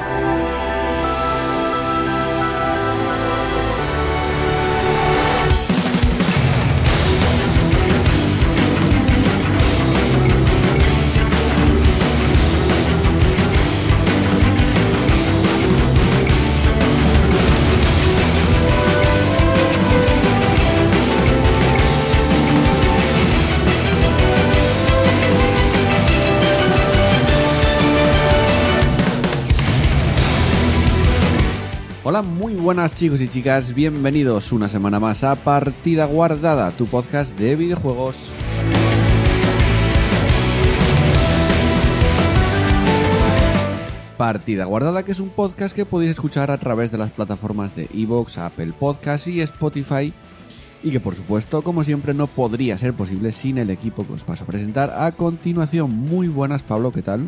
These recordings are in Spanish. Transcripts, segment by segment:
Hola, muy buenas chicos y chicas, bienvenidos una semana más a Partida Guardada, tu podcast de videojuegos. Partida Guardada, que es un podcast que podéis escuchar a través de las plataformas de Evox, Apple Podcast y Spotify. Y que por supuesto, como siempre, no podría ser posible sin el equipo que os paso a presentar a continuación. Muy buenas, Pablo, ¿qué tal?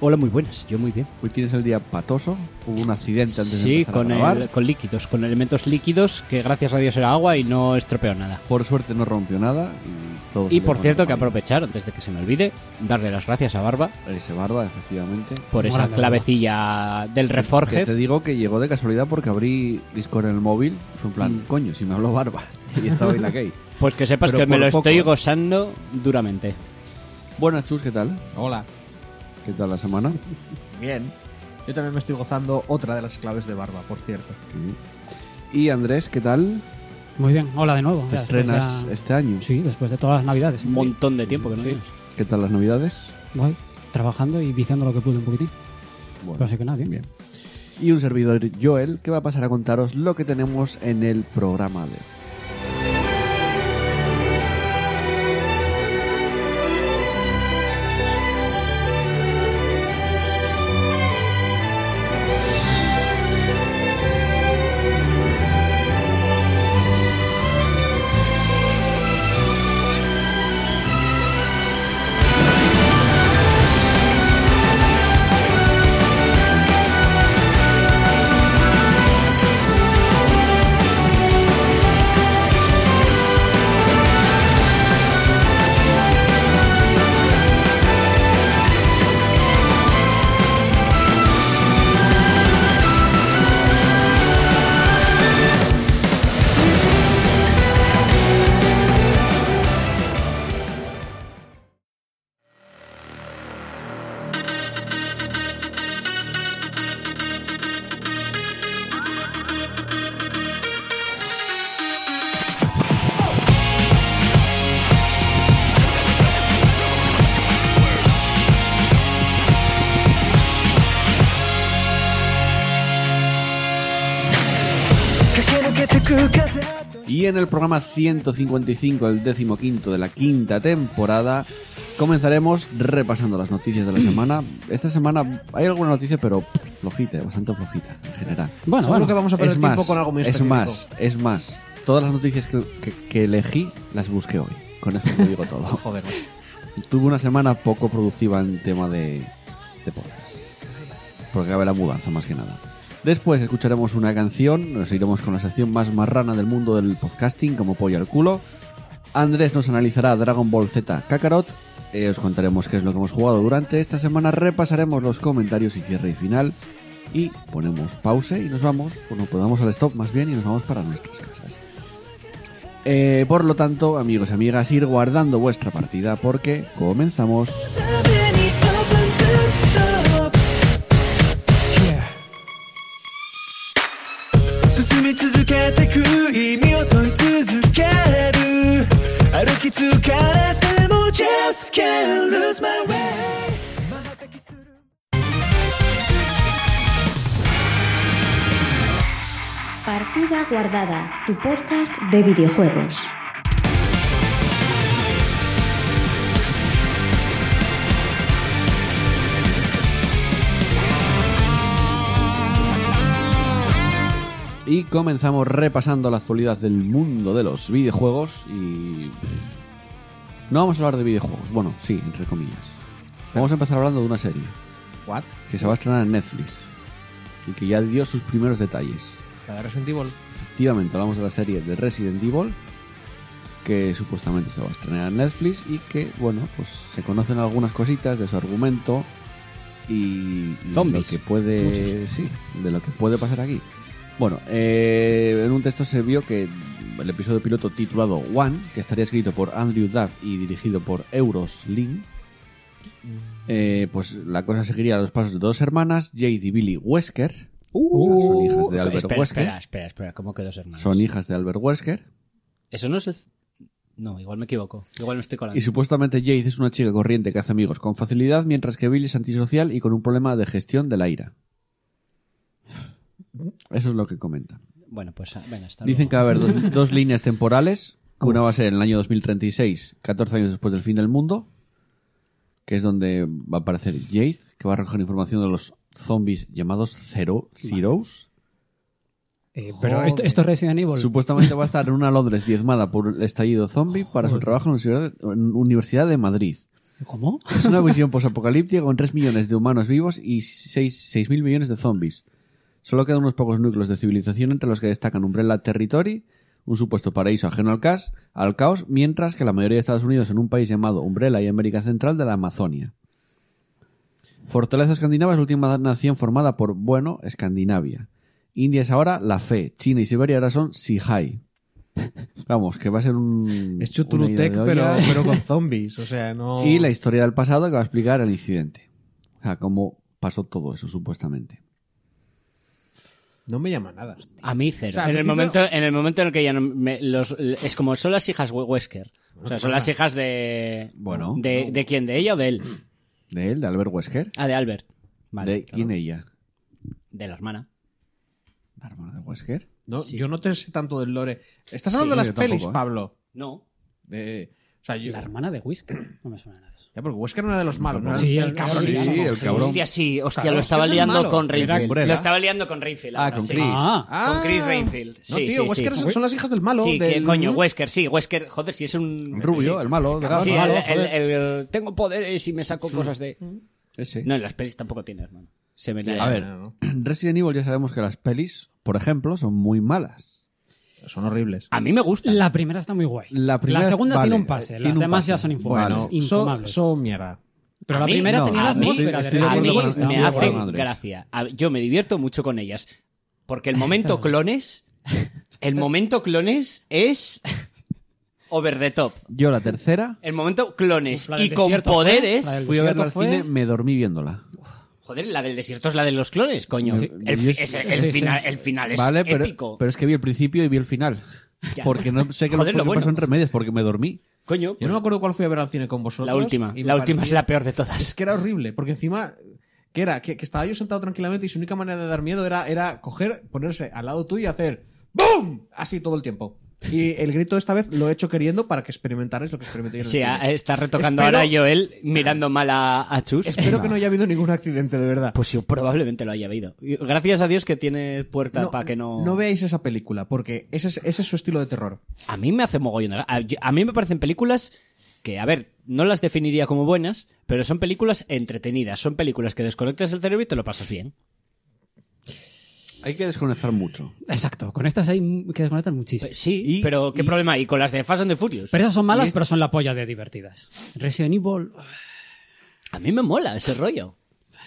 Hola, muy buenas, yo muy bien. Hoy tienes el día patoso, hubo un accidente antes de Sí, empezar a con, grabar. el- con líquidos, con elementos líquidos que gracias a Dios era agua y no estropeó nada. Por suerte no rompió nada y todo. Y salió por con cierto, que normalidad. aprovechar, antes de que se me olvide, darle las gracias a Barba Ese barba, efectivamente. por esa Órale, clavecilla del Que te Reforged. digo que llegó de casualidad porque abrí Discord en el móvil. Fue un Mm. plan, coño, si me habló barba. Y estaba ahí la gay. Pues que sepas Pero que me por lo poco. estoy gozando duramente. Buenas, Chus, ¿qué tal? Hola. ¿Qué tal la semana? Bien. Yo también me estoy gozando otra de las claves de barba, por cierto. Y Andrés, ¿qué tal? Muy bien, hola de nuevo. ¿Te Ya, después estrenas ya- este año? Sí, después de todas las navidades. Un montón de tiempo que no Sí. vienes. ¿Qué tal las novedades? Voy trabajando y viciando lo que pude un poquitín. Pero así que nada, bien. bien. Y un servidor, Joel, que va a pasar a contaros lo que tenemos en el programa de Y en el programa 155, el decimoquinto de la quinta temporada, comenzaremos repasando las noticias de la semana. Esta semana hay alguna noticia, pero pff, flojita, bastante flojita en general. Bueno, Seguro bueno. que vamos a perder Es más, tiempo con algo muy es específico. más, es más. Todas las noticias que, que- que elegí las busqué hoy. Con eso te digo todo. Joder. macho. Tuve una semana poco productiva en tema de, de podcast. Porque cabe la mudanza, más que nada. Después escucharemos una canción, nos iremos con la sección más marrana del mundo del podcasting, como pollo al culo. Andrés nos analizará Dragon Ball Z Kakarot. eh, os contaremos qué es lo que hemos jugado durante esta semana. Repasaremos los comentarios y cierre y final. Y ponemos pause y nos vamos, bueno, pues vamos al stop más bien y nos vamos para nuestras casas. Eh, por lo tanto, amigos y amigas, ir guardando vuestra partida porque comenzamos. Partida Guardada, tu podcast de videojuegos. Y comenzamos repasando la actualidad del mundo de los videojuegos y... No vamos a hablar de videojuegos, bueno, sí, entre comillas. Vamos a empezar hablando de una serie ¿What? que se va a estrenar en Netflix y que ya dio sus primeros detalles. La de Resident Evil. Efectivamente, hablamos de la serie de Resident Evil que supuestamente se va a estrenar en Netflix y que, bueno, pues se conocen algunas cositas de su argumento y y Zombies. lo que puede, sí, de lo que puede pasar aquí. Bueno, eh, en un texto se vio que el episodio piloto titulado One, que estaría escrito por Andrew Duff y dirigido por Euros Lin, eh, pues la cosa seguiría los pasos de dos hermanas, Jade y Billy Wesker. o sea, Uh, son hijas de Albert Uh, espera, Wesker. espera, espera, espera, ¿cómo que dos hermanos? Son hijas de Albert Wesker. Eso no es el... No, igual me equivoco. Igual me estoy colando. Y supuestamente Jade es una chica corriente que hace amigos con facilidad, mientras que Billy es antisocial y con un problema de gestión de la ira. Eso es lo que comentan. Bueno, pues ah, venga, hasta Dicen que luego. va a haber dos, dos líneas temporales. que Una va a ser en el año 2036, 14 años después del fin del mundo, que es donde va a aparecer Jade, que va a recoger información de los zombies llamados Zero Zeros. Eh, pero esto, esto es Resident Evil. Supuestamente va a estar en una Londres diezmada por el estallido zombie para su trabajo en la Universidad de- en Universidad de Madrid. ¿Cómo? Es una visión posapocalíptica con 3 millones de humanos vivos y 6 6.000 millones de zombies. Solo quedan unos pocos núcleos de civilización entre los que destacan Umbrella Territory, un supuesto paraíso ajeno al, cas- al caos, mientras que la mayoría de Estados Unidos en un país llamado Umbrella y América Central de la Amazonia. Fortaleza Escandinava es la última nación formada por, bueno, Escandinavia. India es ahora la fe, China y Siberia ahora son Sihai. Vamos, que va a ser un... Es Mm, una ida de Chutulutec, pero, olla. pero con zombies. O sea, no. Y la historia del pasado que va a explicar el incidente. O sea, cómo pasó todo eso, supuestamente. No me llama nada. A mí cero. O sea, al en, el principio- momento, en el momento en el que ya no me- los, es como son las hijas We- Wesker. O sea, son las hijas de... Bueno. De, ¿De quién? ¿De ella o de él? De él, de Albert Wesker. Ah, de Albert. Vale. ¿De quién ella? De la hermana. La hermana de Wesker. No, Yo no te sé tanto del lore. Estás Sí, hablando de yo las tampoco, pelis, ¿eh? Pablo. No. De- o sea, yo- La hermana de Whisker. No me suena nada eso. Ya, porque Wesker era de los malos, ¿no? Sí, Era el- cabrón. sí, ese, sí, ¿no? el cabrón. Hostia, sí. Hostia, Claro, lo es que estaba es el liando malo. con Era Reinfield. Umbrella. Lo estaba liando con Reinfield. Ah, ahora, con sí. Chris. Ah, Ah, Con Chris Reinfield. No, Sí, tío, sí, Wesker sí. son- son las hijas del malo. sí, del- que coño, Wesker, sí, Wesker, joder, si es un... Rubio, sí. el malo, de Sí, eh, Gaza. el- el- el- tengo poderes y me saco cosas de... Ese. No, en las pelis tampoco tiene, hermano. Se me la... A ver, Resident Evil ya sabemos que las pelis, por ejemplo, son muy malas. Son horribles. A mí me gusta. La primera está muy guay. La primera es- segunda tiene vale, un pase. eh, Las tiene un demás pase. ya son infumables. Bueno, infumables. son mierda. pero a la mí- primera no, tenía a la mí- atmósfera estoy- estoy de de la A acuerdo mí primera. con- estoy de me Estaba muy acuerdo guay. con hacen Andrés. gracia. A- Yo me divierto mucho con ellas. Porque el momento clones... El momento clones es... Over the top. Yo la tercera El momento clones La del y con desierto fue, poderes... la del fui a verla al desierto fue- cine, me dormí viéndola. Joder, la del desierto es la de los clones, coño. Sí. El, fi- Sí, es- el sí. final, el final es vale, pero, épico. pero es que vi el principio y vi el final. Ya. Porque no sé qué Joder, lo lo que pasó bueno. en remedios, porque me dormí. coño, pues, Yo no me acuerdo cuál fui a ver al cine con vosotros. la última. y me La última es parecía- la peor de todas. Es que era horrible, porque encima. Que era? Que, que estaba yo sentado tranquilamente y su única manera de dar miedo era, era coger, ponerse al lado tuyo y hacer ¡BOOM! Así todo el tiempo. Y el grito esta vez lo he hecho queriendo para que experimentarais lo que experimenté yo. en el Sí, ah, cine. a- está retocando Espero- ahora Joel mirando mal a, a Chus. Espero que no haya habido ningún accidente, de verdad. Pues sí, probablemente lo haya habido. Y Gracias a Dios que tiene puerta para que no... no veáis esa película, porque ese es, ese es su estilo de terror. A mí me hace mogollón. de gra- A, yo- a mí me parecen películas que, a ver, no las definiría como buenas, pero son películas entretenidas. Son películas que desconectas el cerebro y te lo pasas bien. Hay que desconectar mucho. Exacto, con estas hay m- que desconectan muchísimo. Pues sí, pero ¿qué problema hay con las de Fast and the Furious? Eh, Pero esas son malas, pero son la polla de divertidas. Resident Evil. A mí me mola ese rollo.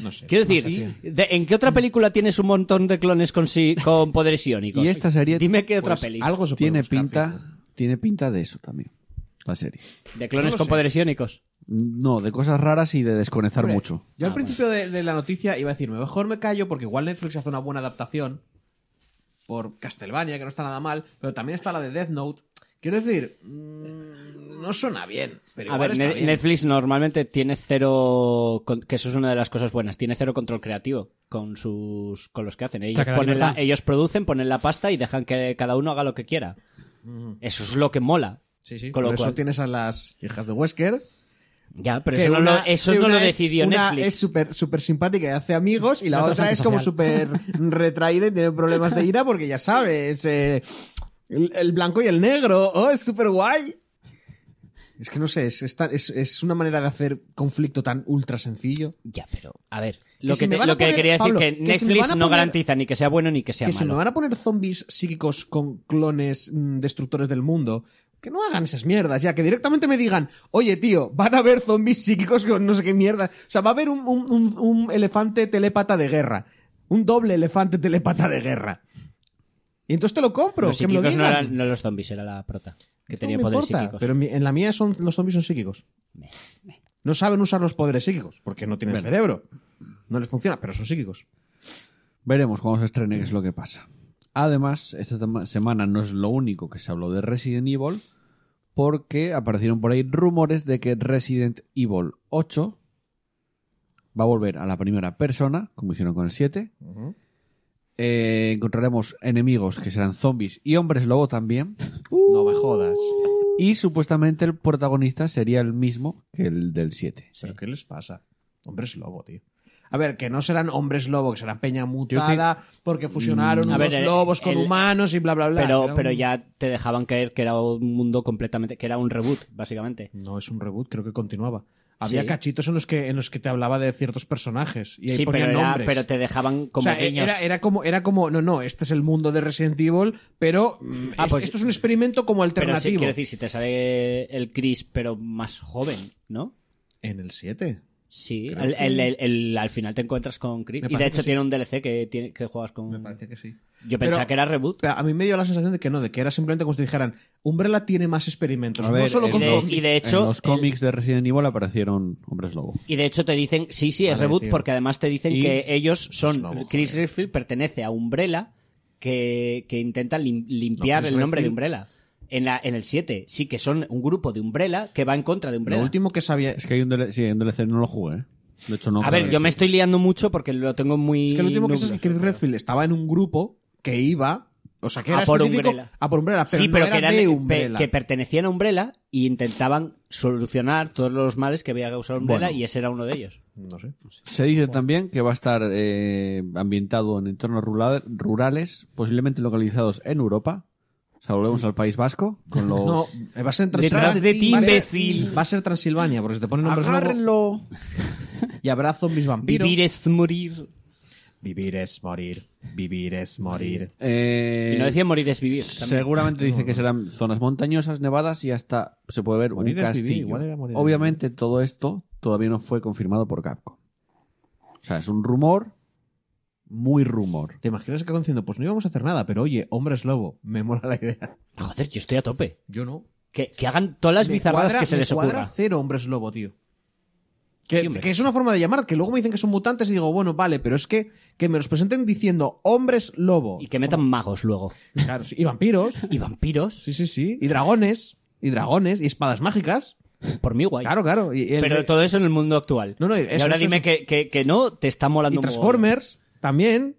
No sé. Quiero decir, ¿de- ¿en qué otra película tienes un montón de clones con, si- con poderes iónicos? Y esta serie- Dime qué otra Pues, peli. Algo se puede Tiene buscar, pinta, fíjate. tiene pinta de eso también, la serie. ¿De clones no lo con sé. poderes iónicos? No, de cosas raras y de desconectar Hombre, mucho. Yo al principio de, de la noticia iba a decirme, mejor me callo porque igual Netflix hace una buena adaptación por Castlevania, que no está nada mal, pero también está la de Death Note. Quiero decir, mm, no suena bien, pero A igual ver, está Ne- bien. Netflix normalmente tiene cero, con- que eso es una de las cosas buenas, tiene cero control creativo con sus, con los que hacen. Ellos, que la ponen la- libertad. ellos producen, ponen la pasta y dejan que cada uno haga lo que quiera. Eso es lo que mola. Sí, sí, Con lo por eso cual- tienes a las hijas de Wesker. Ya, pero que eso no una- lo, eso que no lo una es- decidió una Netflix. es súper súper simpática y hace amigos y la, La otra otra, es es como súper antisocial. retraída y tiene problemas de ira porque ya sabes, eh, el, el blanco y el negro, oh, es súper guay. Es que no sé, es, es tan- es- es una manera de hacer conflicto tan ultra sencillo. Ya, pero, a ver, lo si que, me te- van a lo que poner- quería decir Pablo, que que si me Netflix van a no poner- garantiza ni que sea bueno ni que sea que si me malo. van a poner zombies psíquicos con clones mm, destructores del mundo, que no hagan esas mierdas, ya que directamente me digan, oye tío, van a haber zombies psíquicos con no sé qué mierda. O sea, va a haber un, un- un- un elefante telépata de guerra. Un doble elefante telépata de guerra. Y entonces te lo compro, los que me lo psíquicos no digan. eran no los zombies, era la prota. Que No tenía me poderes importa, psíquicos. Pero en, mi- en la mía son, los zombies son psíquicos. No saben usar los poderes psíquicos, porque no tienen cerebro. No les funciona, pero son psíquicos. Veremos cuando se estrene qué es lo que pasa. Además, esta tema- semana no es lo único que se habló de Resident Evil, porque aparecieron por ahí rumores de que Resident Evil 8 va a volver a la primera persona, como hicieron con el 7. Eh, encontraremos enemigos que serán zombies y hombres lobo también. Uh. No me jodas. Y supuestamente el protagonista sería el mismo que el del 7. ¿Pero qué les pasa? Hombres lobo, tío. A ver, que no serán hombres lobo, que serán peña Quiero decir- mutada porque fusionaron Mm, a unos ver, el- lobos con el- humanos y bla, bla, bla. Pero, Será pero un- ya te dejaban caer que era un mundo completamente, que era un reboot, básicamente. No, es un reboot, creo que continuaba. Había Sí. cachitos en los, que, en los que te hablaba de ciertos personajes y ahí sí, ponía pero, era- nombres. pero te dejaban como o sea, e-, guiños. era, era como, era como, no, no, este es el mundo de Resident Evil, pero mm, Ah, es- pues- esto es un experimento como Pero sí, alternativo. quiero decir, si te sale el Chris, pero más joven, ¿no? En el 7. Sí, el- el- el- el- al final te encuentras con Chris. Me Y de parece que hecho sí. tiene un DLC que, tiene, que juegas con... que sí. Yo pensaba Pero- que era reboot. A mí me dio la sensación de que no, de que era simplemente como si dijeran, Umbrella tiene más experimentos, A no ver, solo en con de- zombies. y de hecho, en los el- cómics de Resident Evil aparecieron hombres lobo. Y de hecho te dicen, sí, sí, es Vale, reboot, tío. porque además te dicen Y- que ellos son. Pues no, Chris joder. Redfield pertenece a Umbrella, que, que intenta lim- limpiar Chris el nombre de Redfield- Umbrella. En, la, en el 7, sí que son un grupo de Umbrella que va en contra de Umbrella. Lo último que sabía es Es que hay un DLC, sí, hay un DLC no lo jugué. ¿eh? De hecho, no a ver, sabes. yo me estoy liando mucho porque lo tengo muy. Es que lo último que sé es que nubloso, Chris pero- Redfield estaba en un grupo que iba. O sea, que A era por específico Umbrella. A por Umbrella, pero, sí, pero no que, era eran- de pe- Umbrella. que pertenecían a Umbrella y intentaban solucionar todos los males que había causado Umbrella Bueno. y ese era uno de ellos. No sé. Se dice también que va a estar eh, ambientado en entornos rula- rurales, posiblemente localizados en Europa. O sea, volvemos al País Vasco con los... No, eh, va a ser en Detrás Transilvania. de ti, Va a ser- imbécil. Va a ser Transilvania, porque se te ponen nombres nuevos ¡Agárrenlo! y habrá zombies vampiros. Vivir es morir. Vivir es morir. Vivir es morir. Eh, y no decía morir es vivir. también. Seguramente dice que serán zonas montañosas, nevadas y hasta se puede ver Morir un es vivir, castillo. igual era morir es Obviamente todo esto todavía no fue confirmado por Capcom. O sea, es un rumor, muy rumor. ¿Te imaginas que acaban diciendo, pues no íbamos a hacer nada, pero oye, hombres lobo, me mola la idea. Joder, yo estoy a tope. Yo no. Que, que hagan todas las Me bizarradas cuadra- que se me les cuadra ocurra. cero hombres lobo, tío. Que, Sí, hombre, que que es sí. una forma de llamar, que luego me dicen que son mutantes y digo, bueno, vale, pero es que, que me los presenten diciendo hombres lobo. Y que metan magos luego. Claro, sí, y vampiros. Y vampiros. Sí, sí, sí. Y dragones. Y dragones. Y espadas mágicas. Por mí, guay. Claro, claro. Y, y el- Pero todo eso en el mundo actual. No, no, y eso, ahora eso, dime eso. Que, que- que no, te está y molando un Transformers también.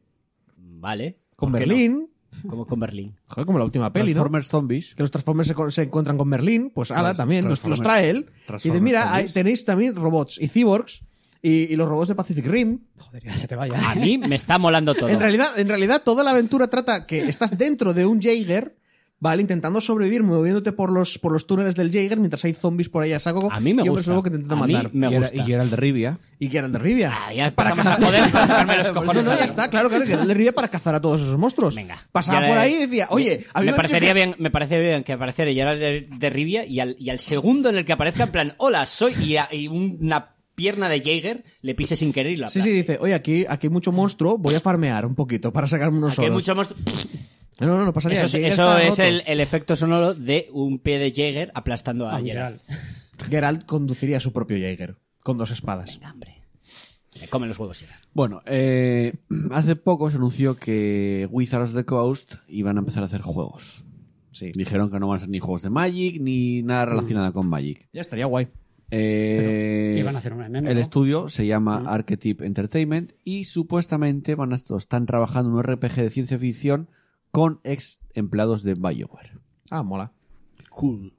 montón. Vale. Con ¿Por qué no? Merlín. Como con Berlín. Joder, como la última peli, ¿no? Transformers Zombies. Que los Transformers se, con- se encuentran con Merlín. Pues ala, Trans- también. Los, los Transformers. trae él. Y de Transformers mira, zombies. ahí tenéis también robots y cyborgs. Y, y los robots de Pacific Rim. Joder, ya se te vaya. Ah, A mí me está molando todo. En realidad, en realidad, toda la aventura trata que estás dentro de un Jaeger, ¿vale? Intentando sobrevivir, moviéndote por los, por los túneles del Jaeger mientras hay zombies por ahí a saco. A mí me y hombres gusta. lobo que te intentan A mí matar. me y, era, gusta. y Geralt de Rivia. Y Geralt de Rivia. Ah, ya empezamos a joder para sacarme los cojones. No, no, ya está, claro, claro, Geralt de Rivia para cazar a todos esos monstruos. Venga. Pasaba Ya por le- ahí y decía, oye, a mí me, han dicho parecería que- bien, me parece bien que apareciera Geralt de, de Rivia y al, y al segundo en el que aparezca, en plan, hola, soy. Y, a- y una pierna de Jaeger le pise sin querer y lo Sí, sí, dice, oye, aquí, aquí hay mucho monstruo, voy a farmear un poquito para sacarme unos Aquí hay oros". mucho monstruo. No, no, no pasaría. Eso, el es- Jaeger eso está es roto. el, el efecto sonoro de un pie de Jaeger aplastando a Ah, Geralt. literal. Geralt conduciría su propio Jaeger con dos espadas. Hambre. Me comen los huevos Geralt. Bueno, eh, hace poco se anunció que Wizards of the Coast iban a empezar a hacer juegos. Sí. Dijeron que no van a ser ni juegos de Magic ni nada relacionado con Magic. Ya estaría guay. Eh, Pero iban a hacer una MMO. El estudio se llama Archetype Entertainment y supuestamente van a est- están trabajando en un RPG de ciencia ficción con ex empleados de BioWare. Ah, mola. Cool.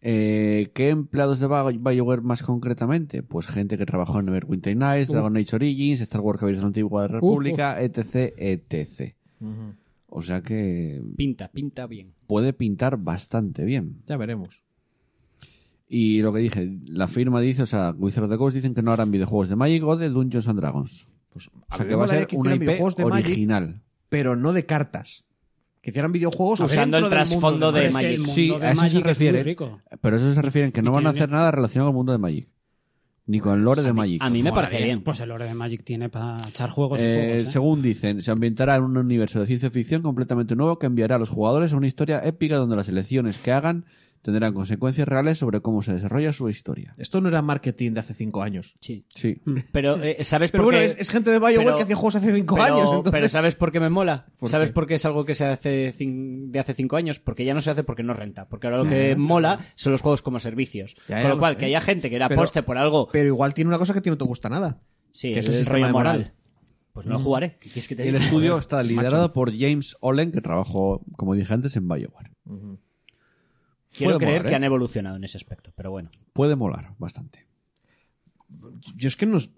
Eh, ¿Qué empleados de Bio- BioWare más concretamente? Pues gente que trabajó en Neverwinter Nights, Dragon Age Origins, Star Wars Caballeros de la Antigua República, etc, etc. O sea que Pinta, pinta bien. puede pintar bastante bien. Ya veremos. Y lo que dije, la firma dice, o sea, Wizard of the Coast dicen que no harán videojuegos de Magic o de Dungeons and Dragons. Pues, o sea, mí que me va a molaría ser que una hicieran IP videojuegos de Magic. original. pero no de cartas. Que hicieran videojuegos Usando dentro el del mundo trasfondo de Es que el Magic. mundo Sí, de a eso Magic se es muy refiere. rico. Pero eso se refieren que no van a hacer nada relacionado al mundo de Magic. Ni con el lore de Magic. A mí me Joder, parece bien. Pues el lore de Magic tiene para echar juegos. y Eh, juegos, ¿eh? Según dicen, se ambientará en un universo de ciencia ficción completamente nuevo que enviará a los jugadores a una historia épica donde las elecciones que hagan tendrán consecuencias reales sobre cómo se desarrolla su historia. Esto no era marketing de hace cinco años. Sí. Sí. Pero, eh, ¿sabes Pero por bueno, qué? es- es gente de BioWare que hacía juegos hace cinco pero- años, entonces- Pero ¿sabes por qué me mola? ¿Sabes por qué es algo que se hace cin- de hace cinco años? Porque ya no se hace porque no renta. Porque ahora lo que mola son los juegos como servicios. Ah, Ya, ya Con lo lo cual, sé. que haya gente que era Pero- aposte por algo, Pero igual tiene una cosa que a ti no te gusta nada. sí, que que es es Mm. el el sistema rollo de moral. moral. Pues no lo jugaré. ¿Qué quieres que te El diga? estudio está liderado por James Olen, que trabajó, como dije antes, en BioWare. Quiero Puede creer molar, que ¿eh? han evolucionado en ese aspecto, pero bueno. Puede molar bastante. Yo es que nos.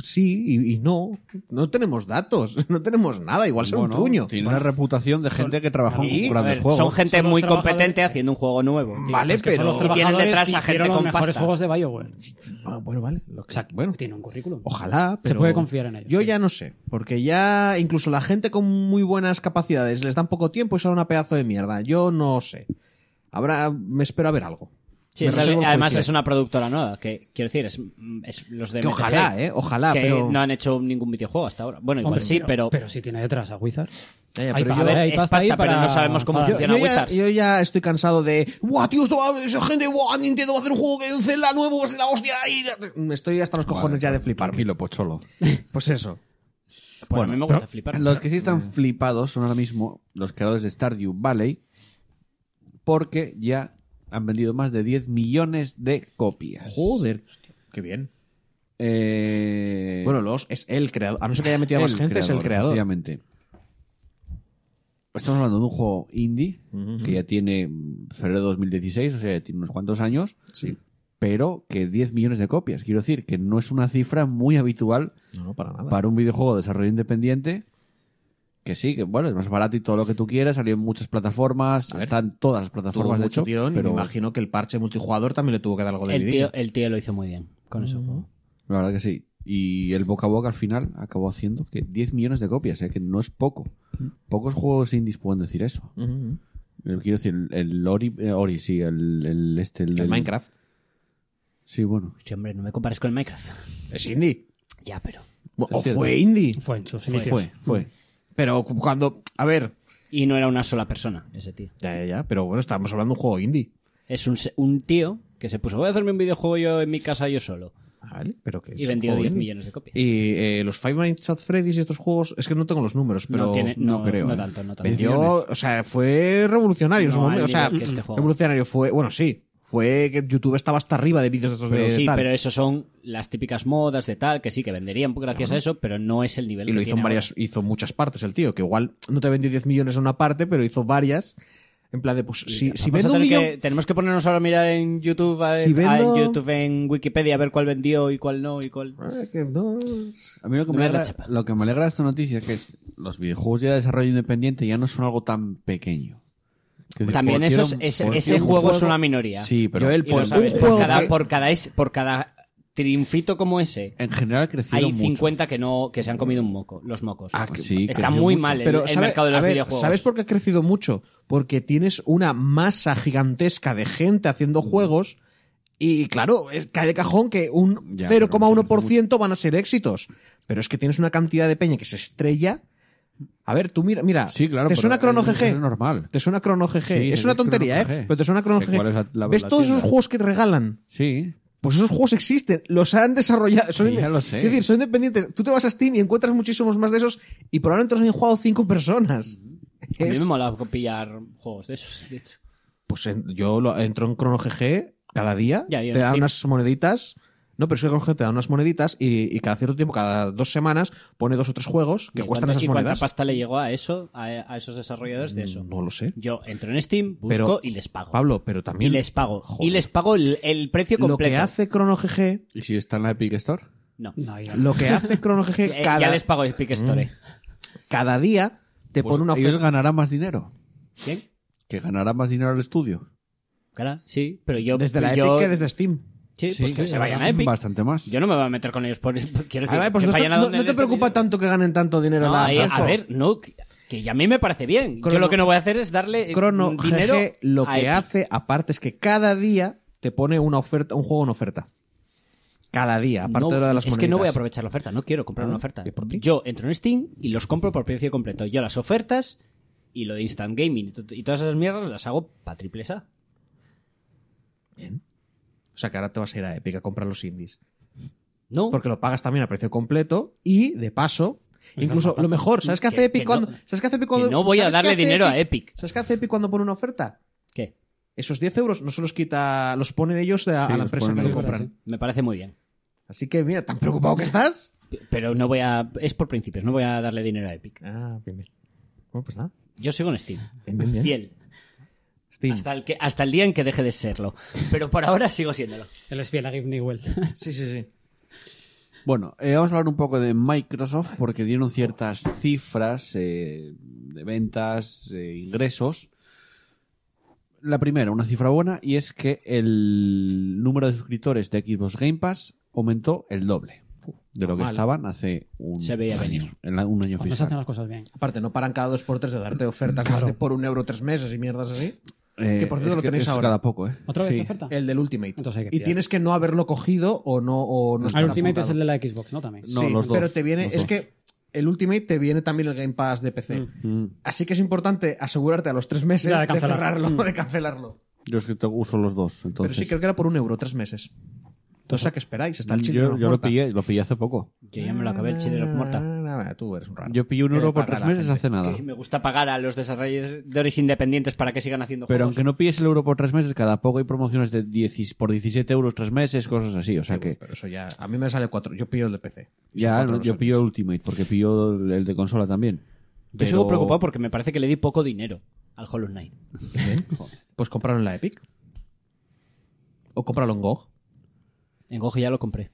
Sí y, y no. No tenemos datos. No tenemos nada. Igual será Bueno, un truño. Tiene una reputación de gente que trabajó Y, en a grandes ver, juegos. son gente Son los muy trabajadores- competente haciendo un juego nuevo. tío. Vale, Es que pero- son los Los y tienen trabajadores detrás que a gente hicieron los con mejores pasta. juegos de BioWare. Ah, bueno, vale. lo que- O sea, bueno, tiene un currículum. ojalá. Se pero- puede confiar en ellos, Yo sí. ya no sé. Porque ya. Incluso la gente con muy buenas capacidades les dan poco tiempo y sale una pedazo de mierda. Yo no sé. Habrá. Me espero a ver algo. Sí, Me es- reservo el además juicio. es una productora nueva, que quiero decir, es, es los de Que MTG, ojalá, ¿eh? Ojalá, que pero- no han hecho ningún videojuego hasta ahora. Bueno, igual Hombre, sí, pero, Pero si tiene detrás a Wizard. Ya, ya, Hay pero pasta, yo- ¿eh? A ver, Hay es pasta ahí pasta, pero para- no sabemos cómo para- Yo, funciona yo ya, Wizards. yo ya estoy cansado de. ¡Buah, tío! Esto va, esa gente, ¡buah! Nintendo va a hacer un juego que un Zelda nuevo, va a ser la hostia. Y... Me estoy hasta los cojones ya de flipar. Tranquilo, pocholo. Pues eso. bueno, a mí me gusta Mm. pero flipar. Los que sí están flipados son ahora mismo los creadores de Stardew Valley, porque ya han vendido más de 10 millones de copias. Joder. qué bien. Eh, Bueno, los es el creador. A no ser que haya metido a el más gente, es el creador. efectivamente. Estamos hablando de un juego indie que ya tiene mm, febrero de 2016, o sea, ya tiene unos cuantos años, Sí. pero que 10 millones de copias. Quiero decir que no es una cifra muy habitual No, no, para nada. para un videojuego de desarrollo independiente. Que sí, que bueno, es más barato y todo lo que tú quieras. Salió en muchas plataformas, ver, están todas las Tuvo plataformas de mucho hecho. tirón, y pero me imagino que el parche multijugador también le tuvo que dar algo de el, tío, vidilla. el tío lo hizo muy bien con eso. La verdad que sí. Y el boca a boca al final acabó haciendo que 10 millones de copias, ¿eh? que no es poco. Mm. Pocos juegos indies pueden decir eso. Ujú. Eh, Quiero decir, el, el Ori, eh, Ori, sí, el, el este, el, El del- Minecraft. Sí, bueno. Sí, hombre, no me compares con el Minecraft. Es indie. Ya, pero... O cierto. fue indie. Fue en sus inicios. Fue, fue. Pero cu- cuando. A ver. Y no era una sola persona, ese tío. Ya, ya, ya. Pero bueno, estábamos hablando de un juego indie. Es un, se- un tío que se puso, voy a hacerme un videojuego yo en mi casa yo solo. Vale, pero que es Y un vendió juego 10 indie. millones de copias. Y eh, los Five Nights at Freddy's y estos juegos, es que no tengo los números, pero no, tiene, no, no creo, no eh. tanto, no tanto. vendió, o sea, fue revolucionario en su No, al momento, o sea, nivel que este juego. revolucionario fue, bueno, sí, fue que YouTube estaba hasta arriba de vídeos de estos de sí, tal. pero eso son las típicas modas de tal, que sí, que venderían gracias a eso, pero no es el nivel y que lo hizo tiene en varias, hizo muchas partes el tío, que igual no te vendió 10 millones en una parte, pero hizo varias en plan de pues si, ahora. Vamos a si vendo un tener millón, que- tenemos que ponernos ahora a mirar en YouTube, a, Si a- vendo- en YouTube, en Wikipedia, a ver cuál vendió y cuál no y cuál... Ah, que no, A mí lo que, No me me la alegra, chapa. lo que me alegra de esta noticia es que es- los videojuegos ya de desarrollo independiente ya no son algo tan pequeño. Quiero decir, También conocieron- esos- ese- conocieron ese un juego es una minoría. Sí, pero Joel, Y lo por sabes, Pues un por juego cada, que- por cada es- por cada triunfito como ese, en general crecieron hay mucho. 50 que no que se han comido un moco, los mocos. Ah, que- sí, Está creció muy mucho. mal el, pero el sabe- mercado de los a ver, videojuegos. ¿sabes por qué ha crecido mucho? Porque tienes una masa gigantesca de gente Mm. haciendo juegos y claro, es, cae de cajón que un Ya, 0,1% van a ser éxitos. Pero es que tienes una cantidad de peña que se estrella. A ver, tú mira, mira, Sí, claro. te pero suena Chrono es- GG. Es normal. Te suena Chrono GG. Sí, es sí, una es tontería, Chrono ¿eh? GG. Pero te suena Chrono Sé GG. cuál es la- la- ¿Ves la todos esos tienda. juegos que te regalan? Sí. Pues esos juegos existen, los han desarrollado. Son Sí, ya inde- lo sé. Es decir, son independientes. Tú te vas a Steam y encuentras muchísimos más de esos y probablemente los han jugado cinco personas. A mí Es- me mola pillar juegos de esos, de hecho. Pues en- yo lo, entro en Chrono GG cada día, Ya, y en te dan Steam. unas moneditas. No, pero es que Chrono GG te dan unas moneditas y, y cada cierto tiempo, cada dos semanas, pone dos o tres juegos que ¿Y cuestan cuánta- esas ¿Y cuánta monedas. pasta le llegó a eso, a, a esos desarrolladores de eso? No lo sé. Yo entro en Steam, busco Pero- y les pago. Pablo, pero y también les pago. Joder. Y les pago el, el precio lo completo. que hace Chrono GG, ¿Y si está en la Epic Store? No. No, ya. lo que hace Chrono GG Eh, cada, Mm. Ya les pago el Epic Store. eh. cada día te Pues pone una ellos oferta. ganarán más dinero. ¿Quién? Que ganará más dinero el estudio. Claro, sí, pero yo. Desde la yo- Epic que desde Steam. Sí, Sí, pues que se ahora vayan a Epic. Bastante más. Yo no me voy a meter con ellos por. Quiero decir, A eh, ver, pues que no, vayan a no- donde no te les den preocupa dinero. tanto que ganen tanto dinero No, las ahí- a Samsung. ver, no, que- que ya a mí me parece bien. Crono- yo lo que no voy a hacer es darle eh, Crono dinero GG lo a que Epic. hace aparte es que cada día te pone una oferta, un juego en oferta. Cada día, aparte No, de lo de las es que no voy a moneditas. aprovechar la oferta, no quiero comprar Ah, una oferta. ¿y por qué? Yo entro en Steam y los compro por precio completo. Yo las ofertas y lo de Instant Gaming y to- y todas esas mierdas las hago para triple A. O sea que ahora te vas a ir a Epic a comprar los indies. No, Porque lo pagas también a precio completo y, de paso, incluso lo mejor, ¿sabes qué hace Que- Epic que cuando... no- ¿Sabes qué hace Epic cuando... que no voy a ¿sabes qué darle hace dinero a Epic. ¿Sabes qué hace Epic cuando pone una oferta? ¿qué? Esos 10 euros no se los quita, los ponen ellos a, Sí, a la los empresa ponen que lo ellos, compran. sí. Me parece muy bien. Así que mira, tan preocupado que estás. P- Pero no voy a. Es por principios, no voy a darle dinero a Epic. Ah, bien, bien. Bueno, pues nada. Yo sigo en Steam. Bien, bien, bien. Fiel. Steam. Hasta el, que, hasta el día en que deje de serlo. Pero por ahora sigo siéndolo. Él es fiel a Gabe Newell. Sí, sí, sí. Bueno, eh, vamos a hablar un poco de Microsoft porque dieron ciertas cifras eh, de ventas, eh, ingresos. La primera, una cifra buena, y es que el número de suscriptores de Xbox Game Pass aumentó el doble de lo que estaban hace un Se veía año, venir. en la- un año Cuando se hacen fiscal. las cosas bien. Aparte, no paran cada dos por tres de darte ofertas más de por un euro tres meses y mierdas así. Eh, que por cierto es lo tenéis es ahora. cada poco, ¿eh? ¿Otra vez Sí. la oferta? El del Ultimate. Entonces hay que y pillar. tienes que no haberlo cogido o no. O no Ah, estar el Ultimate es apuntado. el de la Xbox, ¿no? También. No, sí, los dos, pero te viene. los Es dos. que el Ultimate te viene también el Game Pass de PC. Mm. Así que es importante asegurarte a los tres meses Ya, de, de cancelar. cerrarlo, de cancelarlo. Yo es que te- uso los dos, Pero entonces. sí, creo que era por un euro, tres meses. Entonces, ¿a qué esperáis? Está el chip yo, yo lo pillé, lo pillé hace poco. Yo ya me lo acabé el Children of Morta. Ah, Tú eres un raro. Yo pillé un Eres euro por rara tres la meses gente. hace nada. Que me gusta pagar a los desarrolladores independientes para que sigan haciendo Pero juegos. aunque no pilles el euro por tres meses, cada poco hay promociones de 10 por 17 euros tres meses, cosas así. O sea que Pero eso ya. A mí me sale cuatro. Yo pillo el de PC. Son ya cuatro no, los yo euros. pillo Ultimate, porque pillo el de consola también. Yo Pero- sigo preocupado porque me parece que le di poco dinero al Hollow Knight. Bien. Pues compraron la Epic. O compraron en GOG. En Goje ya lo compré.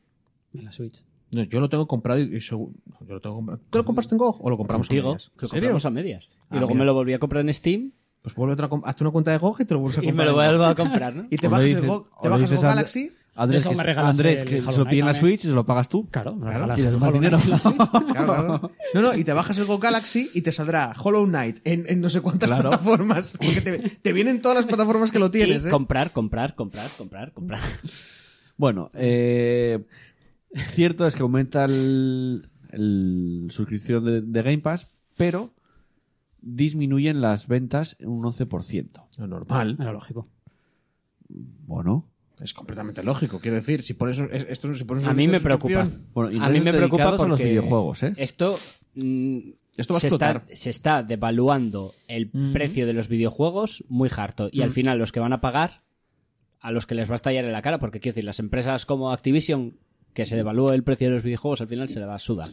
En la Switch. No, yo lo tengo comprado y, y segu- yo lo tengo comprado. ¿Tú lo compraste en GOG o lo compramos en Contigo, medias? que lo ¿En serio? compramos a medias. Ah, y luego mira. me lo volví a comprar en Steam Pues vuelve otra, com- hazte una cuenta de GOG y te lo vuelves a y comprar. me lo en vuelvo GOG. a comprar, ¿no? Y te O le bajas el dices- GOG, te o le bajas el dices GOG a- Galaxy. Andrés, Eso que, me se- regalas Andrés, el que Hollow se lo pide en la Knight, dame. Switch y se lo pagas tú. Claro, me Claro, regalas y el les más Hollow Knight. dinero. Claro, claro. No, no, y te bajas el Go Galaxy y te saldrá Hollow Knight en, en no sé cuántas Claro. plataformas. Porque te, te vienen todas las plataformas que lo tienes, Y ¿eh? comprar, comprar, comprar, comprar, comprar. Bueno, eh, cierto es que aumenta el, el suscripción de, de Game Pass, pero disminuyen las ventas en un 11%. Lo normal. Era lógico. Bueno. Es completamente lógico. Quiero decir, si pones, un- es- esto, si pones un A mí servicio me de preocupa. suscripción, Bueno, y a mí me entonces preocupa dedicados a porque los videojuegos, ¿eh? esto, mm, Esto va a se, está, explotar. se está devaluando el precio de los videojuegos muy harto. Y al final los que van a pagar, a los que les va a estallar en la cara, porque quiero decir, las empresas como Activision, que se devalúa el precio de los videojuegos, al final se le va a sudar.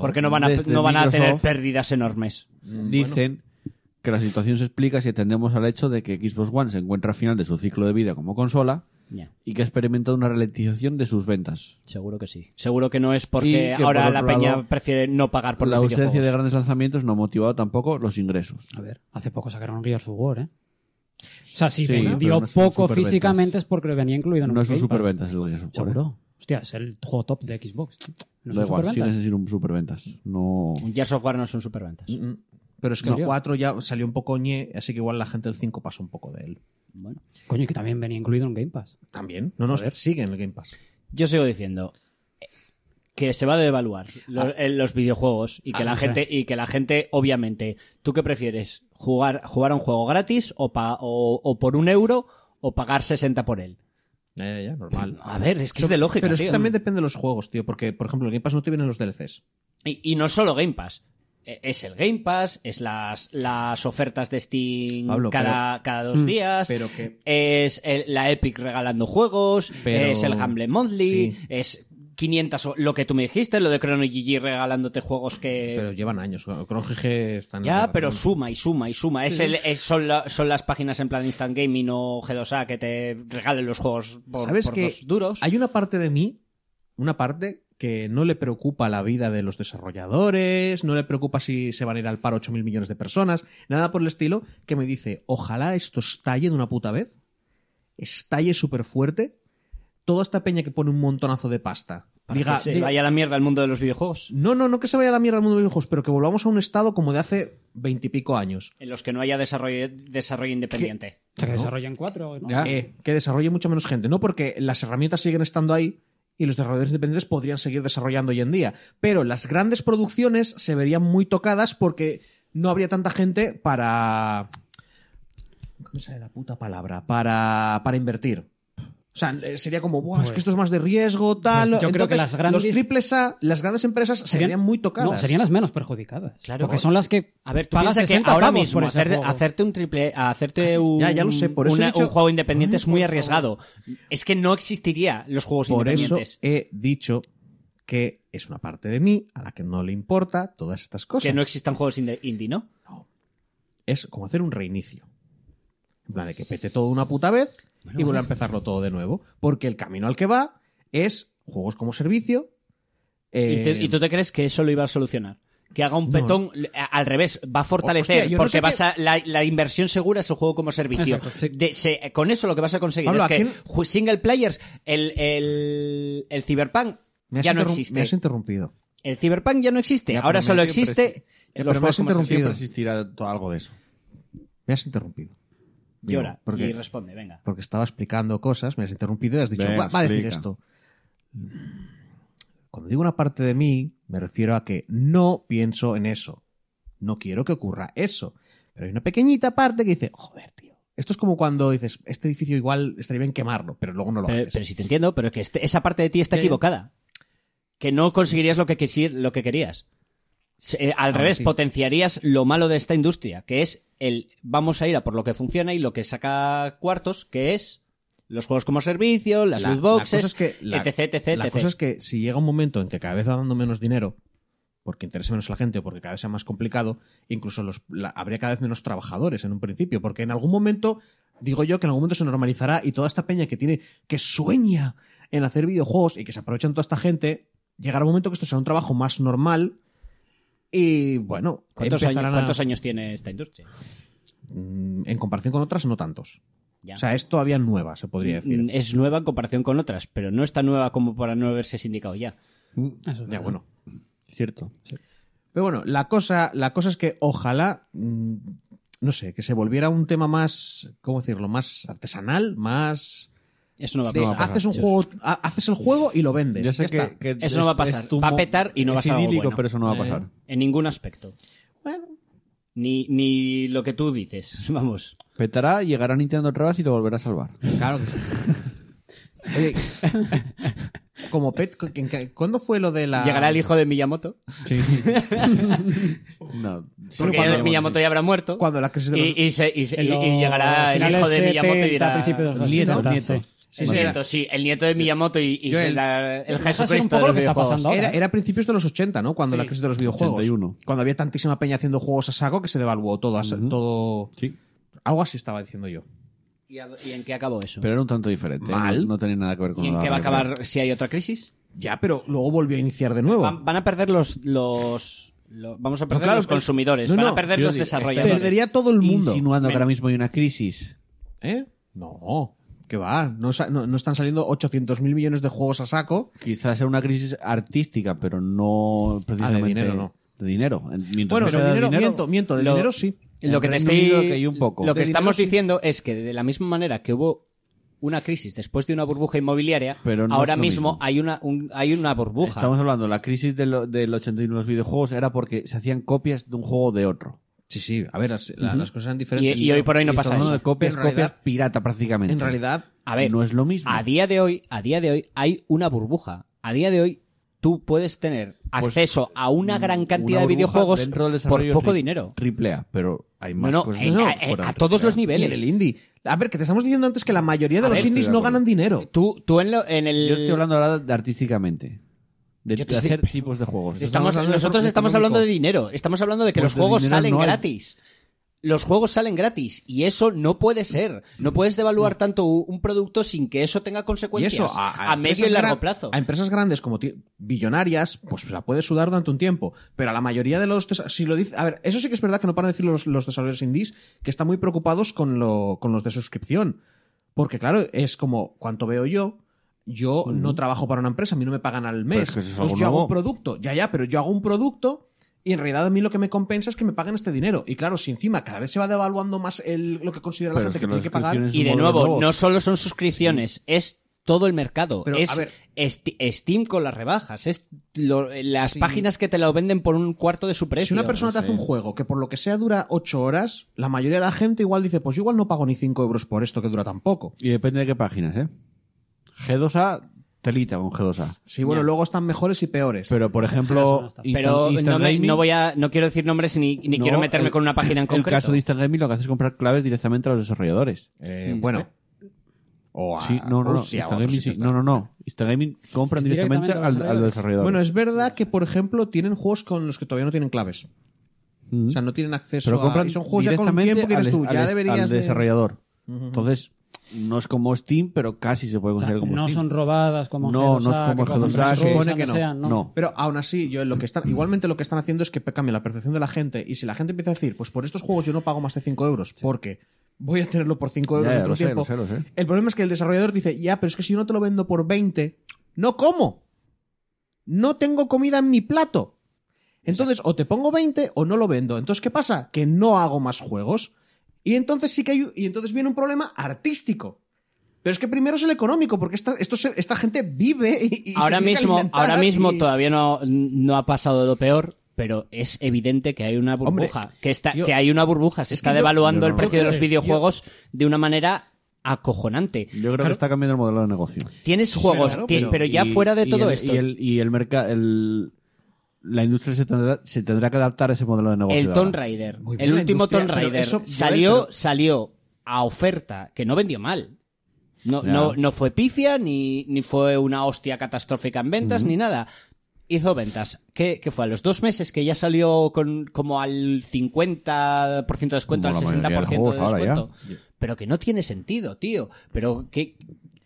porque no van a, Desde no van a tener Microsoft- pérdidas enormes. Dicen que la situación se explica si atendemos al hecho de que Xbox One se encuentra al final de su ciclo de vida como consola Ya. y que ha experimentado una ralentización de sus ventas. Seguro que sí. Seguro que no es Y porque que por ahora otro la peña lado, prefiere no pagar por la los ausencia de videojuegos. grandes lanzamientos no ha motivado tampoco los ingresos. A ver, hace poco sacaron Gears of War, ¿eh? O sea, si Sí, pero vendió no son poco superventas. físicamente es porque lo venía incluido en un No son Game Pass. superventas el Gears of War, ¿eh? Seguro. Hostia, es el juego top de Xbox. tío. No da son igual, siguen superventas. sin ser un superventas. No. Un Gears of War no son superventas. Mm, Pero es que No. el 4 ya salió un poco ñe, así que igual la gente del 5 pasa un poco de él. Bueno. Coño, y que también venía incluido en un Game Pass. También. No nos Joder. siguen el Game Pass. Yo sigo diciendo que se va a devaluar lo- en los videojuegos y que la o sea. gente y que la gente obviamente, ¿tú qué prefieres? Jugar jugar a un juego gratis o pa- o, o por un euro o pagar 60 por él. Ya, ya, ya, normal. A ver, es que es de lógica, Pero es que tío. también depende de los juegos, tío. Porque, por ejemplo, el Game Pass no te vienen los DLCs. Y, y no solo Game Pass. Eh, Es el Game Pass, es las, las ofertas de Steam Pablo, Mm, cada, cada dos días. pero que- Es el- la Epic regalando juegos. Pero- Es el Humble Monthly. Sí. Es 500. o- Lo que tú me dijiste, lo de Chrono GG regalándote juegos que. Pero llevan años. Con GG están. ya, pero suma y suma y suma. Es el, es- son, la- son las páginas en plan Instant Gaming o G2A que te regalen los juegos por, ¿Sabes por que dos duros. Hay una parte de mí, una parte que no le preocupa la vida de los desarrolladores, no le preocupa si se van a ir al paro 8 mil millones de personas, nada por el estilo, que me dice, ojalá esto estalle de una puta vez estalle súper fuerte, toda esta peña que pone un montonazo de pasta. Para diga- que se diga- vaya a la mierda el mundo de los videojuegos. No, no, no que se vaya a la mierda el mundo de los videojuegos, pero que volvamos a un estado como de hace veintipico años. En los que no haya desarrollo, desarrollo independiente. O sea, que desarrollan cuatro, ¿no? Ya. Eh, que desarrolle mucha menos gente. No porque las herramientas siguen estando ahí y los desarrolladores independientes podrían seguir desarrollando hoy en día. Pero las grandes producciones se verían muy tocadas porque no habría tanta gente para. ¿Cómo sale la puta palabra? Para, para invertir. O sea, eh, sería como, Buah, es que esto es más de riesgo, tal. Pues yo creo que Entonces, las grandes- Los triples A, las grandes empresas se verían muy tocadas. No, serían las menos perjudicadas. Claro. Porque son las que. A ver, tú pagan piensas que 60 ahora pavos mismo por ese hacer- juego. hacerte un triple, hacerte un, Ya, ya lo sé, por eso he dicho- un juego independiente es muy arriesgado. Es que no existiría los juegos Por eso independientes. he dicho que es una parte de mí a la que no le importa todas estas cosas. Que no existan juegos inde- indie, ¿no? es como hacer un reinicio. En plan, de que pete todo una puta vez y vuelve a empezarlo todo de nuevo. Porque el camino al que va es juegos como servicio. eh, ¿Y, te- y tú te crees que eso lo iba a solucionar? Que haga un petón a- al revés, va a fortalecer, Hostia, yo no porque sé vas qué- a, la, la inversión segura es el juego como servicio. Exacto, sí. De- se- con eso lo que vas a conseguir Pablo, es ¿a que quién- ju- single players, el, el, el Cyberpunk me has ya no interrum- existe. Me has interrumpido. El Cyberpunk ya no existe, Ya, pero ahora me solo has- siempre existe exi- Ya, los pero me juegos has como servicio. Siempre interrumpido. existirá to- algo de eso. Me has interrumpido. Digo, Llora porque, y responde, venga. porque estaba explicando cosas, me has interrumpido y has dicho, Venga, va, va a decir explica. esto. Cuando digo una parte de mí, me refiero a que no pienso en eso. No quiero que ocurra eso. Pero hay una pequeñita parte que dice, joder, tío. Esto es como cuando dices, este edificio igual estaría bien quemarlo, pero luego no lo Pero, haces. pero si te entiendo, pero que este- esa parte de ti está Ya, ya. equivocada. Que no conseguirías lo que, quisi- lo que querías. Se- eh, al Ahora revés, Ah, sí. potenciarías lo malo de esta industria, que es el vamos a ir a por lo que funciona y lo que saca cuartos, que es los juegos como servicio, las La- loot la cosa boxes, es que- la- etc, etc, La etc. cosa es que si llega un momento en que cada vez va dando menos dinero, porque interese menos a la gente o porque cada vez sea más complicado, incluso los, la- habría cada vez menos trabajadores en un principio, porque en algún momento, digo yo, que en algún momento se normalizará y toda esta peña que tiene, que sueña en hacer videojuegos y que se aprovechan toda esta gente, llegará un momento que esto será un trabajo más normal y bueno, ¿Cuántos, años, empezarán a- cuántos años tiene esta industria? Mm, en comparación con otras no tantos. Ya. O sea, es todavía nueva, se podría Mm, decir. es nueva en comparación con otras, pero no está nueva como para no haberse sindicado ya. Eso es Ya verdad. bueno. Cierto. Pero bueno, la cosa, la cosa es que ojalá, mm, no sé, que se volviera un tema más, ¿cómo decirlo? Más artesanal, más... Eso no va a de pasar. haces un juego, ha- haces el juego y lo vendes. Ya sé ya está. que, que Eso no va a pasar. tu Va a mo- petar y no va a es ser algo idílico, bueno. pero eso no va a pasar. En ningún aspecto. Bueno, Ni, ni lo que tú dices, vamos. Petará, llegará Nintendo otra vez y lo volverá a salvar. claro que sí. Oye, como pet, ¿cu- en qué- ¿cuándo fue lo de Ah, la...? Llegará el hijo de Miyamoto. No. Porque cuando- el Miyamoto ya habrá muerto. Cuando la crisis de los- y, y se- y se- En y- y los llegará el finales hijo de 70, Miyamoto y dirá... principios de los Nieto, 80, nieto. sí. Sí, el sí, era- nieto, sí, el nieto de Miyamoto y, y Yo el- será el, Sí, deja de ser un Jesucristo poco de lo los que está videojuegos. pasando ahora. Era, era a principios de los 80, ¿no? Cuando la crisis de los videojuegos. 81. Cuando había tantísima peña haciendo juegos a saco que se devaluó todo. a sa- todo... Sí. Algo así estaba diciendo yo. ¿Y, a- y en qué acabó eso? Pero era un tanto diferente. ¿eh? Mal. No, no tenía nada que ver con ¿Y en la qué va a realidad. acabar si hay otra crisis? Ya, pero luego volvió a iniciar de Oh. nuevo. Van, van a perder los... los, los- vamos a perder claro, los pero- consumidores, No, van a no, perder quiero los decir, este está- desarrolladores. Perdería todo el mundo. Insinuando que ahora mismo hay una crisis. ¿Eh? No, que va. No, sa- no- no están saliendo 800 mil millones de juegos a saco. Quizás sea una crisis artística, pero Ah, no precisamente dinero, no. de dinero. Mientras Bueno, no pero sea de dinero, dinero- miento, miento, de Lo- dinero sí. Lo que, En te Reino estoy- Unido que hay un poco. lo que De dinero, estamos sí. diciendo es que de la misma manera que hubo una crisis después de una burbuja inmobiliaria, Pero no ahora es lo mismo, mismo. hay una un- hay una burbuja. Estamos hablando, la crisis de lo- del 81 de los videojuegos era porque se hacían copias de un juego de otro. Sí, sí. A ver, las, la- las cosas eran Y, diferentes. y hoy por hoy no pasa Hablando eso. de copias, En realidad- copias pirata prácticamente. En realidad, A ver, no es lo mismo. A día de hoy, a día de hoy hay una burbuja. A día de hoy tú puedes tener acceso a una gran cantidad de Pues burbuja videojuegos dentro del por desarrollo poco tri- dinero. Triple A, pero hay más No, no, cosas. en- no, fuera a- a, de todos triple A. los y niveles. en el indie. A ver, que te estamos diciendo antes que la mayoría de A los ver, indies estoy de no acuerdo. ganan dinero. Tú, tú en, lo- en el... Yo estoy hablando ahora de artísticamente. De, Yo te de estoy- hacer tipos de juegos. Estamos- Estamos hablando de nosotros eso estamos económico. hablando de dinero. Estamos hablando de que Pues los de juegos dinero salen no hay. gratis. Los juegos salen gratis. Y eso no puede ser. No puedes devaluar tanto u- un producto sin que eso tenga Y consecuencias Mm. eso, a, a medio y empresas largo gran- plazo. A empresas grandes como ti- billonarias, pues la puede sudar durante un tiempo. Pero a la mayoría de los. desa- Si lo dice, a ver, eso sí que es verdad que no paran de decir los, los desarrolladores indies que están muy preocupados con, lo, con los de suscripción. Porque claro, es como, cuanto veo yo, yo no trabajo para una empresa, a mí no me pagan al mes. es que eso es Entonces, algo yo hago nuevo. un producto, ya, ya, pero yo hago un producto y en realidad a mí lo que me compensa es que me paguen este dinero. Y claro, si encima cada vez se va devaluando más el, lo que considera la Pero gente es que que, tiene las que pagar. suscripciones- Es Y un de modelo nuevo, nuevo. no solo son suscripciones, es todo el mercado. Pero, es a ver. Esti- Steam con las rebajas, es lo- las Sí. páginas que te lo venden por un cuarto de su precio. si una persona te hace un juego que por lo que sea dura 8 horas, la mayoría de la gente igual dice, pues yo igual no pago ni 5 euros por esto que dura tan poco. Y depende de qué páginas, ¿eh? G2A, telita con G2A. Sí, bueno, luego están mejores y peores. Pero, por ejemplo, Pero Instant- no, Instant me- Gaming- no voy a, no quiero decir nombres ni, ni No, quiero meterme el- con una página en concreto. El caso de Instant Gaming lo que hace es comprar claves directamente a los desarrolladores. Eh, bueno. O a Sí, no, no, no. Ah, Rusia, o a Instant otros Gaming sí. sitios. No, no, no. Instant Gaming compran Es directamente, directamente al, a los al desarrollador. Bueno, es verdad que, por ejemplo, tienen juegos con los que todavía no tienen claves. Mm. O sea, no tienen acceso pero a- compran y son juegos ya con directamente tiempo que al, eres tú. al- ya al deberías de- desarrollador. Entonces, no es como Steam, pero casi se puede O sea, considerar como no Steam. son robadas como No, G2A, no es como que cogen G2A, Black se Rose, supone aunque que no. sean, No. Pero aún así, yo lo que están, igualmente lo que están haciendo es que cambia la percepción de la gente. Y si la gente empieza a decir, pues por estos juegos yo no pago más de 5 euros, porque voy a tenerlo por 5 euros Ya, ya, lo dentro de un sé, tiempo. lo sé, lo sé. El problema es que el desarrollador dice, ya, pero es que si yo no te lo vendo por 20, no como. No tengo comida en mi plato. Entonces, o te pongo 20 o no lo vendo. Entonces, ¿qué pasa? Que no hago más juegos. Y entonces sí que hay, y entonces viene un problema artístico. Pero es que primero es el económico, porque esta, esto se- esta gente vive y, y se ahora tiene que mismo, alimentar ahora mismo y- todavía no, no ha pasado lo peor, pero es evidente que hay una burbuja, Hombre, que está, tío, que hay una burbuja, se es está que yo- devaluando yo el no- precio de yo los creo- videojuegos de una manera acojonante. Yo creo que está cambiando el modelo de negocio. Tienes juegos, claro, ti- pero- pero, ya Y- fuera de y todo el- esto. Y, el, y el merca- el- la industria se tendrá, se tendrá que adaptar a ese modelo de negocio. El de Tomb ahora. Raider. Muy bien, El la último industria, Tomb pero Raider eso, Joel, salió, pero- salió a oferta, que no vendió mal. No, Ya. no, no fue pifia, ni, ni fue una hostia catastrófica en ventas, ni nada. Hizo ventas. ¿Qué, qué fue? A los dos meses que ya salió con, como al 50% de descuento, Como al la mayoría de 60% de juegos ahora ya. descuento. Pero que no tiene sentido, tío. Pero que...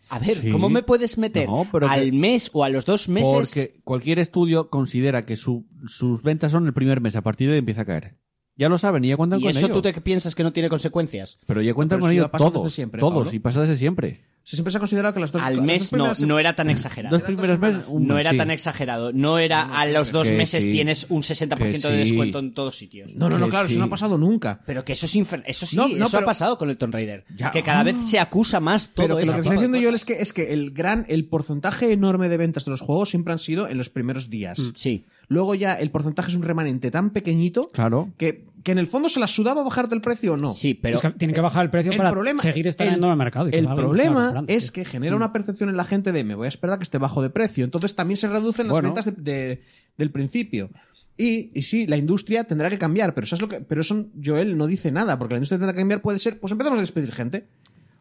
A ver, ¿cómo me puedes meter No, pero al que- mes o a los dos meses? Porque cualquier estudio considera que su- sus ventas son el primer mes, a partir de ahí empieza a caer. Ya lo saben y ya cuentan ¿Y con eso ello. tú te piensas que no tiene consecuencias? Pero ya cuentan Pero con eso ello ya pasa desde todos. siempre, todos, Pablo. y pasa desde siempre. Sí, siempre se ha considerado que las dos al las mes dos no, primeras- no era tan exagerado. Dos primeros meses, un no mes, era sí. tan exagerado. No era a los dos Que meses sí. tienes un 60% de Que sí. descuento en todos sitios. No, no, no, Que claro, sí. eso no ha pasado nunca. Pero que eso es infernal. Eso sí, No, no, eso pero- ha pasado con el Tomb Raider. Ya. Que cada vez se acusa más todo Pero que eso. lo que está diciendo yo es que, es que el gran, el porcentaje enorme de ventas de los juegos siempre han sido en los primeros días. Sí. Luego ya el porcentaje es un remanente tan pequeñito Claro. que, que en el fondo se la sudaba bajarte el precio o no. Sí, pero Es que tienen que bajar el precio El para problema- seguir estando en el mercado. y que el la gente siga problema comprando, es sí. que genera una percepción en la gente de me voy a esperar a que esté bajo de precio. Entonces también se reducen las Bueno. ventas de- de- del principio. Y, y sí, la industria tendrá que cambiar, pero, ¿sabes lo que, pero eso Joel no dice nada, porque la industria tendrá que cambiar puede ser, pues empezamos a despedir gente.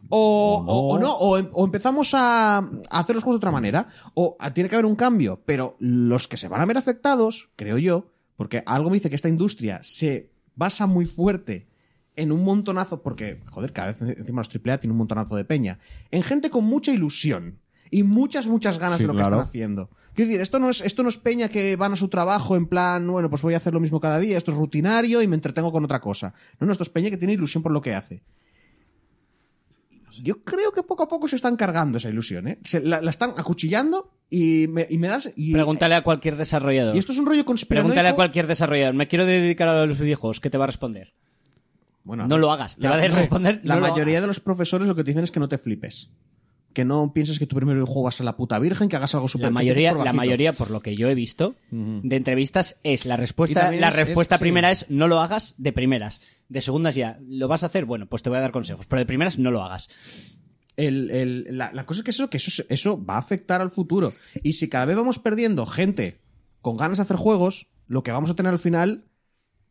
O, o- o no, o, em- o empezamos a, a hacer los juegos de otra manera, o a- tiene que haber un cambio, pero los que se van a ver afectados, creo yo, porque algo me dice que esta industria se basa muy fuerte en un montonazo, porque, joder, cada vez encima los AAA tienen un montonazo de peña, en gente con mucha ilusión y muchas, muchas ganas Sí, de lo que claro. están haciendo. Quiero decir, esto no, es, esto no es peña que van a su trabajo en plan, bueno, pues voy a hacer lo mismo cada día, esto es rutinario y me entretengo con otra cosa. No, no, esto es peña que tiene ilusión por lo que hace. Yo creo que poco a poco se están cargando esa ilusión, ¿eh? Se- la, la están acuchillando y me, y me das... Y, pregúntale a cualquier desarrollador. y esto es un rollo conspiranoico. Pregúntale a cualquier desarrollador. Me quiero dedicar a los videojuegos. ¿Qué te va a responder? Bueno, No lo hagas. Te va a responder, La no lo mayoría hagas. de los profesores lo que te dicen es que no te flipes. Que no pienses que tu primer juego va a ser la puta virgen, que hagas algo súper La que empieces mayoría, por la bajito. mayoría, por lo que yo he visto, de entrevistas es la Y respuesta. también La es- es- respuesta sí. primera es no lo hagas de primeras. De segundas ya, ¿lo vas a hacer? Bueno, pues te voy a dar consejos. Pero de primeras no lo hagas. El- el- la, la cosa es que, eso, que eso, se- eso va a afectar al futuro. Y si cada vez vamos perdiendo gente con ganas de hacer juegos, lo que vamos a tener al final,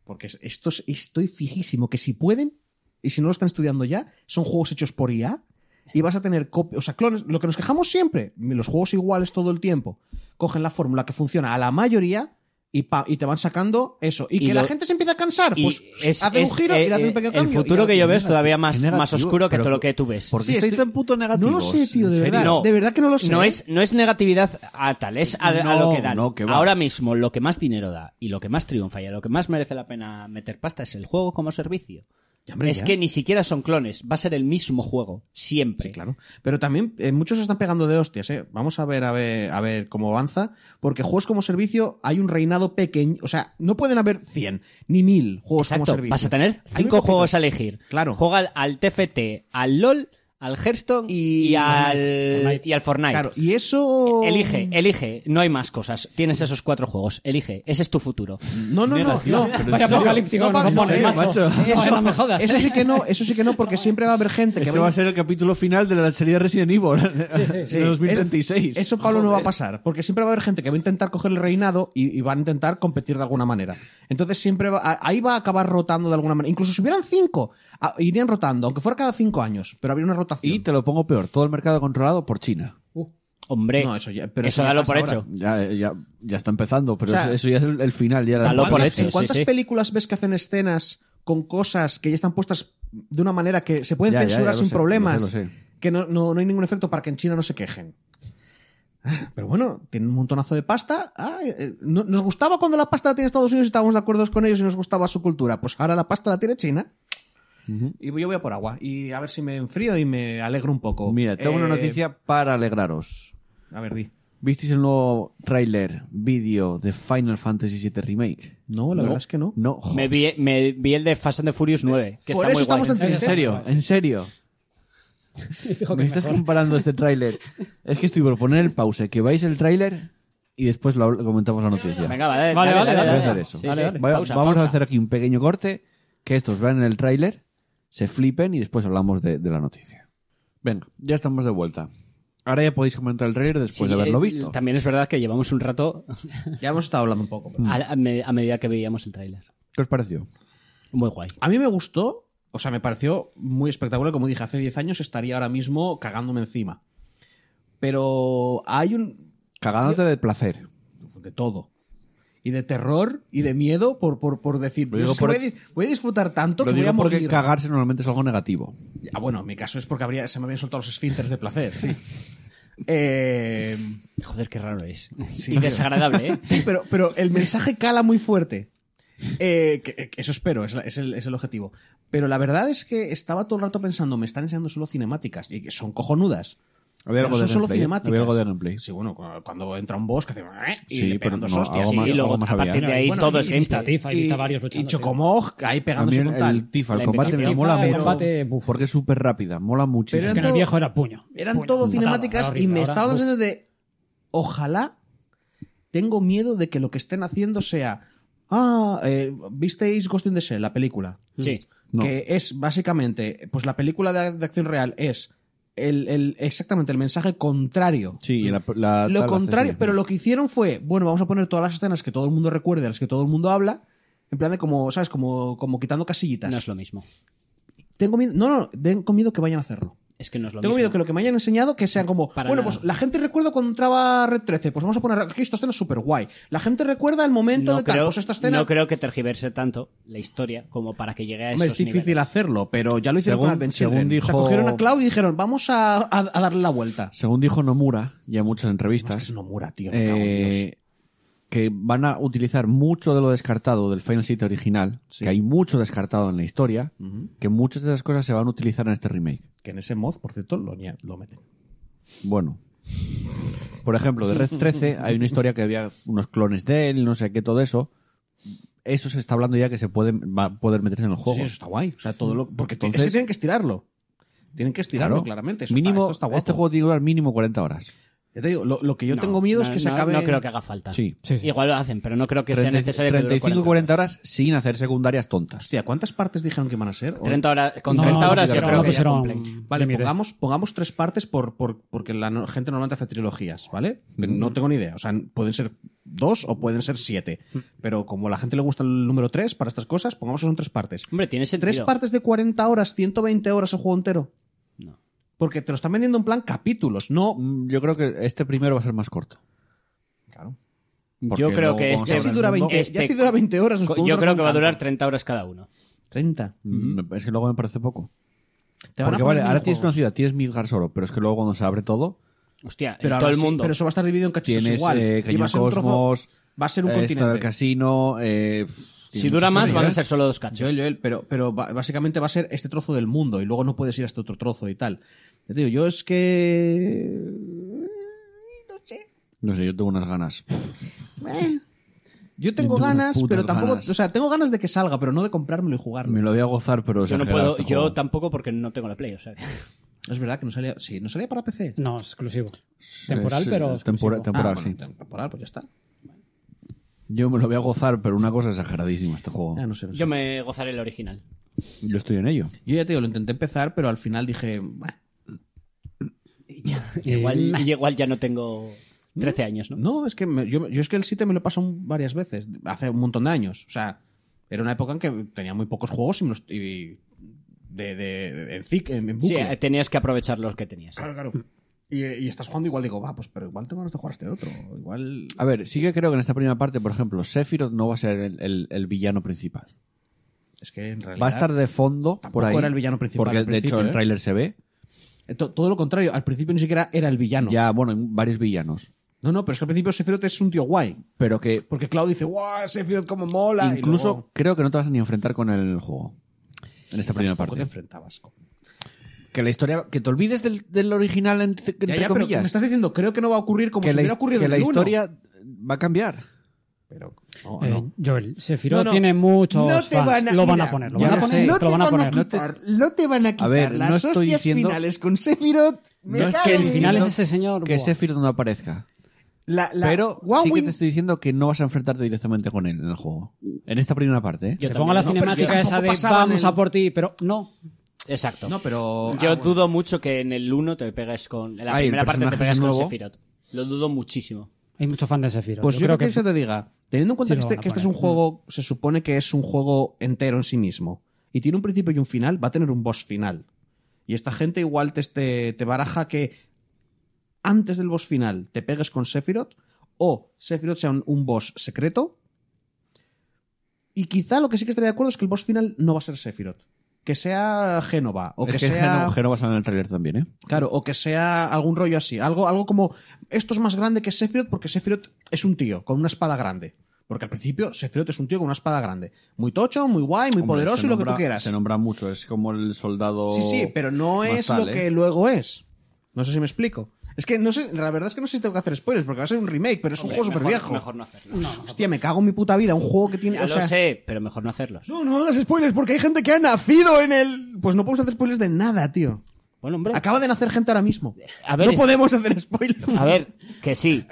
porque es- esto es- estoy fijísimo, que si pueden, y si no lo están estudiando ya, son juegos hechos por IA, y vas a tener copias, o sea, clones, lo que nos quejamos siempre, los juegos iguales todo el tiempo, cogen la fórmula que funciona a la mayoría. Y, pa- y te van sacando eso. Y, Y que lo- la gente se empieza a cansar. Y Pues es- hace es- un giro eh, y le hace eh, un pequeño El cambio. futuro Y que al yo veo final es todavía más, Qué más negativo, oscuro que pero- todo lo que tú ves. ¿Por qué Sí, estáis estoy- tan puto negativos? No lo sé, tío, ¿En de serio? verdad. No. de verdad que no lo sé. No ¿eh? es, no es negatividad a tal, es a, a No, lo que dan. no, que va. Ahora mismo lo que más dinero da y lo que más triunfa y a lo que más merece la pena meter pasta es el juego como servicio. hombre, es ya. que ni siquiera son clones, va a ser el mismo juego, siempre. Sí, claro. Pero también eh, muchos se están pegando de hostias, ¿eh? Vamos a ver, a ver, a ver cómo avanza. Porque juegos como servicio hay un reinado pequeño. O sea, no pueden haber 100 ni 1000 juegos como Exacto, servicio. vas a tener Hay muy cinco poquitos. juegos a elegir. Claro. Juega al, al TFT, al LOL, al Hearthstone y, al, Fortnite. y al Fortnite. Claro, y eso. Elige, elige, no hay más cosas. Tienes esos cuatro juegos, elige, ese es tu futuro. No, no, no. no. Vaya No, apocalíptico, nos vamos, pones, eh, macho. Eso, No me jodas. eso eh. sí que no, eso sí que no, porque siempre va a haber gente que Ese va a ser el capítulo final de la serie de Resident Evil sí, sí. de 2036. Eso, Pablo, no va a pasar. Porque siempre va a haber gente que va a intentar coger el reinado y, y va a intentar competir de alguna manera. Entonces, siempre va, a- ahí va a acabar rotando de alguna manera. Incluso si hubieran cinco, a- irían rotando, aunque fuera cada cinco años. Pero habría una rotación. Y te lo pongo peor, todo el mercado controlado por China. Hombre, No, eso ya- pero eso eso ya dalo pasa por ahora. hecho. Ya, ya, ya está empezando, pero O sea, eso- eso ya es el, el final. Ya la- dalo por ¿Cuántas- hecho, ¿En cuántas sí, sí. películas ves que hacen escenas con cosas que ya están puestas de una manera que se pueden Ya, ya, censurar ya lo sin sé, problemas? lo sé, lo sé. Que no, no- no hay ningún efecto para que en China no se quejen. Ah, Pero bueno, tienen un montonazo de pasta. Ah, eh, no- nos gustaba cuando la pasta la tiene Estados Unidos y estábamos de acuerdo con ellos y nos gustaba su cultura. Pues ahora la pasta la tiene China. Y yo voy a por agua. Y a ver si me enfrío y me alegro un poco. Mira, tengo una Eh, noticia para alegraros. A ver, di. ¿Visteis el nuevo tráiler, vídeo de Final Fantasy VII Remake? No, la verdad es que no. No, jo- Me vi, me vi el de Fast and the Furious 9, que Pues está Por eso muy guay. estamos tan en tristes. serio, en serio. Y fijo que Me estás mejor. comparando este tráiler. Es que estoy por poner el pause, que vais el tráiler y después lo habl- comentamos la noticia. Venga, vale, Vale, dale, dale, vale, Voy dale, a dale. hacer eso. Sí, Vale, sí. vale. Vaya- Pausa, vamos pausa. a hacer aquí un pequeño corte, que estos vean el tráiler, se flipen y después hablamos de, de la noticia. Venga, ya estamos de vuelta. Ahora ya podéis comentar el tráiler después Sí, Pues de haberlo eh, visto. También es verdad que llevamos un rato Ya hemos estado hablando un poco. Mm. pero- a, a me- a medida que veíamos el tráiler. ¿Qué os pareció? Muy guay. A mí me gustó, o sea, me pareció muy espectacular. Como dije, hace 10 años estaría ahora mismo cagándome encima. Pero hay un. Cagándote de placer. de todo. Y de terror y de miedo por, por, por decir. Lo "Dios, digo es que por- voy, a, dis- voy a disfrutar tanto Lo que voy digo a porque morir. cagarse normalmente es algo negativo. Ah, bueno, en mi caso es porque habría, se me habían soltado los esfínteres de placer, sí. Eh, Joder, qué raro es. y desagradable, ¿eh? sí, pero, pero el mensaje cala muy fuerte. Eh, que- que eso espero, es, la- es el, es el objetivo. Pero la verdad es que estaba todo el rato pensando, me están enseñando solo cinemáticas, y que son cojonudas. Había Pero algo son de solo gameplay, ¿eh? cinemáticas. Había algo de gameplay. Sí, bueno, cu- cuando entra un boss que hace... "Eh", Y Sí, pero le pegan dos no, hostias. algo sí, más- y y, algo luego, más a había. partir de ahí Bueno, todo y- es y gameplay. Tifa, hay varios y luchando. Chocomog ahí pegándose También con tal. el Tifa, el La combate me inventiva mola del mucho. combate, buf. Porque es súper rápida, mola muchísimo. Es que Pero en el viejo era puño. Eran Puño, todo patada, cinemáticas horrible. y me Ahora, estaba buf. diciendo de... Ojalá tengo miedo de que lo que estén haciendo sea... Ah, eh, ¿visteis Ghost in the Shell, la película? Sí. No. que es básicamente, pues la película de, de acción real es el, el- exactamente el mensaje contrario. Sí, la- la- lo tal, contrario, hace- pero lo que hicieron fue, bueno, vamos a poner todas las escenas que todo el mundo recuerde, de las que todo el mundo habla, en plan de como, ¿sabes? Como, como quitando casillitas. No es lo mismo. Tengo miedo, no, no, no, tengo miedo que vayan a hacerlo. Es que no es lo tengo mismo. miedo que lo que me hayan enseñado que sea como, Para bueno, nada. pues la gente recuerda cuando entraba Red 13, pues vamos a poner aquí esta escena súper guay. La gente recuerda el momento no de tal, creo, pues esta escena... no creo que tergiverse tanto la historia como para que llegue a esos Hombre, es difícil niveles. hacerlo, pero ya lo hicieron Según- con Advent según Children. O sea, dijo- cogieron a Cloud y dijeron, vamos a, a- a darle la vuelta. Según dijo Nomura, ya en muchas Es que es entrevistas, Nomura, tío. me cago en Dios. eh, que van a utilizar mucho de lo descartado del Final City original, que hay mucho descartado en la historia, que muchas de esas cosas se van a utilizar en este remake. Que en ese mod, por cierto, lo, ña- lo meten. Bueno. Por ejemplo, de Red 13 hay una historia que había unos clones de él, no sé qué, todo eso. Eso se está hablando ya que se puede, va a poder meterse en el Sí, juego. eso está guay. O sea, todo lo, porque Mm, Entonces- es que tienen que estirarlo. Tienen que estirarlo, Claro. claramente. Eso mínimo, está, esto está guapo. este juego tiene que durar mínimo 40 horas. Ya te digo, lo, lo que yo No, tengo miedo es no, que se no, acabe... No creo que haga falta. Sí. Sí, sí. Igual lo hacen, pero no creo que sea 30 necesario que dure 35 40 40 horas sin hacer secundarias tontas. Hostia, ¿cuántas partes dijeron que iban a ser? O- 30 horas, con No, 30 no, horas no, yo no, creo no que ya pusieron cumplen. Vale, límite. pongamos, pongamos tres partes por, por- porque la no- gente normalmente hace trilogías, ¿vale? Pero no tengo ni idea. O sea, pueden ser dos o pueden ser siete. Pero como a la gente le gusta el número tres para estas cosas, pongamos que son tres partes. Hombre, tiene sentido. Tres partes de 40 horas, 120 horas el juego entero. No. Porque te lo están vendiendo en plan capítulos, no. Mm, Yo creo que este primero va a ser más corto. Claro. Porque Yo creo luego que vamos este... Ya si dura 20, este- ya si dura 20 horas. os co- puedo Yo durar creo un que va a tanto. durar 30 horas cada uno. 30. Mm, Es que luego me parece poco. Te van a Porque poner vale, ahora tienes una videojuegos. ciudad, tienes Midgar solo, pero es que luego cuando se abre todo, Hostia, Pero en todo ahora el sí, mundo. Pero eso va a estar dividido en cachitos tienes Pues igual. eh, y va a Cañón ser un trozo- Cosmos, va a ser un eh, esto del continente. casino, eh, Si dura más, van a Joel, ser solo dos cachos. Joel, Joel, pero, pero ba- básicamente va a ser este trozo del mundo y luego no puedes ir a este otro trozo y tal. Yo te digo, yo es que. No sé, yo tengo unas ganas. eh, yo tengo tengo unas ganas, putas pero tampoco. ganas. O sea, tengo ganas de que salga, pero no de comprármelo y Me jugarlo. lo voy a gozar, pero Yo no exagerado puedo, este yo juego. tampoco porque no tengo la Play, o sea. que- Es verdad que no salía. Sí, no salía para PC. No, es exclusivo. Temporal, Es, eh, pero. tempora- exclusivo. temporal, Ah, sí. bueno, temporal, pues ya está. Yo me lo voy a gozar, pero una cosa exageradísima este juego. Ah, no sé, no sé. Yo me gozaré el original. Yo estoy en ello. Yo ya te digo, lo intenté empezar, pero al final dije. "Bah, Y- Igual, y igual ya no tengo 13 años, ¿no? Eh, No, es que me- yo, yo es que el 7 me lo pasó un- varias veces, hace un montón de años. O sea, era una época en que tenía muy pocos juegos y, me los- y- de, de- de- en, cic- en- en Sí, bucle. eh, tenías que aprovechar los que tenías. Claro, Mm. claro. Y, eh, y estás jugando igual, digo, va, pues pero igual tengo ganas de jugar este otro. Igual. A ver, sí que creo que en esta primera parte, por ejemplo, Sephiroth no va a ser el, el- el villano principal. Es que en realidad. Va a estar de fondo Tampoco por ahí. era el villano principal Porque al de hecho principio, el ¿eh? tráiler se ve. To- Todo lo contrario, al principio ni siquiera era el villano. Ya, bueno, hay varios villanos. No, no, pero es que al principio Sephiroth es un tío guay. Pero que Porque Cloud dice, guau, Sephiroth como mola. y incluso luego- creo que no te vas a ni enfrentar con el juego. En esta primera Tampoco te parte. enfrentabas con- Que la historia. Que te olvides del, del original, en- entre, Ya, ya, pero que comillas. me estás diciendo, creo que no va a ocurrir como que si la, hubiera his- ocurrido que en la el uno. historia va a cambiar. Pero. Eh, Joel, Sephiroth No, no. tiene muchos No te fans. van a- lo van a mira, poner, lo ya van a lo poner, sé. No te te lo van a poner. quitar, no te van a quitar ver, no las estoy hostias diciendo- finales con Sephiroth. Me No es cago que el en- eh, final es diciendo ese señor. Que buah. Sephiroth no aparezca. La, la- Pero Wow, sí que Win- te estoy diciendo que no vas a enfrentarte directamente con él en el juego. En esta primera parte. ¿eh? Yo Te también, pongo la ¿no? pero es que cinemática esa tampoco de pasaban vamos el- a por ti, pero no. Exacto. No, pero. ah, Yo dudo mucho que en el 1 te pegues con. En la Ay, el primera parte te personaje pegas es con nuevo. Sephiroth. Lo dudo muchísimo. Hay mucho fan de Sephiroth. Pues yo, creo que, eso eso te diga. Teniendo en cuenta Sí, que, lo este, van a que este es un poner. juego, se supone que es un juego entero en sí mismo. Y tiene un principio y un final, va a tener un boss final. Y esta gente igual te, te, te baraja que antes del boss final te pegues con Sephiroth o Sephiroth sea un, un boss secreto. Y quizá lo que sí que estaría de acuerdo es que el boss final no va a ser Sephiroth. Que sea Génova o es que, que, sea... Geno- Genova sale en el trailer también, ¿eh? Claro, o que sea algún rollo así. Algo, algo como, esto es más grande que Sephiroth porque Sephiroth es un tío con una espada grande. Porque al principio Sephiroth es un tío con una espada grande. Muy tocho, muy guay, muy Hombre, poderoso se y lo que tú nombra- quieras. Se nombra mucho, es como el soldado. Sí, sí, pero no más es tal, lo ¿eh? que luego es. No sé si me explico. Es que no sé, la verdad es que no sé si tengo que hacer spoilers porque va a ser un remake, pero es un juego Hombre, súper mejor- viejo. Mejor no hacerlo. Hostia, me cago en mi puta vida. Un juego que tiene. Ya o sea, lo sé, pero mejor no hacerlos. No, no hagas spoilers porque hay gente que ha nacido en el. Pues no podemos hacer spoilers de nada, tío. Bueno, hombre. Acaba de nacer gente ahora mismo. A ver, no es- podemos hacer spoilers. A ver, que sí.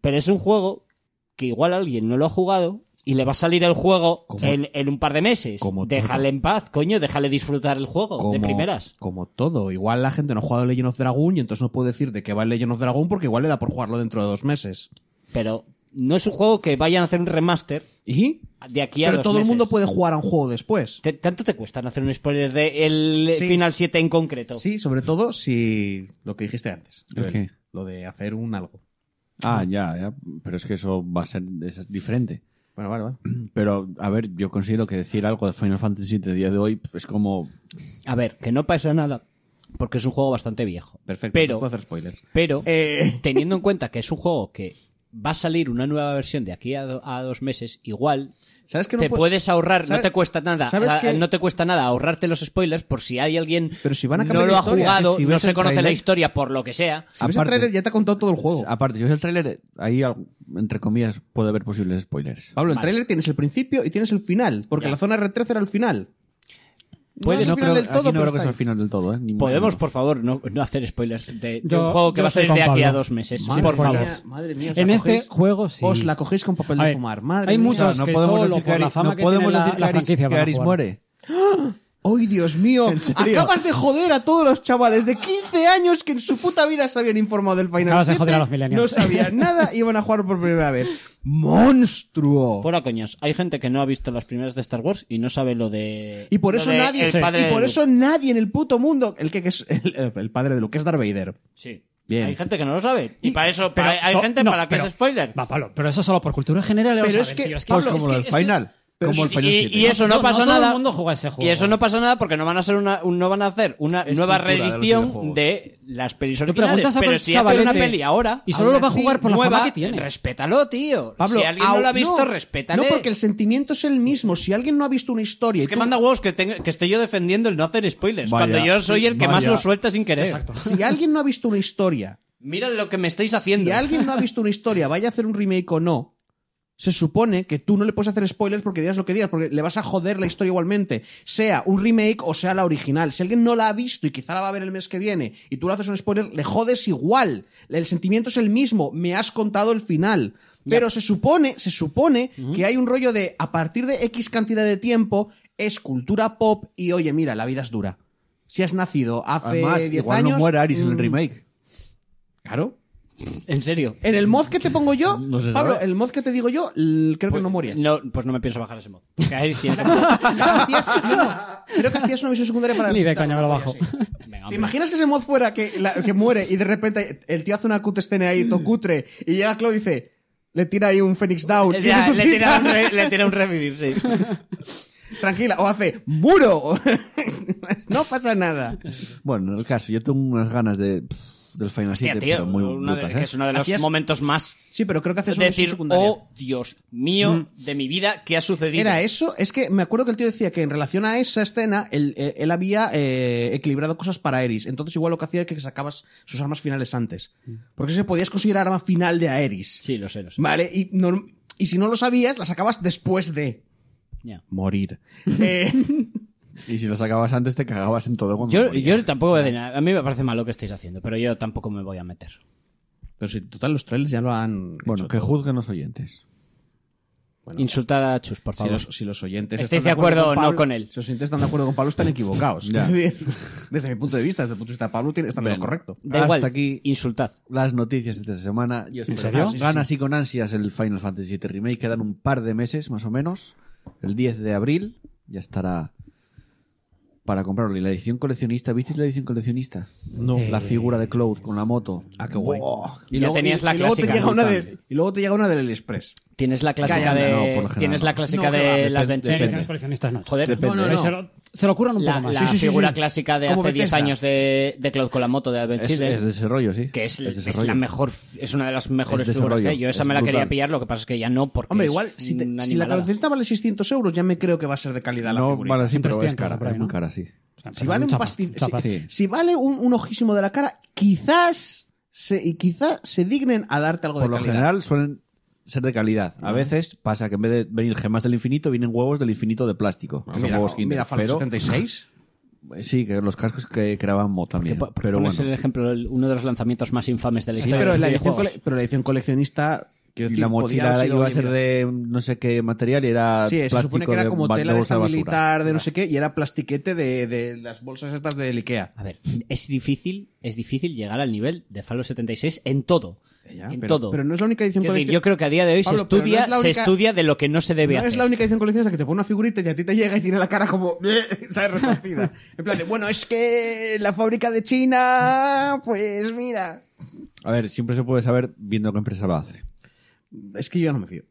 Pero es un juego que igual alguien no lo ha jugado y le va a salir el juego en, en un par de meses. Como déjale todo. en paz, coño, déjale disfrutar el juego de primeras. Como todo. Igual la gente no ha jugado Legend of Dragon y entonces no puede decir de qué va el Legend of Dragon porque igual le da por jugarlo dentro de dos meses. Pero no es un juego que vayan a hacer un remaster ¿Y? de aquí a Pero dos todo meses. el mundo puede jugar a un juego después. Te- ¿Tanto te cuesta no hacer un spoiler de el Sí. Final 7 en concreto? Sí, sobre todo si lo que dijiste antes. ¿El qué? Lo de hacer un algo. Ah, ya, ya. Pero es que eso va a ser es diferente. Bueno, vale, vale. Pero, a ver, yo considero que decir algo de Final Fantasy VII a día de hoy pues, es como. A ver, que no pasa nada, porque es un juego bastante viejo. Perfecto. Pero- no puedo hacer spoilers. Pero Eh. teniendo en cuenta que es un juego que va a salir una nueva versión de aquí a, do- a dos meses, igual ¿Sabes que no te puedo- puedes ahorrar, ¿sabes- no te cuesta nada, ¿Sabes a- que- no te cuesta nada ahorrarte los spoilers por si hay alguien Pero si van a no cambiar lo la ha historia, ¿eh? jugado, si no ves se el conoce la tráiler- historia por lo que sea. Si ves el Aparte- tráiler ya te ha contado todo el juego. Aparte, si ves el tráiler, ahí, al- entre comillas, puede haber posibles spoilers. Pablo, en tráiler tienes el principio y tienes el final. Porque Ya. la zona R13 era el final. Puede- no es el final creo, del todo, aquí no pero creo que está sea el ahí. final del todo, ¿eh? Ni mucho Podemos, menos. por favor, no, no hacer spoilers de, de Yo- un juego que yo va a estoy salir de con aquí a Pablo. dos meses. Madre por mía. favor. Dios. Madre mía, os la En este cogéis- juego sí. Os la cogéis con papel A de ver, fumar. Madre hay mía. O sea, muchos no que podemos solo decir que por la Ari- fama no que podemos tiene la- decir que la Aris- franquicia que van a Aris jugar. muere. ¡Ay, Dios mío! ¿En serio? Acabas de joder a todos los chavales de 15 años que en su puta vida se habían informado del Final Acabas de 7, joder a los millennials. No sabían nada y iban a jugar por primera vez. ¡Monstruo! Fuera coñas, hay gente que no ha visto las primeras de Star Wars y no sabe lo de. Y por lo eso de nadie el padre y por de eso Luke. nadie en el puto mundo. El que, que es el, el padre de Luke, que es Darth Vader. Sí. Bien. Hay gente que no lo sabe. Y, Y- para eso, pero para- hay so- gente no, para la que pero- es spoiler. Va, Pablo, pero eso solo por cultura general. ya lo Pero es saben, que, tío, Pablo, es Como que- el es que- final. Pero como el sí, Final Y, 7. y eso no, No, no pasa todo el nada. mundo juega ese juego. Y eso no pasa nada porque no van a hacer una, un- no van a hacer una Es nueva cultura de los reedición videojuegos. de las pelis Tú originales. preguntas a pero cualquier si hace una chavalete peli ahora y solo aún lo va a así, jugar por la nueva, fama que tiene. Respétalo, tío. Pablo, si alguien no au- lo ha visto, no, respétale. No, porque el sentimiento es el mismo. Si alguien no ha visto una historia. Es y que tú- manda huevos que, tenga- que esté yo defendiendo el no hacer spoilers. Vaya, cuando yo soy el que más vaya. lo suelta sin querer. Si alguien no ha visto una historia. Mira lo que me estáis haciendo. Si alguien no ha visto una historia, vaya a hacer un remake o no. Se supone que tú no le puedes hacer spoilers porque digas lo que digas, porque le vas a joder la historia igualmente, sea un remake o sea la original. Si alguien no la ha visto y quizá la va a ver el mes que viene y tú le haces un spoiler, le jodes igual. El sentimiento es el mismo, me has contado el final. Pero se supone, se supone que hay un rollo de a partir de X cantidad de tiempo es cultura pop y oye, mira, la vida es dura. Si has nacido hace Además, 10 igual años, no muere Aris en mm, el remake. Claro. En serio. En el mod que te pongo yo, No se sabe. Pablo, el mod que te digo yo, l- creo que no moría. No, pues no me pienso bajar ese mod. Que ahí tiene- Hacías- no, no, creo que hacías una misión secundaria para... Ni de caña me lo bajo. Venga, ¿Te hombre. imaginas que ese mod fuera que, la- que muere y de repente el tío hace una cutescena ahí, todo cutre, y llega Claudio y dice, le tira ahí un Phoenix Down y Ya, le, resucita? tira un re- le tira un revivir, sí. Tranquila, o hace muro. no pasa nada. Bueno, en el caso, yo tengo unas ganas de, pff, del Final 7, Hostia, tío, pero muy una de- brutas, ¿eh? que es uno de los Hacías- momentos más Sí, pero creo que haces es una misión decir, secundaria. oh Dios mío de mi vida, ¿qué ha sucedido? Era eso, es que me acuerdo que el tío decía que en relación a esa escena, él, él- él había eh, equilibrado cosas para Aeris. Entonces, igual lo que hacía era que sacabas sus armas finales antes. Mm. Porque se podías conseguir arma final de Aeris. Sí, lo sé, lo sé. Vale, y, no- y si no lo sabías, la sacabas después de Ya. morir. Eh, Y si lo sacabas antes, te cagabas en todo cuando Yo, morías. yo tampoco voy a decir nada. A mí me parece mal lo que estáis haciendo, pero yo tampoco me voy a meter. pero si, total, los trailers ya lo han. Bueno, hecho que todo. juzguen los oyentes. Insultar a Chus, por si favor. los, si los oyentes ¿Estáis están de acuerdo con o no Pablo- con él? Si los oyentes están de acuerdo con Pablo, están equivocados. Ya. Es decir, Desde mi punto de vista, desde el punto de vista de Pablo, tiene- está en lo Bueno. correcto. Da Hasta igual, aquí- insultad. Las noticias de esta semana. Yo espero serio? más Ganas y con ansias el Final Fantasy VII Remake. Quedan un par de meses, más o menos. El 10 de abril ya estará para comprarlo. Y la edición coleccionista, ¿visteis la edición coleccionista? No. La figura de Cloud con la moto. Ah, qué guay. Ya tenías la luego te clásica, llega ¿no? una de- y luego te llega una del Express. Tienes la clásica Calla, de no, por lo general tienes la no. clásica No, que va, de depende, las Adventure. Ediciones coleccionistas no. Joder, Depende, Pero ¿eh? Se, lo, se lo curran un la, poco más. la Sí, sí, sí, figura sí. clásica de Como hace 10 Bethesda. años de, de Cloud con la moto de Adventure. Es, es de ese rollo, sí. que es, es desarrollo. la mejor es una de las mejores Es figuras que desarrollo, hay. yo esa es me la quería brutal. pillar lo que pasa es que ya no porque Hombre, es igual, si, te- una si la animalada. coleccionista vale 600 euros, ya me creo que va a ser de calidad la No, figurita. vale, sí, Son pero es 300 cara. por ahí, Es muy ¿no? cara, sí. O sea, si vale un chapas, pastiz- chapas. si, sí. si vale un, un ojísimo de la cara, quizás se, y quizás se dignen a darte algo Por de lo calidad. general suelen ser de calidad. A veces pasa que en vez de venir gemas del infinito, vienen huevos del infinito de plástico. que son Ah, mira, huevos Kinder, mira Fallout pero- 76. Sí, que los cascos que creaban mod también. Po- por- pero pones bueno. el ejemplo el- uno de los lanzamientos más infames de la Sí, historia pero de los la, edición videojuegos. cole- pero la edición coleccionista. quiero Y decir, la podía haber mochila sido, iba a oye, ser mira, de no sé qué material y era Sí, se plástico supone que era de como ba- tela de bolsa esta basura. militar, de no sé qué, y era plastiquete de, de las bolsas estas del Ikea. a ver es difícil es difícil llegar al nivel de Fallout 76 en todo en pero, todo pero no es la única edición Quiero decir, coleccionista. yo creo que a día de hoy se Pablo, pero no estudia es la se única- estudia de lo que no se debe No hacer es la única edición coleccionista que te pone una figurita y a ti te llega y tiene la cara como, ¿sabes? Retorcida. En plan de, bueno, es que la fábrica de China, pues mira. A ver, siempre se puede saber viendo qué empresa lo hace. Es que yo no me fío.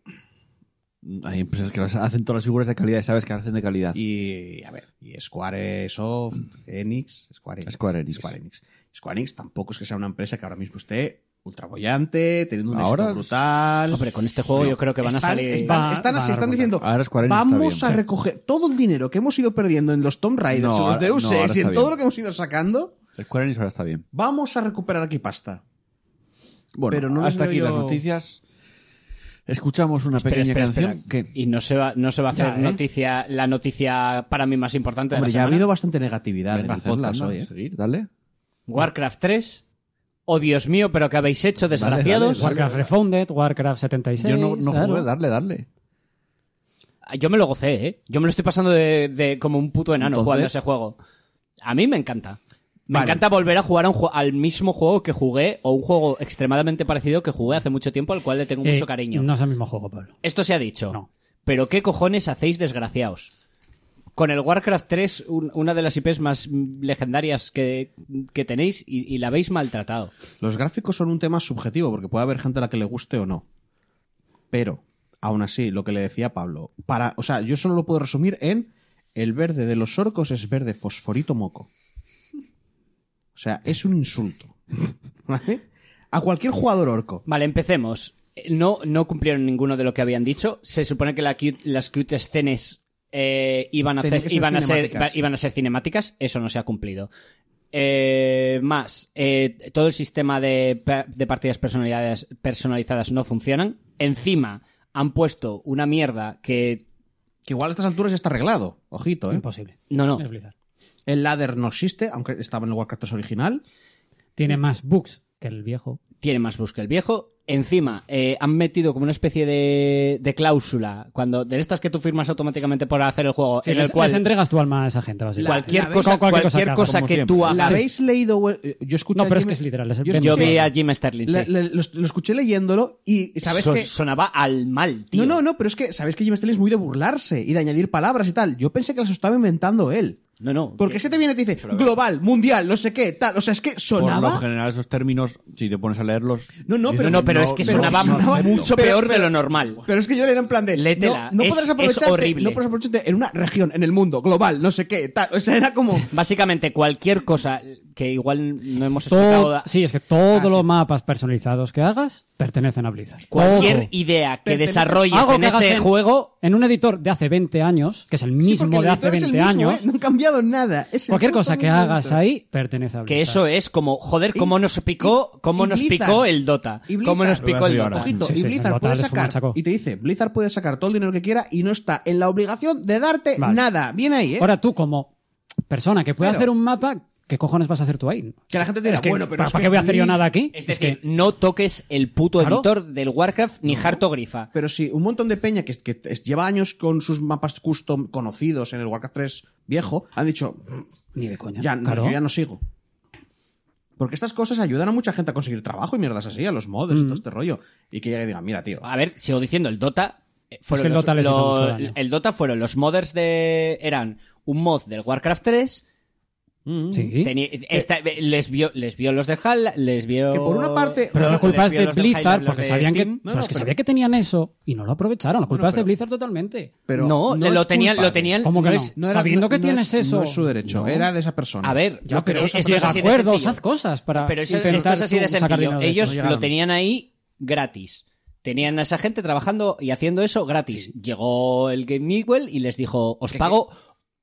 Hay empresas que las hacen todas las figuras de calidad y sabes que las hacen de calidad. Y, a ver, y Square Soft, Enix, Square Enix. Square Enix. Square Enix. Square Enix tampoco es que sea una empresa que ahora mismo esté ultrabollante, teniendo un Ahora- éxito brutal. Hombre, con este juego yo creo que van Están- a salir Están, Va- están van así, a están remontar. diciendo, Ahora Square Enix está vamos bien, a sí. recoger todo el dinero que hemos ido perdiendo en los Tomb Raiders, No, en los ahora- Deus no, ahora Ex y en está todo bien. lo que hemos ido sacando, Square Enix ahora está bien. vamos a recuperar aquí pasta. Bueno, Pero no les hasta veo aquí yo- las noticias. Escuchamos una Espera, pequeña espera, canción espera. que... y no se va no se va a hacer Ya, ¿eh? noticia la noticia para mí más importante de Hombre, la ya ha semana. habido bastante negatividad en Venga, el hacerla, podcast ¿no? hoy, ¿eh? Seguir, dale. Warcraft 3 oh Dios mío pero que habéis hecho desgraciados Warcraft Refounded, Warcraft 76. Yo no, no claro. jugué, darle, darle. Yo me lo gocé, ¿eh? Yo me lo estoy pasando de, de- como un puto enano Entonces- jugando a ese juego. A mí me encanta. Me Vale. encanta volver a jugar a un ju- al mismo juego que jugué o un juego extremadamente parecido que jugué hace mucho tiempo al cual le tengo Eh, mucho cariño. No es el mismo juego, Pablo. Esto se ha dicho. No. Pero ¿qué cojones hacéis desgraciados? Con el Warcraft 3, un- una de las IPs más mm, legendarias que, que tenéis y, y la habéis maltratado. Los gráficos son un tema subjetivo, porque puede haber gente a la que le guste o no. Pero Aún así, lo que le decía Pablo, para, o sea, yo solo lo puedo resumir en el verde de los orcos es verde fosforito moco. O sea, es un insulto. ¿Vale? A cualquier jugador orco. Vale, empecemos. Eh, No, no cumplieron ninguno de lo que habían dicho. Se supone que la cute- las cute escenas eh, iban, a Tenían hacer- que ser iban, a ser, cinemáticas. iban a ser cinemáticas. Eso no se ha cumplido. Eh, más, eh, todo el sistema de, pa- de partidas personalidades- personalizadas no funcionan. Encima, han puesto una mierda que... Que igual a estas alturas ya está arreglado. Ojito, ¿eh? Imposible. No, no. Es Blizzard. El ladder no existe, aunque estaba en el Warcraft 3 original. Tiene más bugs que el viejo. tiene más bus que el viejo. Encima, eh, han metido como una especie de, de cláusula, cuando de estas que tú firmas automáticamente por hacer el juego, en el les, cual les entregas tu alma a esa gente, básicamente. cualquier la- cosa, cualquier cualquier cosa cosa, que que hagas, como tú siempre. ¿La hagas. habéis leído? Eh, Yo escuché No, a pero es Jimmy- que es literal, es el yo pen- Yo escuché- vi a Jim Sterling, le- sí. le- los- lo, escuché leyéndolo y sabes So- que... sonaba al mal, tío. No, no, no, pero es que sabes que Jim Sterling es muy de burlarse y de añadir palabras y tal. Yo pensé que las estaba inventando él. No, no. Porque es que te viene y te dice global, mundial, no sé qué, tal. O sea, es que Por lo sonaba. general, esos términos, si te pones a leerlos. eh, No, no, dices, pero- no, no, pero es que pero sonaba, sonaba- mucho pero- peor de pero- lo normal. Pero es que yo le era en plan de. Léetela, no, no es- podrás es aprovecharte, horrible. No podrás aprovecharte en una región, en el mundo, global, no sé qué, tal. O sea, era como. Básicamente, cualquier cosa que igual no hemos explicado. Todo, sí, es que todos Ah, los mapas personalizados que hagas pertenecen a Blizzard. Cualquier Todo. idea que Pertenece- desarrolles Algo en que hagas ese en- juego. En un editor de hace 20 años, que es el Sí, mismo porque el de hace editor es 20 el mismo, años, ¿eh? No han cambiado nada. Es el cualquier puto cosa que mismo hagas editor. ahí pertenece a Blizzard. Que eso es como, joder, cómo Y- nos picó, y- cómo y nos Blizzard. picó el Dota. Y Cómo Blizzard. nos picó el Lo voy a Dota. hacer Ojito, Sí, y sí, Blizzard el puede Dota es un sacar. machaco. Y te dice, Blizzard puede sacar todo el dinero que quiera y no está en la obligación de darte Vale. nada. Bien ahí, ¿eh? Ahora tú, como persona que puede Pero- hacer un mapa, ¿qué cojones vas a hacer tú ahí? que la gente te dirá, Es que, bueno, pero. ¿Para es para que qué es voy a hacer yo Blizzard". nada aquí? Es decir, no toques el puto Claro. editor del Warcraft ni Harto Grifa. Pero sí, un montón de peña que, que es- lleva años con sus mapas custom conocidos en el Warcraft 3 viejo, han dicho, "Mm, ni de coña. ya, no, claro. yo ya no sigo. Porque estas cosas ayudan a mucha gente a conseguir trabajo y mierdas así, a los modders y Mm. todo este rollo. Y que llegue y diga, mira, tío. A ver, sigo diciendo, el Dota. eh, fueron que el los- Dota les hizo lo- mucho daño. el Dota fueron los modders de. Eran un mod del Warcraft 3. Sí. Eh. tenía- esta- les, vio, les vio los de HAL, les vio. Que por una parte- Pero la les culpa es vio de los HAL, Blizzard, los porque de sabían que, Steam. pero no, es que pero- sabía que tenían eso y no lo aprovecharon. La culpa Bueno, es de pero- Blizzard totalmente. Pero no, lo, es tenían, culpa lo de- tenían. ¿Cómo que no no? es- No era- Sabiendo que no tienes es- eso. No es su derecho, No. era de esa persona. A ver, Ya, no, pero, esto es es llega a así de acuerdos, sencillo. haz cosas para Pero eso- esto Ah, intentar es así de tú sacar sencillo. dinero de Ellos eso. lo tenían ahí gratis. Tenían a esa gente trabajando y haciendo eso gratis. Llegó el Game Newell y les dijo, os Que- pago.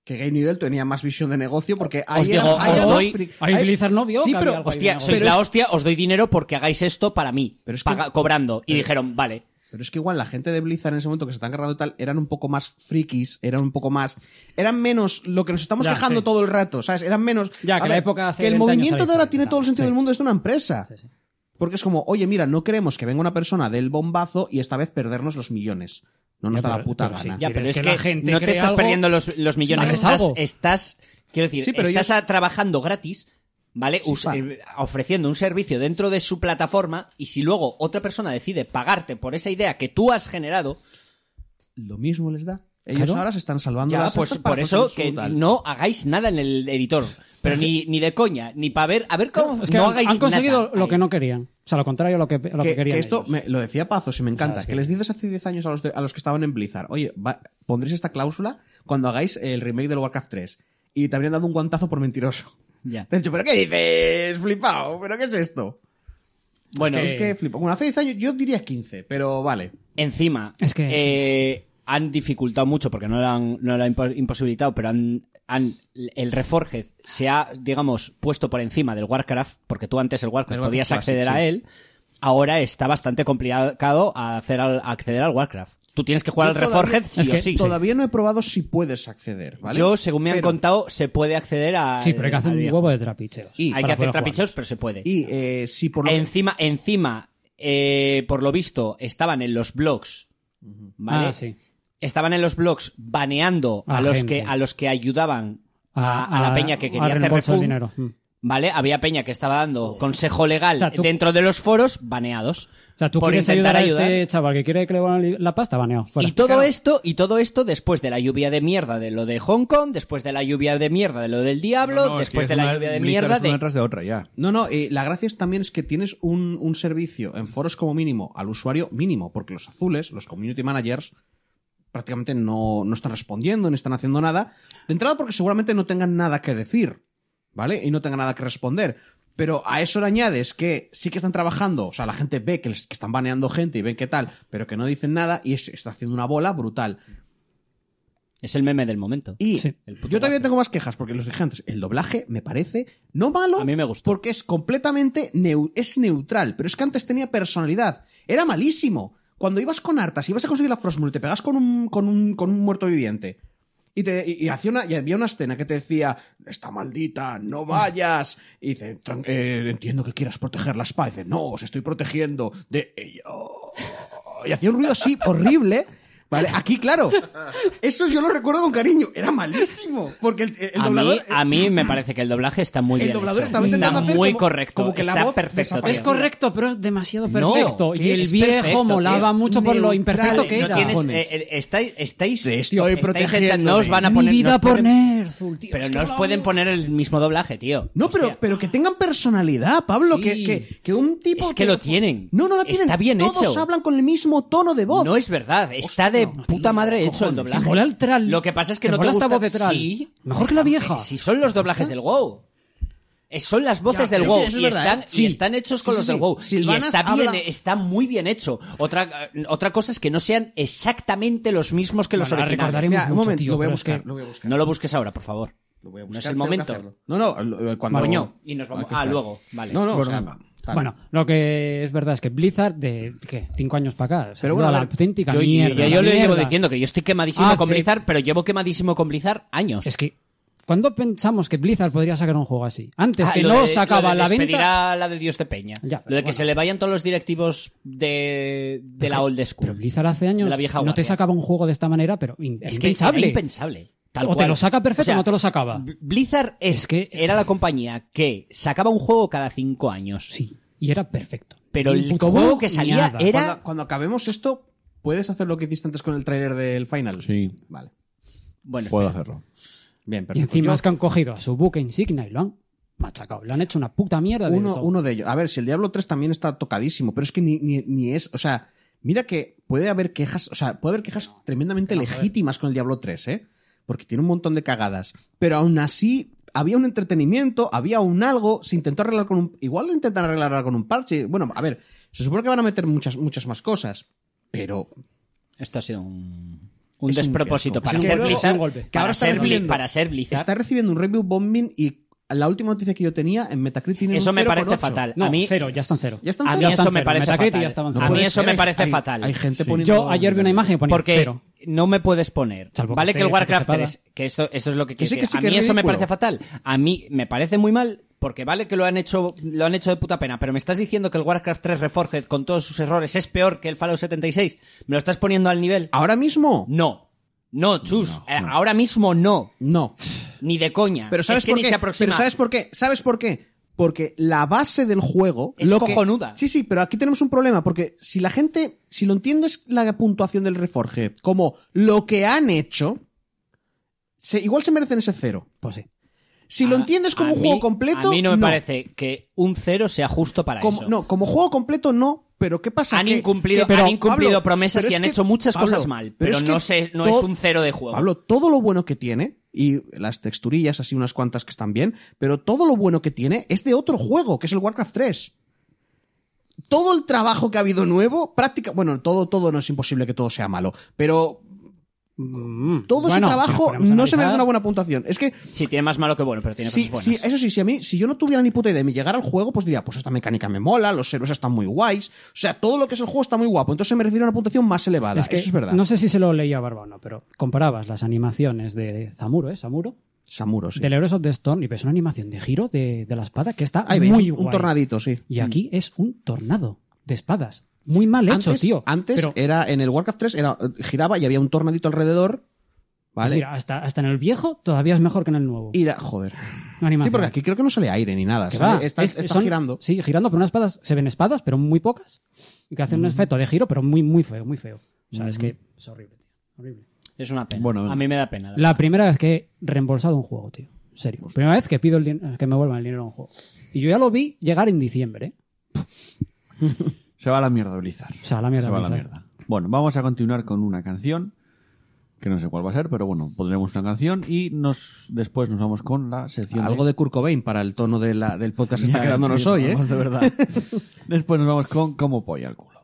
Que Game Nivel tenía más visión de negocio porque ahí digo, era- ahí os era doy- más fric- Ahí Blizzard no vio Sí, que pero- había algo ahí de Hostia, negocio. sois Pero la es- hostia, os doy dinero porque hagáis esto para mí. Pero es que- Paga- cobrando. Y dijeron, vale. Pero es que igual la gente de Blizzard en ese momento que se están cargando y tal eran un poco más frikis, eran un poco más. Eran menos lo que nos estamos Ya, quejando sí. todo el rato, ¿sabes? Eran menos. Ya, a que la época hace que el 20 años movimiento era de ahora diferente, tiene todo el claro, sentido sí. del mundo, es de una empresa. sí. Porque es como, oye, mira, no queremos que venga una persona del bombazo y esta vez perdernos los millones. No nos Ya, da la pero- puta pero sí. gana. Ya, Ah, Pero pero es es que que la gente no te cree estás algo, perdiendo los, los millones. haces Estás, algo. estás- quiero decir, Sí, pero estás ellos- a- trabajando gratis, ¿vale? Us- va. eh, ofreciendo un servicio dentro de su plataforma y si luego otra persona decide pagarte por esa idea que tú has generado, Lo mismo les da. Ellos Claro. ahora se están salvando Ya, las pues estas para por eso conseguir que su tal. no hagáis nada en el editor. Pero ni, ni de coña, ni para ver. A ver cómo. Es que no han- hagáis han conseguido nada. lo que no querían. O sea, lo contrario a lo que, a lo que que, querían. que esto ellos. me- lo decía Pazos y me encanta. es que que- les dices hace 10 años a los, de- a los que estaban en Blizzard, oye, va- pondréis esta cláusula cuando hagáis el remake del Warcraft 3. Y te habrían dado un guantazo por mentiroso. Ya. Te han dicho, ¿pero qué dices? Flipao, ¿pero qué es esto? Bueno, eh, Es que flipo. Bueno, hace 10 años yo diría 15, pero vale. encima. Es que- eh, han dificultado mucho porque no lo han, no lo han impo- imposibilitado, pero han, han- el Reforged se ha, digamos, puesto por encima del Warcraft, porque tú antes el Warcraft El Warcraft podías Classic, acceder a sí. él. Ahora está bastante complicado a hacer al- a acceder al Warcraft. Tú tienes que jugar al Yo todavía- Reforged sí es o que sí. Todavía no he probado si puedes acceder, ¿vale? Yo, según me han Pero- contado, se puede acceder a. Sí, pero hay que hacer un huevo de trapicheos. hay que para hacer poder jugar. trapicheos, pero se puede. Y eh, si por lo Encima, encima, eh, por lo visto, estaban en los blogs. ¿Vale? Ah, sí. Estaban en los blogs baneando a, A los gente. que a los que ayudaban a, A- a la a- peña que a quería hacer reembolso de refund, dinero. Mm. ¿Vale? Había peña que estaba dando consejo legal O sea, tú- dentro de los foros baneados. O sea, tú por quieres intentar ayudar, a ayudar. este chaval que quiere que le van la pasta, baneado. Fuera. Y todo esto, y todo esto después de la lluvia de mierda de lo de Hong Kong, después de la lluvia de mierda de lo del diablo, No, no, es que después es de la una- lluvia de literal, mierda es una de tras de otra ya. No, no, eh, la gracia es también es que tienes un, un servicio en foros como mínimo al usuario mínimo, porque los azules, los community managers, prácticamente no, no están respondiendo, no están haciendo nada. De entrada porque seguramente no tengan nada que decir, ¿vale? Y no tengan nada que responder. Pero a eso le añades que sí que están trabajando, o sea, la gente ve que, les- que están baneando gente y ven qué tal, pero que no dicen nada y es- está haciendo una bola brutal. es el meme del momento. Y Sí. El puto yo todavía gato. tengo más quejas porque los dije antes. El doblaje me parece no malo. A mí me gustó. Porque es completamente neu- es neutral. Pero es que antes tenía personalidad. Era malísimo. Cuando ibas con hartas, ibas a conseguir la Frostmourne y te pegas con un, con un, con un muerto viviente. Y, te, y, y hacía una, y había una escena que te decía, está maldita, Mm. no vayas. Y dice, "Tran- eh, entiendo que quieras proteger la espada. Y dice, no, os estoy protegiendo de ella. Y hacía un ruido así horrible. Vale, aquí, claro. Eso yo lo recuerdo con cariño. Era malísimo. Porque el, el a, doblador. eh, mí, a mí me parece que el doblaje está muy El bien doblador hecho. estaba está intentando hacer muy como- correcto, como que la está voz perfecto. desaparece. Es tío. correcto, pero es demasiado No, perfecto. que y el es viejo perfecto, que molaba es mucho por lo neutral, imperfecto que no era. no tienes, Cojones. eh, eh, estáis, estáis, Te estoy estáis protegiendo echando- no os de- van a Mi poner, vida no os por ponen- Nerful, tío, pero es que no os molaba pueden mucho. poner el mismo doblaje, tío. No, Hostia. pero, pero que tengan personalidad, Pablo. Sí. Que, que, que un tipo. Es que lo tienen. No, no lo tienen. Está bien Todos hecho. hablan con el mismo tono de voz. No es verdad, está de puta madre hecho el doblaje. Te mola el tral. Lo que pasa es que Te no te mola esta gusta. voz de tral. Sí. Mejor que la vieja. Si son los doblajes del WoW. Eh, Son las voces Ya, del sí, WoW sí, eso es y, verdad, están, ¿eh? y Sí. están hechos Sí, con sí, los sí. del WoW. Silvanas y está bien, habla- eh, está muy bien hecho. Otra, eh, otra cosa es que no sean exactamente los mismos que los Bueno, la originales. recordaremos Mira, un mucho, momento, tío, lo voy a pero es que- buscar. Lo voy a buscar. No lo busques ahora, por favor. Lo voy a no buscar, es el tengo que momento. hacerlo. No, no, eh, lo- lo- cuando. Coño, y nos vamos- Hay que ah, esperar. luego, vale. No, no, Bueno, o sea, venga. tal. Bueno, lo que es verdad es que Blizzard de ¿qué? cinco años para acá, se Pero ha bueno, ido a a la ver, auténtica Yo, yo- mierda. yo- yo le llevo mierda. diciendo que yo estoy quemadísimo Ah, con sí. Blizzard, pero llevo quemadísimo con Blizzard años. Es que ¿cuándo pensamos que Blizzard podría sacar un juego así? Antes Ah, que lo no de- lo sacaba de la despedir venta. a la de Dios de Peña. Ya, lo de que bueno. se le vayan todos los directivos de, de la old school. Pero Blizzard hace años De la vieja no te guardia. sacaba un juego de esta manera, pero in- es que impensable. era impensable. Tal o te cual. lo saca perfecto o, sea, no te lo sacaba. B- Blizzard es, Es que- que era la compañía que sacaba un juego cada cinco años. Sí, y era perfecto. Pero Ni el puto juego bug, que ni salía nada. era- Cuando, cuando acabemos esto, ¿puedes hacer lo que hiciste antes con el tráiler del final? Sí. Vale. Bueno, Puedo hacerlo. Bien, Y perfecto. encima Yo- es que han cogido a su buque insignia y lo han machacado. Le han hecho una puta mierda de uno, todo. uno de ellos. A ver, si el Diablo 3 también está tocadísimo, pero es que ni, ni, ni es. O sea, mira que puede haber quejas, o sea, puede haber quejas tremendamente legítimas con el Diablo 3, ¿eh? Porque tiene un montón de cagadas. Pero aún así, había un entretenimiento, había un algo, se intentó arreglar con un. Igual lo intentan arreglar con un parche. Bueno, a ver, se supone que van a meter muchas, muchas más cosas, pero. esto ha sido un, un Es un despropósito fiasco. para Es un ser golpe, es Blizzard. un golpe. Que Para, ahora está ser, Bli- recibiendo- para ser Blizzard. Está recibiendo un review bombing y la última noticia que yo tenía en Metacritic. tiene un Eso me parece 0,8. fatal. No, a mí, cero, ya están cero. Ya están a mí Ya están eso me cero. parece Metacritic fatal. ya estaban a cero. mí puede eso ser, me hay- parece hay- fatal. Hay gente poniendo. Yo ayer vi una imagen y ponía Porque cero. no me puedes poner. Salvo que vale esté que el Warcraft separada. 3, que esto, esto es lo que quiero sí, que decir. sí, a que mí es eso me ridículo. parece fatal. A mí me parece muy mal porque vale que lo han hecho lo han hecho de puta pena, pero me estás diciendo que el Warcraft 3 Reforged con todos sus errores es peor que el Fallout 76. ¿Me lo estás poniendo al nivel? ¿Ahora mismo? No. No, chus, Eh, ahora mismo no, No. ni de coña. Pero ¿sabes es que por ni qué? se aproxima. Pero ¿sabes por qué? ¿Sabes por qué? Porque la base del juego Es lo que- cojonuda. Sí, sí, pero aquí tenemos un problema porque si la gente, si lo entiendes la puntuación del Reforged como lo que han hecho, se- igual se merecen ese cero. Pues sí. Si lo A- entiendes Ah, como a un juego mí- completo, A mí no me parece que un cero sea justo para Como, eso. no, como juego completo no, pero ¿qué pasa? Han Que- incumplido- que- han incumplido promesas pero y es han que- hecho muchas cosas mal, pero es no que se- no to- es un cero de juego. Pablo, todo lo bueno que tiene, y las texturillas, así unas cuantas que están bien, pero todo lo bueno que tiene es de otro juego, que es el Warcraft 3. Todo el trabajo que ha habido nuevo, práctica, bueno, todo, todo no es imposible que todo sea malo, pero Mm. todo Mm. ese Bueno, trabajo podemos no se merece analizar. una buena puntuación. Es que Sí, tiene más malo que bueno, pero tiene Sí, cosas sí, buenas. eso sí, si a mí, si yo no tuviera ni puta idea de me llegar al juego, pues diría, pues esta mecánica me mola, los héroes están muy guays, o sea, todo lo que es el juego está muy guapo, entonces me recibiría una puntuación más elevada, Es que eso es verdad. No sé si se lo leía a Barba o no, pero comparabas las animaciones de Zamuro, ¿eh? Zamuro, Samuro, sí. del Heroes of the Storm, y ves una animación de giro de, de la espada que está Ahí veis, muy un guay. tornadito, sí. Y aquí es un tornado de espadas. Muy mal hecho, antes, tío. Antes Pero- eh, era en el Warcraft 3 era giraba y había un tornadito alrededor ¿Vale? Mira, hasta, hasta en el viejo todavía es mejor que en el nuevo. Y da- joder. Animación. Sí, porque aquí creo que no sale aire ni nada. Que sale- va, está es- está son- girando. Sí, girando, pero unas espadas. Se ven espadas, pero muy pocas. Y que hacen un efecto de giro, pero muy, muy feo, muy feo. O sea, es que es horrible, tío. Horrible. Es una pena. Bueno, venga. a mí me da pena. la La primera vez que he reembolsado un juego, tío. En serio. Primera vez que pido el din- que me vuelvan el dinero a un juego. Y yo ya lo vi llegar en diciembre, ¿eh? Se va a la mierda Blizzard. O sea, la mierda. Se va a la Blizzard. mierda. Bueno, vamos a continuar con una canción. Que no sé cuál va a ser, pero bueno, pondremos una canción y nos después nos vamos con la sección. Algo de Kurt Cobain para el tono de la- del podcast que está Ya, quedándonos tío, hoy, ¿eh? vamos, de verdad. después nos vamos con Como Polla al culo.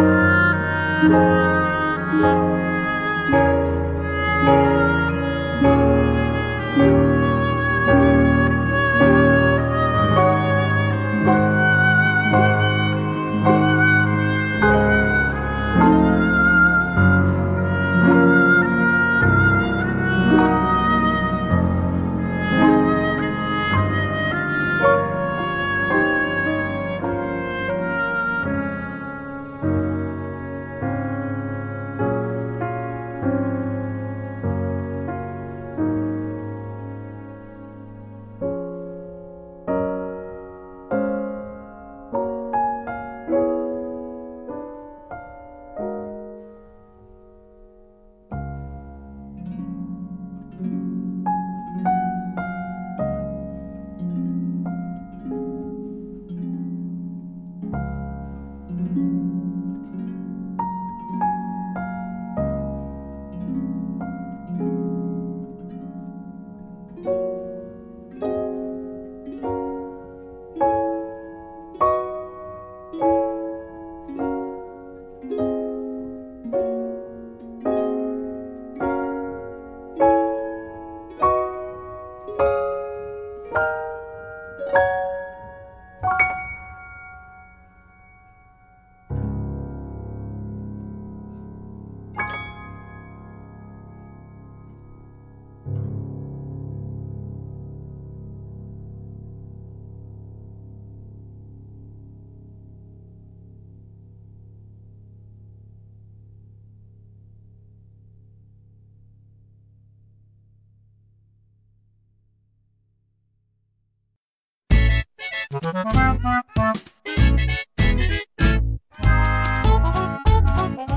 Thank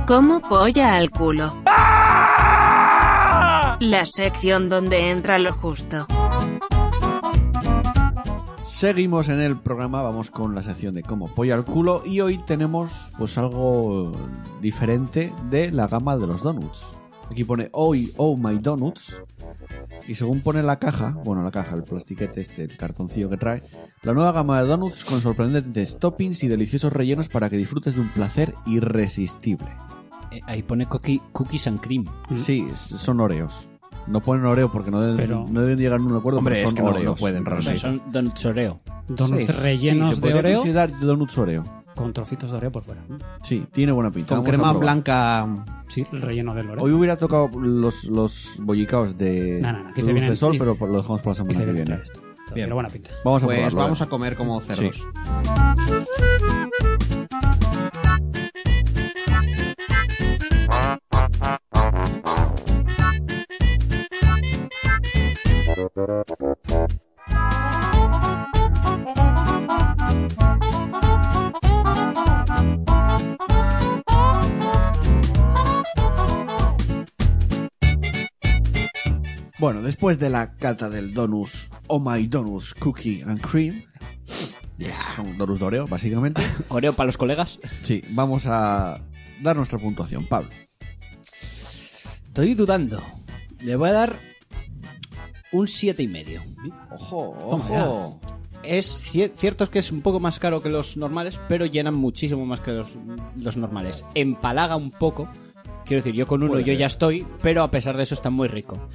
Como polla al culo. La sección donde entra lo justo. Seguimos en el programa, vamos con la sección de como pollo al culo y hoy tenemos pues algo diferente de la gama de los donuts. Aquí pone hoy oh my donuts y según pone la caja, bueno la caja, el plastiquete este, el cartoncillo que trae, la nueva gama de donuts con sorprendentes toppings y deliciosos rellenos para que disfrutes de un placer irresistible. Eh, ahí pone cookie- cookies and cream. Mm. Sí, es- son oreos. No ponen oreo porque no deben, Pero- no deben llegar a un acuerdo, Hombre, pero es son que no- no oreos. pueden, O sea, realmente. son donuts Oreo. Donuts Sí, rellenos sí, se de podría Oreo considerar donuts oreo. con trocitos de Oreo por fuera. Sí, tiene buena pinta. Con Vamos a crema probar. blanca. Sí, el relleno del Oreo. Hoy hubiera tocado los, los bollicaos de No, no, no, de que se Luz vienen- de Sol, pero por- lo dejamos para la Y semana se que ve viene. esto. Esto Bien. Tiene buena pinta. Vamos a Pues probarlo. vamos eh. a comer como cerdos. Sí. Bueno, después de la cata del Donuts, Oh My Donuts Cookie and Cream, yes, son Donuts de Oreo, básicamente. Oreo para los colegas. Sí, vamos a dar nuestra puntuación, Pablo. Estoy dudando. Le voy a dar un siete y medio. Ojo, Toma ojo. Es ci- cierto es que es un poco más caro que los normales, pero llenan muchísimo más que los, los normales. Empalaga un poco. Quiero decir, yo con uno yo ya estoy, pero a pesar de eso está muy rico.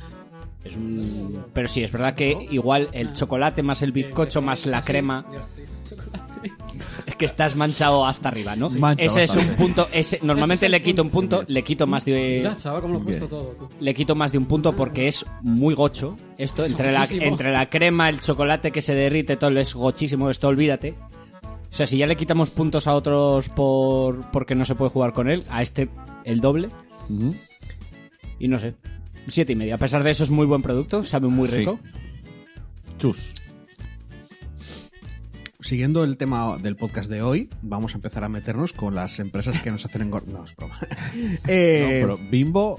Es un- Pero sí, es verdad que igual el chocolate más el bizcocho más la crema. Es que estás manchado hasta arriba, ¿no? Mancha ese es un bastante. punto. Ese, normalmente Ese es le el quito un punto, le quito más de chaval, cómo lo he puesto Bien. todo, tú. le quito más de un punto porque es muy gocho esto entre la, Muchísimo. entre la crema el chocolate que se derrite todo es gochísimo esto olvídate o sea si ya le quitamos puntos a otros por porque no se puede jugar con él a este el doble Ujú. y no sé siete y medio a pesar de eso es muy buen producto sabe muy Sí. rico Chus. Siguiendo el tema del podcast de hoy, vamos a empezar a meternos con las empresas que nos hacen engordar. No, es broma. Eh, No, pero Bimbo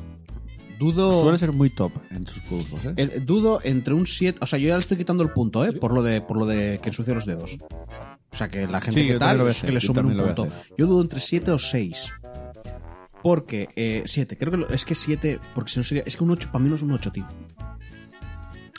dudo. suele ser muy top en sus productos, ¿eh? El- dudo entre un 7. O sea, yo ya le estoy quitando el punto, ¿eh? Por lo de, por lo de que ensucia los dedos. O sea, que la gente Sí, que yo tal, también lo voy a es que hacer, le yo suben un también lo voy a punto. Yo dudo entre 7 o 6. Porque 7, creo que lo- es que 7, porque si no sería. Es que un 8 para mí no es un 8, tío.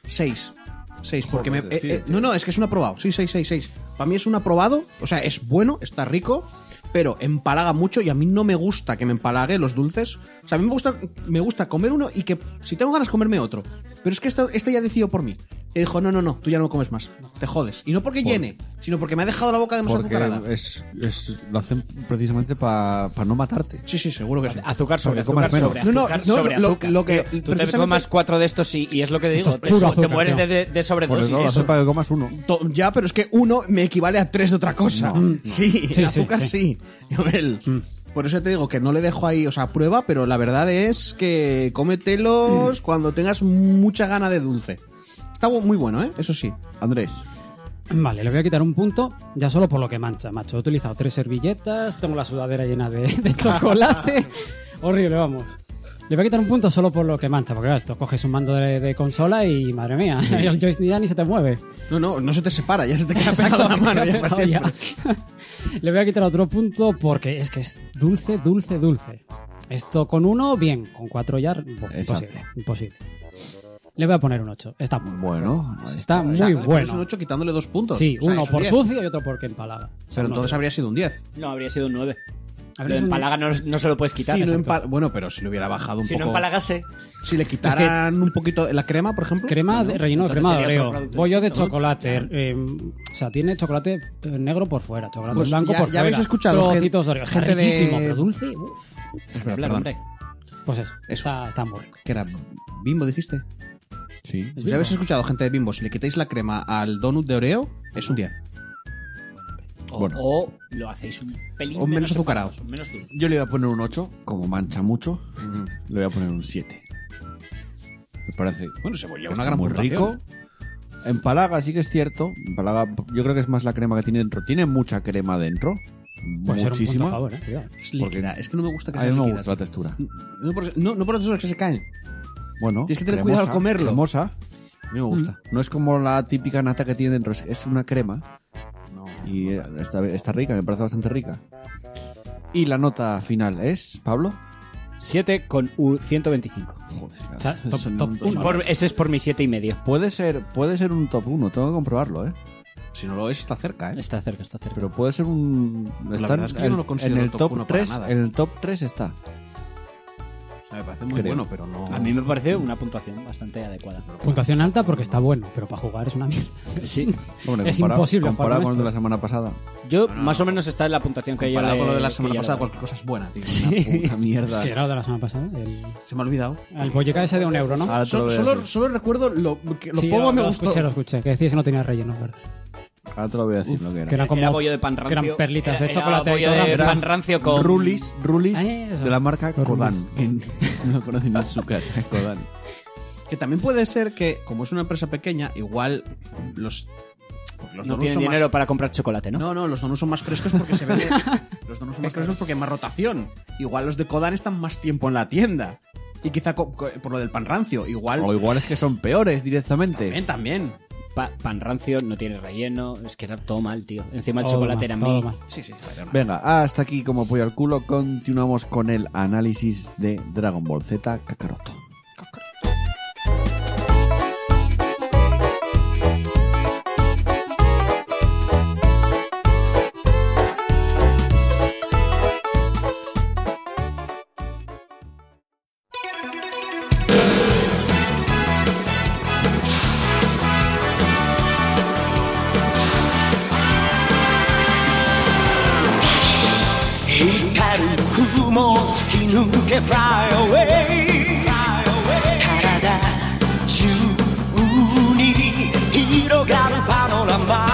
6. 6, porque me. Joder, pues eh, eh, siete. no, no, es que es un aprobado. Sí, 6, 6, 6. Para mí es un aprobado, o sea, es bueno, está rico, pero empalaga mucho y a mí no me gusta que me empalague los dulces. O sea, a mí me gusta, me gusta comer uno y que si tengo ganas comerme otro. Pero es que este, este ya decidió por mí. Y dijo, no, no, no, tú ya no comes más. Te jodes. Y no porque llene, sino porque me ha dejado la boca demasiado Porque azucarada. es, es- lo hacen precisamente para no matarte. Sí, sí, seguro que sí. azúcar sobre Porque comas azúcar sobre menos. No, no, azúcar no, sobre lo- azúcar. lo que- Tío, tú te precisamente- comas cuatro de estos y, y es lo que te digo Esto es te, puro te azúcar, mueres tío. de, de- de Pues Por sobredosis eso lo eso. hacen para que comas uno. To- Ya, pero es que uno me equivale a tres de otra cosa. Sí, Sí, el sí, azúcar sí. Joel. Por eso te digo que no le dejo ahí, o sea, prueba, pero la verdad es que cómetelos cuando tengas mucha gana de dulce. Está bu- muy bueno, ¿eh? Eso sí. Andrés. Vale, le voy a quitar un punto ya solo por lo que mancha, macho. He utilizado tres servilletas, tengo la sudadera llena de, de chocolate. Horrible, vamos. Le voy a quitar un punto solo por lo que mancha, porque claro, esto coges un mando de, de consola y madre mía, el joystick ya ni se te mueve. No, no, no se te separa, ya se te queda pegado a la mano. Te Ya ha para pegado siempre. ya. Le voy a quitar otro punto porque es que es dulce, dulce, dulce. Esto con uno, bien. Con cuatro ya, bo- Exacto. imposible. Imposible. Le voy a poner un 8. Está muy bueno. Bueno, Está O muy sea, Es un bueno. 8 quitándole dos puntos. Sí, O sea, uno es un por 10. sucio y otro porque empalaga. Pero entonces habría sido un 10. no habría sido un nueve A ver, Lo es un- empalaga no, no se lo puedes quitar. Si no exacto. empal- bueno, pero si lo hubiera bajado un Si poco. no empalagase, Si le quitaran un poquito la crema, por ejemplo. Crema de, relleno de entonces crema de sería otro Oreo. producto Bollo de distinto, ¿no? chocolate. eh, o sea, tiene chocolate eh, negro por fuera, chocolate Pues blanco ya- por ya fuera. habéis escuchado gen- Trocitos de Oreo. Está gente de- riquísimo, pero dulce. uf. Espera, habla, perdón. hombre. Pues eso, Eso. Está, está muy rico. Que era bimbo, dijiste. Sí. Pues ya habéis escuchado, gente de bimbo. Si le quitáis la crema al donut de Oreo, es un 10. O, Bueno. o lo hacéis un pelín O menos azucarado. azucarados, menos dulce. Yo le voy a poner un 8, como mancha mucho, le voy a poner un 7. Me parece Bueno, se volvió que una está gran muy puntuación. rico. Empalaga sí que es cierto. Empalaga, yo creo que es más la crema que tiene dentro. Tiene mucha crema dentro. Puede ser un punto a muchísima. favor, eh. cuidado. Es líquida. Es que no me gusta que a sea mí no me líquida. gusta la textura. No por, no, no por eso es que se caen. Bueno, Tienes que tener cuidado al comerlo. cremosa. A mí me gusta. No es como la típica nata que tiene dentro. Es- Es una crema. Y eh, está, está rica, me parece bastante rica. Y la nota final es, Pablo. 7 con u- 125. Joder, O sea, top- son top dos uno. malas. Por- ese es por mi 7 y medio. Puede ser, puede ser un top 1, tengo que comprobarlo, ¿eh? Si no lo es, está cerca, ¿eh? Está cerca, está cerca. Pero puede ser un. verdad es que yo no lo considero en el top top, uno para 3. nada. En el top 3 está. O sea, me parece muy Creo. bueno, pero no. a mí me parece una puntuación bastante adecuada. Puntuación alta porque está bueno, pero para jugar es una mierda. Sí. Hombre, Es comparado- imposible jugar Comparado con con el de esto. la semana pasada. Yo, más o menos, está en la puntuación que yo Comparado le- con lo de la que semana yo le pasada, doy. cualquier cosa es buena, tío. Puta mierda. Que era lo de la semana pasada. El, Se me ha olvidado. el bolleca ese de un euro, ¿no? Ahora te lo Solo, voy a solo, decir. solo recuerdo lo, que, lo Sí, poco lo- me lo gustó. escuché, lo escuché. Que decías que no tenía relleno, ¿verdad? Ahora te lo voy a decir lo que Que era. era como. Era bollo de pan rancio. que eran perlitas de Era- era chocolate. y bollo todo de rancio. pan rancio con... Rulis, Rulis Ah, eso. de la marca Los Kodan. Rulis. que no lo conocen en su casa, Kodan. Que también puede ser que, como es una empresa pequeña, igual los. porque los No donuts tiene son más- dinero para comprar chocolate, ¿no? No, no, los donuts son más frescos porque se venden. los donuts son más frescos porque hay más rotación. Igual los de Kodan están más tiempo en la tienda. Y quizá co- co- por lo del pan rancio. Igual. O igual es que son peores directamente. También, también. Pa- pan rancio, no tiene relleno. Es que era todo mal, tío. Encima el Todo chocolate mal, era todo mí. mal. Sí, sí. joder, no. Venga, hasta aquí como pollo al culo. Continuamos con el análisis de Dragon Ball Z Kakaroto. 光る雲を突き抜け Fly away 体中に広がるパノラマ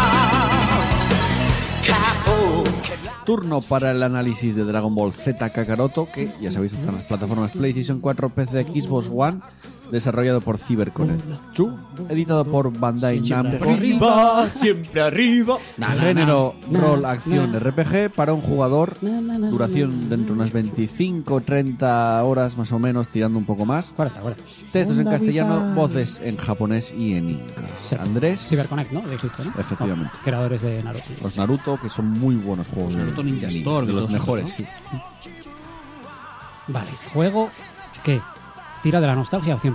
顔を蹴ら Turno para el análisis de Dragon Ball Z Kakaroto, que ya sabéis está en las plataformas PlayStation 4, PC, Xbox One, desarrollado por CyberConnect. Chu, editado por Bandai Namco. Arriba, siempre arriba. Género, na, rol, na. acción, RPG para un jugador. Na, na, na, Duración dentro de unas 25, 30 horas más o menos, tirando un poco más. Cuarenta, cuarenta. Textos en castellano, voces en japonés y en inglés. Andrés, Cyberconnect, ¿no? Dijiste, ¿no? Efectivamente. Vamos, creadores de Naruto. Pues los Naruto, que son muy buenos juegos. de- Naruto Ninja de anime, Storm y de los todos esos, mejores. ¿no? sí. Vale, juego que tira de la nostalgia al 100%.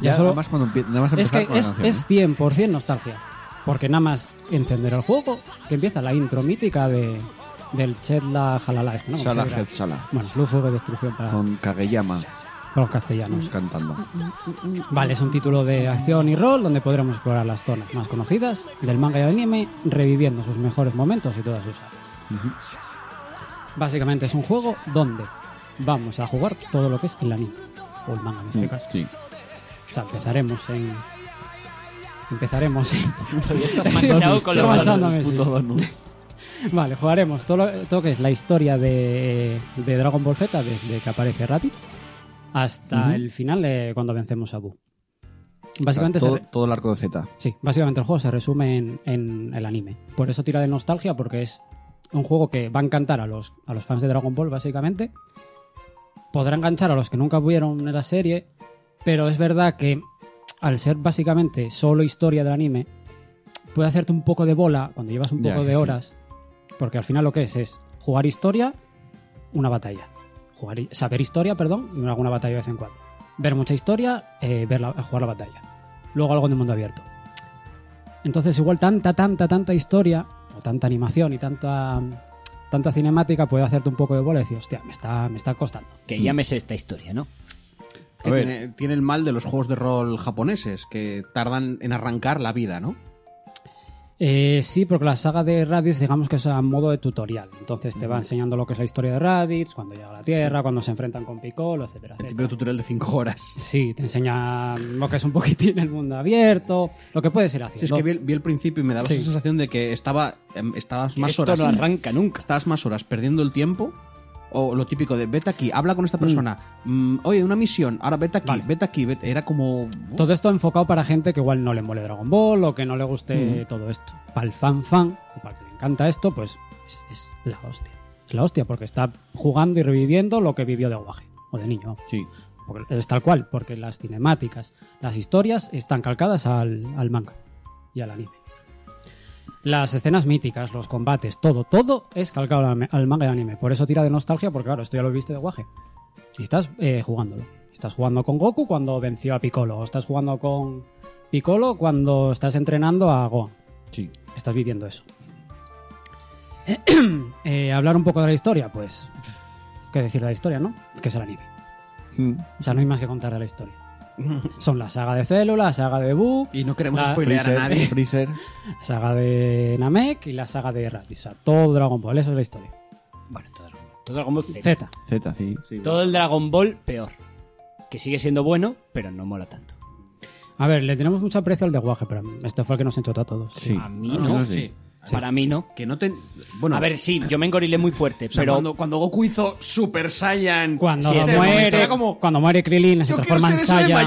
Ya, Ya solo- además cuando empie- nada más Es empezar que con la es, canción, ¿eh? es 100% nostalgia. Porque nada más encender el juego, que empieza la intro mítica de, del Chetla Jalala. Este, ¿no? ¿Cómo Sala se dirá? Head Sala. Bueno, luz, fuego y destrucción para, Con Kageyama pues, para los castellanos. cantando. Vale, es un título de acción y rol donde podremos explorar las zonas más conocidas del manga y el anime, reviviendo sus mejores momentos y todas sus áreas. Básicamente es un juego donde vamos a jugar todo lo que es el anime, o el manga en este caso. Sí. O sea, empezaremos en... Empezaremos en... Sí, manchado con estoy los manchándome, sí. Puto donus. Vale, jugaremos todo lo, todo lo que es la historia de, de Dragon Ball Z desde que aparece Raditz hasta el final de cuando vencemos a Buu. Básicamente se todo, re- todo el arco de Z. Sí, básicamente el juego se resume en, en el anime. Por eso tira de nostalgia, porque es un juego que va a encantar a los, a los fans de Dragon Ball, básicamente. Podrá enganchar a los que nunca vieron la serie, pero es verdad que al ser básicamente solo historia del anime, puede hacerte un poco de bola cuando llevas un Ya, poco sí, de sí. horas, porque al final lo que es es jugar historia, una batalla. Jugar, hi- saber historia, perdón, y alguna batalla de vez en cuando. Ver mucha historia, eh, ver la- jugar la batalla. Luego algo de mundo abierto. Entonces, igual tanta, tanta, tanta historia, o tanta animación y tanta mm, tanta cinemática puede hacerte un poco de bola y decir, hostia, me está, me está costando. Que llámese esta historia, ¿no? Que A ver. tiene, tiene el mal de los juegos de rol japoneses, que tardan en arrancar la vida, ¿no? Eh, sí, porque la saga de Raditz, digamos que es a modo de tutorial. Entonces te va enseñando lo que es la historia de Raditz, cuando llega a la Tierra, cuando se enfrentan con Piccolo, etcétera. El etcétera. típico tutorial de 5 horas. Sí, te enseña lo que es un poquitín el mundo abierto, lo que puedes ir haciendo. Si es que vi, el- vi el principio y me daba Sí. esa sensación de que estaba em, estabas más Esto horas no arranca nunca. estabas más horas perdiendo el tiempo o lo típico de vete aquí, habla con esta persona, mm, oye, una misión, ahora vete aquí, vete aquí, vete. era como Todo esto enfocado para gente que igual no le mole Dragon Ball o que no le guste todo esto. Para el fan fan, o para el que le encanta esto, pues es, es la hostia. Es la hostia porque está jugando y reviviendo lo que vivió de guaje o de niño. vamos. Sí. Porque es tal cual, porque las cinemáticas, las historias están calcadas al, al manga y al anime. Las escenas míticas, los combates, todo, todo es calcado al, al manga y al anime. Por eso tira de nostalgia, porque claro, esto ya lo viste de guaje. Y estás eh, jugándolo. Estás jugando con Goku cuando venció a Piccolo. O estás jugando con Piccolo cuando estás entrenando a Gohan. Sí. Estás viviendo eso. Eh, hablar un poco de la historia, pues. ¿Qué decir de la historia, no? Que es el anime. Mm. O sea, no hay más que contar de la historia. Son la saga de Célula, la saga de Buu, Y no queremos La- spoilear a nadie. Freezer. la saga de Namek y la saga de Raditz. O sea, todo Dragon Ball, eso es la historia. Bueno, todo Dragon Ball. Todo Dragon Ball Z. Z. Z, sí. sí. Todo el Dragon Ball peor. Que sigue siendo bueno, pero no mola tanto. A ver, le tenemos mucho aprecio al de Guaje, pero este fue el que nos enchotó a todos. Sí. A mí Al no. final sí. Para mí no. Que no te bueno, A ver, sí, yo me engorilé muy fuerte, o sea, pero cuando, cuando Goku hizo Super Saiyan Cuando sí, ese momento muere, era como cuando muere Krillin se yo quiero transforma ser en eso de Saiyan.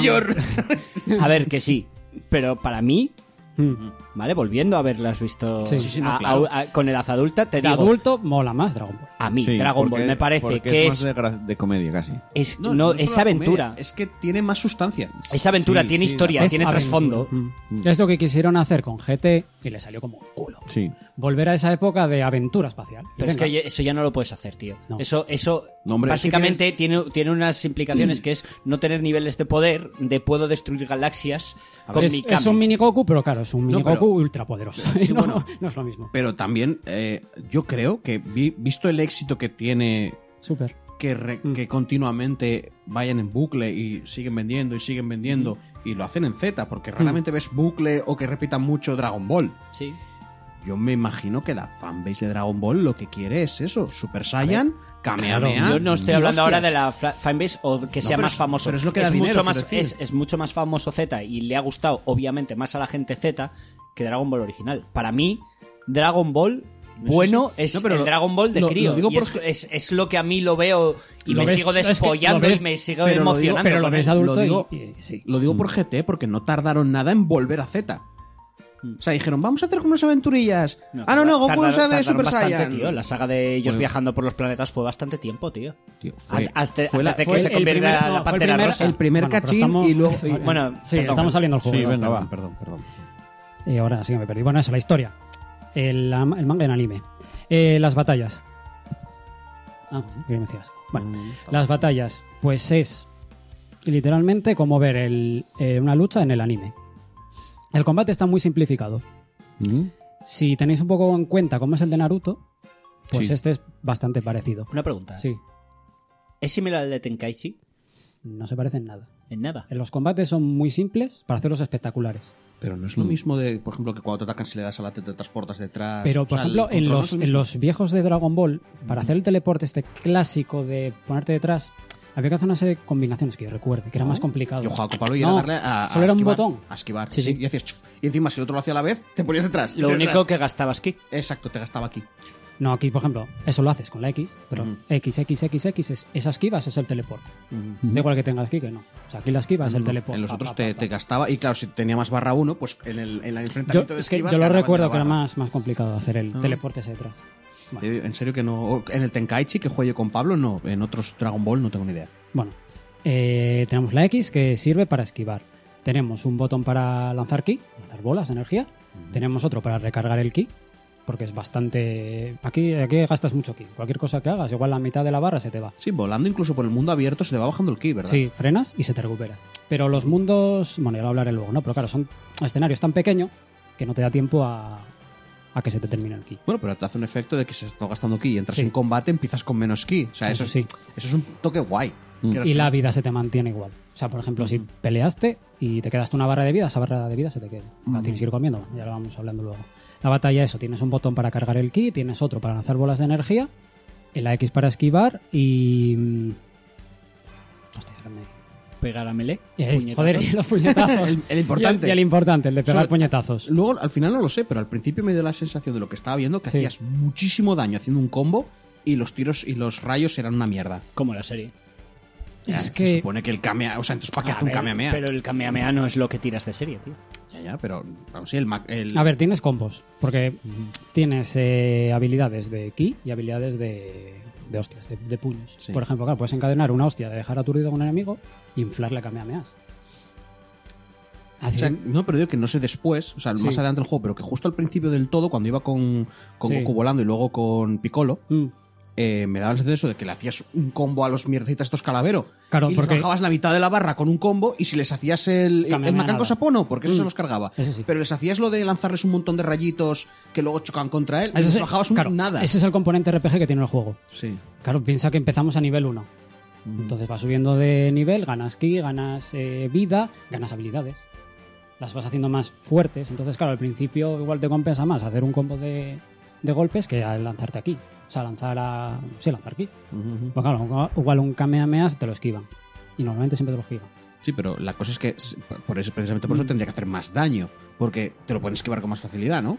mayor. a ver que sí. Pero para mí, Mm. ¿vale? Volviendo a haberlas visto Sí. Sí, sí, no, a- claro. a- a- con edad adulta, te De digo, adulto mola más Dragon Ball. a mí Sí, Dragon porque- Ball me parece porque que más es, de, gra- de comedia casi. es- no, solo es la aventura. comedia, es que tiene más sustancia. Es aventura, Sí, tiene sí, historia, Es tiene aventura. trasfondo. Mm. Es lo que quisieron hacer con GT y le salió como un culo. Sí. Volver a esa época de aventura espacial. Y Pero es venga. que ya- eso ya no lo puedes hacer, tío. No. Eso, eso No, hombre, básicamente tiene, tiene unas implicaciones que es no tener niveles de poder, de puedo destruir galaxias con es, mi es Kami. un mini Goku, pero claro, es un mini No, pero- Goku ultra poderoso. Sí, no, bueno. no es lo mismo. Pero también eh, yo creo que vi- visto el éxito que tiene Súper. que, re- Mm. que continuamente vayan en bucle y siguen vendiendo y siguen vendiendo y lo hacen en Z, porque Mm. raramente ves bucle o que repitan mucho Dragon Ball. Sí. Yo me imagino que la fanbase de Dragon Ball lo que quiere es eso, Super Saiyan, Kamehameha. Yo no estoy y hablando ahora hostias. de la fra- fanbase o que sea pero más es- famoso. pero es lo que da dinero, mucho quiero más, decir. es, es mucho más famoso Z y le ha gustado, obviamente, más a la gente Z que Dragon Ball original. Para mí, Dragon Ball bueno es No, pero el lo- Dragon Ball de lo- crío. lo digo y porque- es, es- es lo que a mí lo veo y Lo me ves- sigo no, es que lo despollando ves- y me sigo pero lo digo- emocionando. pero lo con ves él. adulto lo digo, y, y- sí. Lo digo por GT porque no tardaron nada en volver a Z. O sea, dijeron, vamos a hacer como unas aventurillas. ah, no, no, Goku tardaron- no sea de tardaron Super bastante, Saiyan. tío. La saga de ellos Fue- viajando por los planetas fue bastante tiempo, tío. Tío, fue- Hasta- hasta- fue la- antes de Fue que se el convierta primer- no, fue la el Pantera primer- Rosa. El primer pero cachín y luego- sí. Bueno, sí, perdón, estamos saliendo al juego. Sí, ¿verdad? venga, va. Perdón. Y ahora sí que me perdí. Bueno, eso, la historia. El, la- el manga en anime. Eh, las batallas. Ah, ¿qué me decías? Bueno, las batallas, pues es literalmente como ver el- eh, una lucha en el anime. El combate está muy simplificado. Si tenéis un poco en cuenta cómo es el de Naruto, pues Sí. este es bastante parecido. Una pregunta. Sí, ¿Es similar al de Tenkaichi? no se parecen nada. En nada. Los combates son muy simples para hacerlos espectaculares. Pero no es lo mismo de, por ejemplo, que cuando te atacan si le das a la te, te transportas detrás. Pero, por O sea, el ejemplo, en control no los, es lo en mismo. los viejos de Dragon Ball, para hacer el teleporte este clásico de ponerte detrás, había que hacer una serie de combinaciones que yo recuerde, que era más complicado. Oh, Yo jugaba con Pablo y era No, darle a, a solo era un esquivar, botón. A esquivar. Sí, Sí, sí. Y hacías chuf. Y encima, si el otro lo hacía a la vez, te ponías detrás. Lo detrás. único que gastabas aquí. Exacto, te gastaba aquí. No, aquí, por ejemplo, eso lo haces con la X, pero X, X, X, X, es, esas esquivas es el teleporte. Da igual que tengas aquí que no. O sea, aquí la esquiva es el teleporte. En los Pa, otros pa, te, pa, te pa. gastaba. Y claro, si tenía más barra uno, pues en el, en el Yo, enfrentamiento de es que esquivas. yo lo ganaban de recuerdo la Ah. que era barra. más, más complicado hacer el teleporte ese detrás. Te digo, En serio que no. o En el Tenkaichi que juegue con Pablo, no. En otros Dragon Ball no tengo ni idea. Bueno, eh, tenemos la X que sirve para esquivar. Tenemos un botón para lanzar ki, lanzar bolas, energía. Tenemos otro para recargar el ki, porque es bastante. Aquí, aquí gastas mucho ki. Cualquier cosa que hagas, igual la mitad de la barra se te va. Sí, volando incluso por el mundo abierto se te va bajando el ki, ¿verdad? Sí, frenas y se te recupera. Pero los mundos. Bueno, ya lo hablaré luego, ¿no? Pero claro, son escenarios tan pequeños que no te da tiempo a, a que se te termine el ki. Bueno, pero te hace un efecto de que se está gastando ki y entras Sí. en combate, empiezas con menos ki. O sea, eso, Eso sí. sí. Eso es un toque guay. Y la vida se te mantiene igual. O sea, por ejemplo, si peleaste y te quedaste una barra de vida, esa barra de vida se te queda. La tienes que ir comiendo, bueno, ya lo vamos hablando luego. La batalla, eso, tienes un botón para cargar el ki, tienes otro para lanzar bolas de energía, y la X para esquivar y... mm, Hostia, ahora me- Pegar a melee. Eh, puñetazos. joder, y los puñetazos. El- el importante. Y el, y el importante, el de pegar Sobre- puñetazos. Luego, al final no lo sé, pero al principio me dio la sensación de lo que estaba viendo que Sí. hacías muchísimo daño haciendo un combo y los tiros y los rayos eran una mierda. Como la serie. Ya, Es Se que... supone que el Kamea. O sea, entonces, ¿para qué A hace un ver, Kamehameha? Pero el Kamehameha no es lo que tiras de serie, tío. Ya, ya, pero. Vamos, sí, el. ma- el- A ver, tienes combos, porque tienes eh, habilidades de ki y habilidades de, de hostias, de, de puños. Sí. Por ejemplo, claro, puedes encadenar una hostia de dejar aturdido a un enemigo y inflarle a Kamehamehas. o Así- sea, no, pero digo que no sé después, o sea, Sí. más adelante del juego, pero que justo al principio del todo, cuando iba con, con Sí. Goku volando y luego con Piccolo, Mm. eh, me daba la sensación de eso, de que le hacías un combo a los mierdecitas estos calaveros. Claro, y porque- les bajabas la mitad de la barra con un combo y si les hacías el, el, Kamehameha el Macan nada. Mm. Cosa Po, no, porque eso se los cargaba. Eso sí. Pero les hacías lo de lanzarles un montón de rayitos que luego chocan contra él y Ese les es- bajabas un claro, nada. Ese es el componente RPG que tiene el juego. Sí. Claro, piensa que empezamos a nivel 1. Entonces vas subiendo de nivel, ganas ki, ganas eh, vida, ganas habilidades. Las vas haciendo más fuertes. Entonces, claro, al principio igual te compensa más hacer un combo de, de golpes que al lanzarte aquí. O sea, lanzar a. Sí, lanzar aquí. Pues claro, igual un Kamehameha te lo esquivan. Y normalmente siempre te lo esquivan. Sí, pero la cosa es que s- por eso, precisamente por eso tendría que hacer más daño, porque te lo pueden esquivar con más facilidad, ¿no?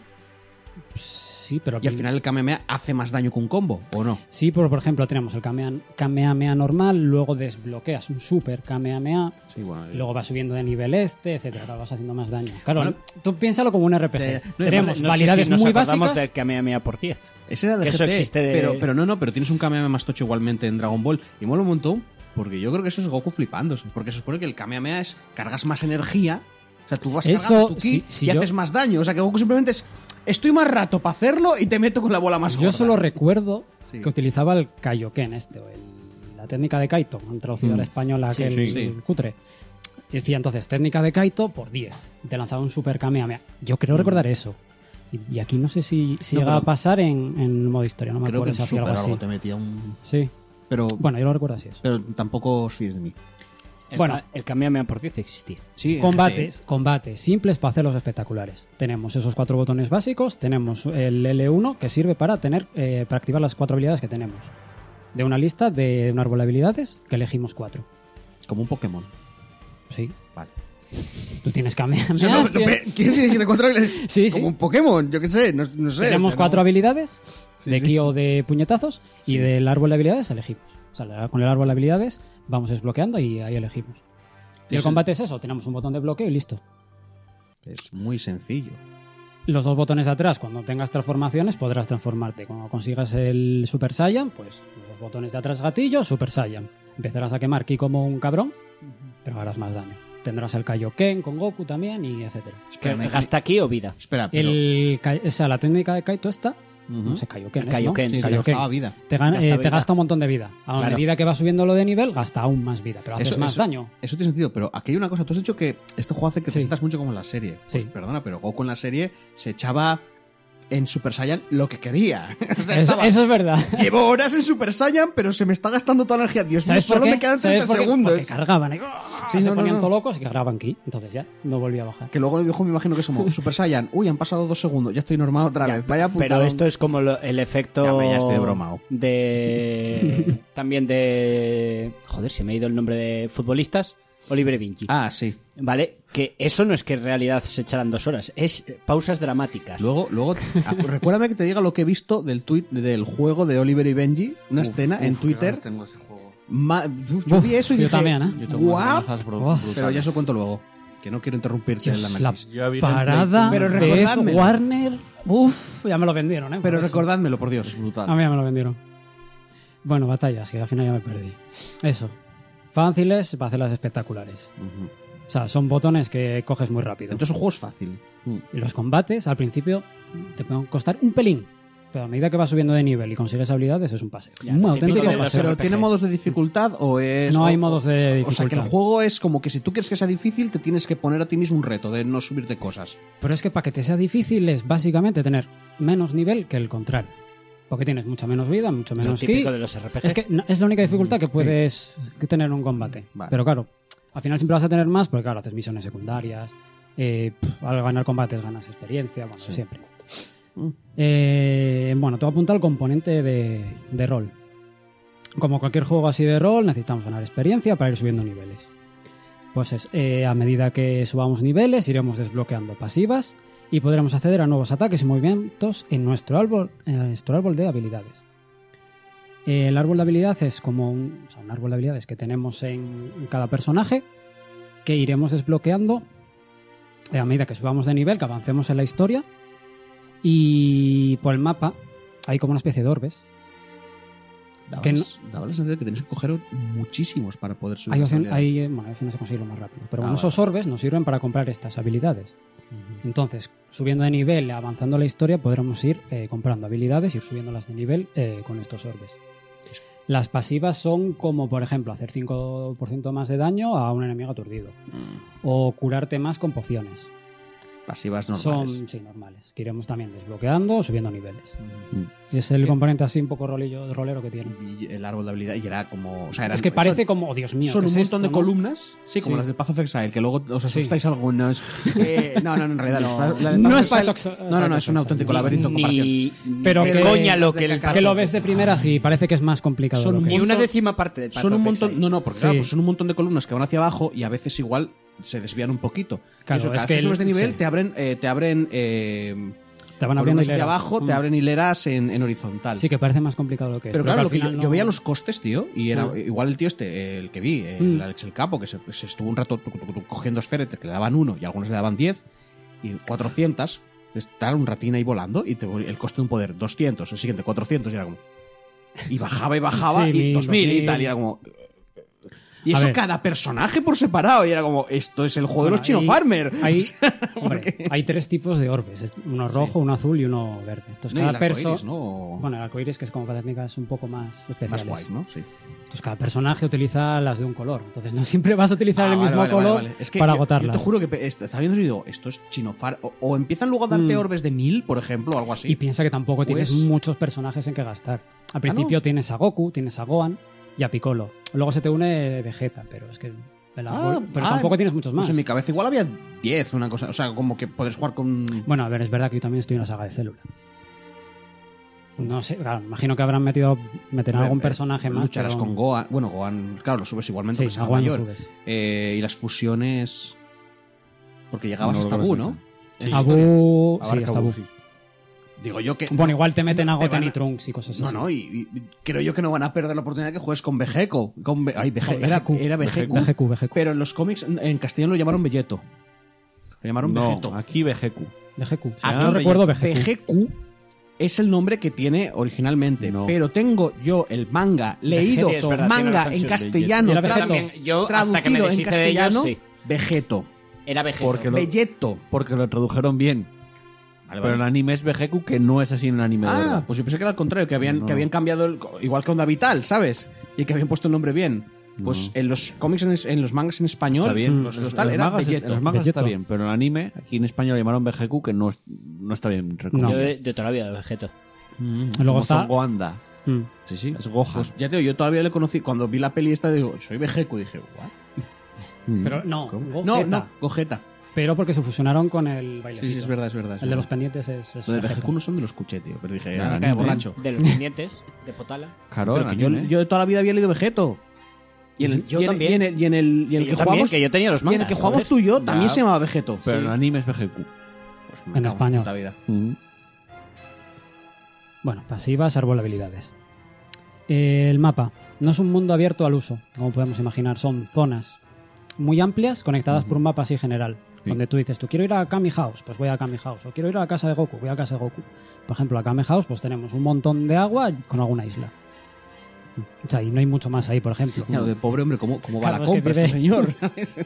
Sí, pero. Y al final el Kamehameha hace más daño que un combo, ¿o no? Sí, por, por ejemplo, tenemos el Kamea- Kamehameha normal, luego desbloqueas un super Kamehameha. Sí, bueno. Luego vas subiendo de nivel este, etcétera, claro, vas haciendo más daño. Claro, Bueno, tú piénsalo como un RPG. ya, ya. No, y Tenemos aparte, No sé validades si nos muy acordamos básicas. del Kamehameha por 10. Ese era de Que eso GT, existe de- pero, pero no, no, pero tienes un Kamehameha más tocho igualmente en Dragon Ball. Y mola un montón, porque yo creo que eso es Goku flipándose. Porque se supone que el Kamehameha es cargas más energía. O sea, tú vas Eso, cargando tu ki si- si y yo- haces más daño. O sea, que Goku simplemente es. Estoy más rato para hacerlo y te meto con la bola más Yo gorda. solo recuerdo Sí. que utilizaba el Kaioken este, o el- la técnica de Kaito, han traducido al español aquel sí, sí. cutre. Y decía entonces, técnica de Kaito por 10. Y te lanzaba un super Kamehameha. Yo creo recordar eso. Y, y aquí no sé si, si Mm. No, llega a pero- pasar en, en modo historia, no me Creo que acuerdo en si hacía Super algo algo, así. te metía un. Sí. Pero, Bueno, yo lo recuerdo así. Eso. pero tampoco os fíes de mí. El Bueno. Ka- el Kamehameha por 10 existía. Sí, en Combates, combates simples para hacerlos espectaculares. Tenemos esos cuatro botones básicos, tenemos el L1 que sirve para tener eh, para activar las cuatro habilidades que tenemos. De una lista de un árbol de habilidades que elegimos cuatro. GT, como un Pokémon. Sí, Vale. tú tienes Kamehameha. O sea, no, no, tienes- pe- ¿Qué decir? ¿Te controles? Sí, sí. Como un Pokémon, yo qué sé, no, no sé. tenemos o sea, cuatro no- habilidades de sí. ki o de puñetazos y del árbol de habilidades elegimos. O sea, la- con el árbol de habilidades vamos desbloqueando y ahí elegimos. Y el Tienes- combate es eso, tenemos un botón de bloqueo y listo. Es muy sencillo. los dos botones de atrás, cuando tengas transformaciones, podrás transformarte. Cuando consigas el Super Saiyan, pues los dos botones de atrás gatillo, Super Saiyan. Empezarás a quemar Ki como un cabrón, pero harás más daño. Tendrás el Kaioken con Goku también y etcétera. Que Espérame. ¿Gasta aquí o vida? Espera, pero. El, Kai- o sea, la técnica de Kaito esta, no sé, Kaioken, El es, ¿no? Kaioken, Sí, Sí, que Kaioken. costaba vida. Te, gana- Gasta eh, te vida. gasta un montón de vida. A Claro. medida que vas subiéndolo de nivel, gasta aún más vida, pero haces Eso- más eso- daño. Eso tiene sentido, pero aquí hay una cosa. Tú has dicho que este juego hace que te Sí. sientas mucho como en la serie. Pues Sí. perdona, pero Goku en la serie se echaba en Super Saiyan lo que quería. o sea, Eso, estaba. eso es verdad. Llevo horas en Super Saiyan, pero se me está gastando toda la energía. Dios mío, ¿Sabes por solo qué? me quedan 30 ¿Sabes por qué? segundos. Porque cargaban ahí, Sí, se no, no, ponían no. todo locos y cargaban Ki. Entonces ya, no volví a bajar. Que luego en el viejo me imagino que somos Super Saiyan. Uy, han pasado dos segundos, ya estoy normal otra vez. Vaya puta. Pero esto es como lo- el efecto. Ya, hombre, ya estoy bromao. De. También de. Joder, se me ha ido el nombre de futbolistas. Oliver Vinci. Ah, sí. Vale, que eso no es que en realidad se echaran dos horas, es eh, pausas dramáticas. Luego, luego, ah, recuérdame que te diga lo que he visto del tweet del juego de Oliver y Benji, una escena en Twitter. tengo ese juego. Ma- uf, yo Uf, vi eso y yo dije, también, ¿eh? Yo tengo unas "What?". amenazas bru- Guau. brutales. Pero ya eso cuento luego, que no quiero interrumpirte Dios, en el la análisis. Ya vi parada Pero de recordadme. Ed Warner. Uf, ya me lo vendieron, ¿eh? Pero Por eso. recordádmelo, por Dios. brutal. A mí ya me lo vendieron. Bueno, batallas, que al final ya me perdí. Eso. Fáciles para hacerlas espectaculares. O sea, son botones que coges muy rápido. Entonces el juego es fácil. Y los combates, al principio, te pueden costar un pelín. Pero a medida que vas subiendo de nivel y consigues habilidades, es un paseo. Ya, un lo auténtico típico de Tiene- los paseo. pero RPG. ¿tiene modos de dificultad o es...? No o- hay modos de O sea, que el dificultad. juego es como que si tú quieres que sea difícil, te tienes que poner a ti mismo un reto de no subirte cosas. Pero es que para que te sea difícil es básicamente tener menos nivel que el contrario. Porque tienes mucha menos vida, mucho Lo menos típico ki. de los RPG. Es que no- es la única dificultad que puedes tener en un combate. Vale. Pero claro, al final siempre vas a tener más porque, claro, haces misiones secundarias. eh, pf, al ganar combates ganas experiencia, bueno, siempre. Eh, bueno, todo apunta al componente de, de rol. Como cualquier juego así de rol, necesitamos ganar experiencia para ir subiendo niveles. Pues es, eh, a medida que subamos niveles, iremos desbloqueando pasivas y podremos acceder a nuevos ataques y movimientos en nuestro árbol, en nuestro árbol de habilidades. Eh, El árbol de habilidades es como un, o sea, un árbol de habilidades que tenemos en en cada personaje que iremos desbloqueando eh, a medida que subamos de nivel, que avancemos en la historia. Y por el mapa hay como una especie de orbes. Daba, Que la- daba la sensación de que tenías que coger muchísimos para poder subir. Hay, las opción- habilidades. hay, eh, bueno, hay opciones de conseguirlo más rápido. Pero Ah, bueno, vale. esos orbes nos sirven para comprar estas habilidades. Entonces, subiendo de nivel, avanzando la historia, podremos ir eh, comprando habilidades, ir subiéndolas de nivel eh, con estos orbes. Las pasivas son como, por ejemplo, hacer 5% más de daño a un enemigo aturdido. O curarte más con pociones. pasivas Mm. normales. Son, sí, normales. Que iremos también desbloqueando, subiendo niveles. Y es el componente así un poco rolillo, rolero que tiene. Y el árbol de habilidad y era como. O sea, eran- Es que parece son- como, oh Dios mío. son ¿qué un es montón esto, de no? columnas, sí, como Sí. las de Path of Exile, que luego os asustáis algunos. Eh, no, no, no, en realidad los- la- la de No Path of es Path of Exile- Exile. No, no, Path no, of es un Exile. auténtico Ni- laberinto en comparación. Ni, Pero ni que- coña lo que el Que lo ves de primeras y parece que es más complicado. Son de lo que Ni es. una décima parte de Path Son un of montón, Exile. no, no, porque claro, Sí. pues son un montón de columnas que van hacia abajo y a veces igual se desvían un poquito. Claro, Eso, cada vez es que que, el- subes de nivel sí. te abren, eh, te abren eh, Te van abriendo columnas de hileras. abajo, te Mm. abren hileras en, en horizontal. Sí, que parece más complicado de lo que es. Pero claro, al lo que yo, final yo no- veía los costes, tío, y era Mm. igual el tío este, eh, el que vi, eh, el Mm. Alex el Capo, que se, se estuvo un rato tuc, tuc, tuc, cogiendo esféretes que le daban uno y algunos le daban 10 y 400, estar un ratín ahí volando y te- el coste de un poder 200, el siguiente 400 y era como... Y bajaba y bajaba Sí, y mil, 2000 y dos tal, mil. y era como... Y A eso ver. cada personaje por separado, y era como, esto es el juego de Bueno, los Chino ahí- Farmer. Pues, Hay, O sea, hombre, hay tres tipos de orbes: es- uno rojo, uno azul y uno verde. Entonces, no, y pues, el cada perso. arcoiris, ¿no? Bueno, el arcoíris, que es como para técnicas un poco más Más especiales. guay, ¿no? Sí. Entonces, cada personaje utiliza las de un color. Entonces, no siempre vas a utilizar Ah, el vale, mismo vale, color vale, vale. Es que para yo- agotarlas. Yo te juro que pe- est- estaba viendo y digo, esto es chinofar. O, o empiezan luego a darte orbes de mil, por ejemplo, o algo así. Mm. Y piensa que tampoco tienes Pues- Ah, muchos personajes en que gastar. Al principio tienes a Goku, tienes a Gohan y a Piccolo. Luego se te une Vegeta, pero es que. el árbol- pero ah, tampoco tienes muchos Pues más. en mi cabeza igual había 10, una cosa. O sea, como que podés jugar con. Bueno, a ver, es verdad que yo también estoy en la saga de célula. No sé, claro, imagino que habrán metido meterán algún Eh, personaje más. Lucharás pero- con Gohan. Bueno, Gohan, claro, lo subes igualmente, Sí, aunque sea a Gohan lo mayor. subes. Eh, y las fusiones. Porque llegabas No hasta lo Bu, recuerdo. ¿no? En la historia. Abu, sí, Abarca está Abu. Abu, sí. Digo yo que. Bueno, igual te meten a Te Goten van a- y Trunks y cosas así. No, no, y, y- y creo yo que no van a perder la oportunidad de que juegues con Vegeco. Con Ve- Ay, Vege- Con era, Vegeco. era Vegeco. Vegeco, Vegeco. Pero en los cómics, en en castellano lo llamaron Belleto. Lo llamaron No, Vegeto. Ah, aquí BGQ. BGQ. sí, Aquí no recuerdo BGQ. BGQ es el nombre que tiene originalmente. No. Pero tengo yo el manga leído, Sí, es verdad, tiene manga razón, en sí, castellano, Belleto. Era tra- Vegeto. También, yo, hasta que me traducido en deshice de ellos, castellano, sí. Vegeto. Era Vegeto. Porque lo, Belleto. porque lo tradujeron bien. Pero el anime es BGQ, que no es así en el anime. de Ah, verdad. pues yo pensé que era al contrario, que habían, No. que habían cambiado, el- igual que Onda Vital, ¿sabes? Y que habían puesto el nombre bien. Pues en los cómics, en, en los mangas en español, Está bien. los, En los los tal, era mangas, Belleto. en los mangas está Belleto. bien, pero en el anime, aquí en España lo llamaron BGQ, que no, es- no está bien. No. Yo de, de toda la vida, Vegeto. Luego Luego está. Goanda. Mm. Sí, sí. Es Gohan. Pues ya te digo, yo todavía le conocí. Cuando vi la peli esta, digo, soy Vegeco. Y dije, ¿what? Pero no, Gogeta. No, no, Gogeta. Pero porque se fusionaron con el bailecito. Sí, sí, es verdad, es verdad. es El verdad. de los pendientes es. es Lo de Vegeta. Vegeco no son de los cuché, tío. Pero dije, Claro, ah, cae ni- borracho. De los pendientes, de Potala. Claro, Pero en que yo, anime. yo de toda la vida había leído Vegeto. Y en el, Yo y en- también. Y en el, y en el, y en Que el que, yo también, jugamos. que yo tenía los y en el mangas, que jugamos joder. tú y yo Ya. también se llamaba Vegeto. Pero Sí. en el anime es BGQ. Pues me en cago español. puta vida. Mm. Bueno, pasivas, árbol de habilidades. Eh, El mapa. No es un mundo abierto al uso, como podemos imaginar. Son zonas muy amplias conectadas por un mapa así general. Donde tú dices, tú quiero ir a Kami House, pues voy a Kami House. O quiero ir a la casa de Goku, voy a la casa de Goku. Por ejemplo, a Kami House, pues tenemos un montón de agua con alguna isla. O sea, y no hay mucho más ahí, por ejemplo. Ya, lo de pobre hombre, ¿cómo, cómo va la Claro, es que compra este vive- señor? ¿sabes?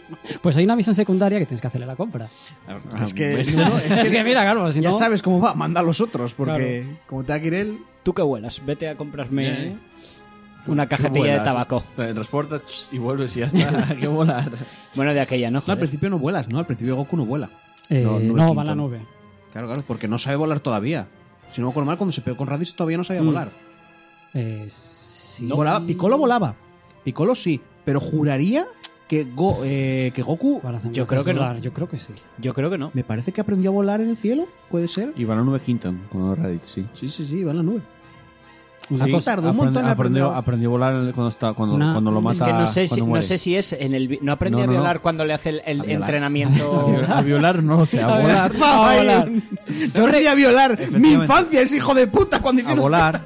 Pues hay una misión secundaria que tienes que hacerle la compra. Ah, es que. pues- no, no, Es que mira, claro, si Ya no- sabes cómo va, manda a los otros, porque como te va a querer él. Tú que vuelas, vete a comprarme Eh. una cajetilla de Vuelas, tabaco. Te transportas ch, y vuelves y ya está. Qué volar. Bueno, de aquella, ¿no? No, al Joder. principio no vuelas, ¿no? Al principio Goku no vuela. Eh, No, no, nube va la Quinton. nube. Claro, claro, porque no sabe volar todavía. Si no me acuerdo mal, cuando se pegó con Raditz todavía no sabía volar. Eh, sí. Volaba, Piccolo volaba. Piccolo sí, pero juraría que, Go- eh, que Goku. Para hacer- Yo creo que no. volar, Yo creo que sí. Yo creo que no. Me parece que aprendió a volar en el cielo, puede ser. Y van a nube Hinton con Raditz, sí. Sí, sí, sí, va en la nube. Una Sí, cosa- tardó un montón en aprendió, aprender. aprendió a volar en el- cuando, está, cuando, Una- cuando lo Es mata. que no sé, si, cuando no muere. sé si es en el... vi- No aprende No, a no, no. violar cuando le hace el, el A violar. A entrenamiento... violar- A violar no lo sé, a volar. Va, ahí. volar. Yo aprendí a violar. Mi Efectivamente. infancia es hijo de puta cuando A hicieron. volar.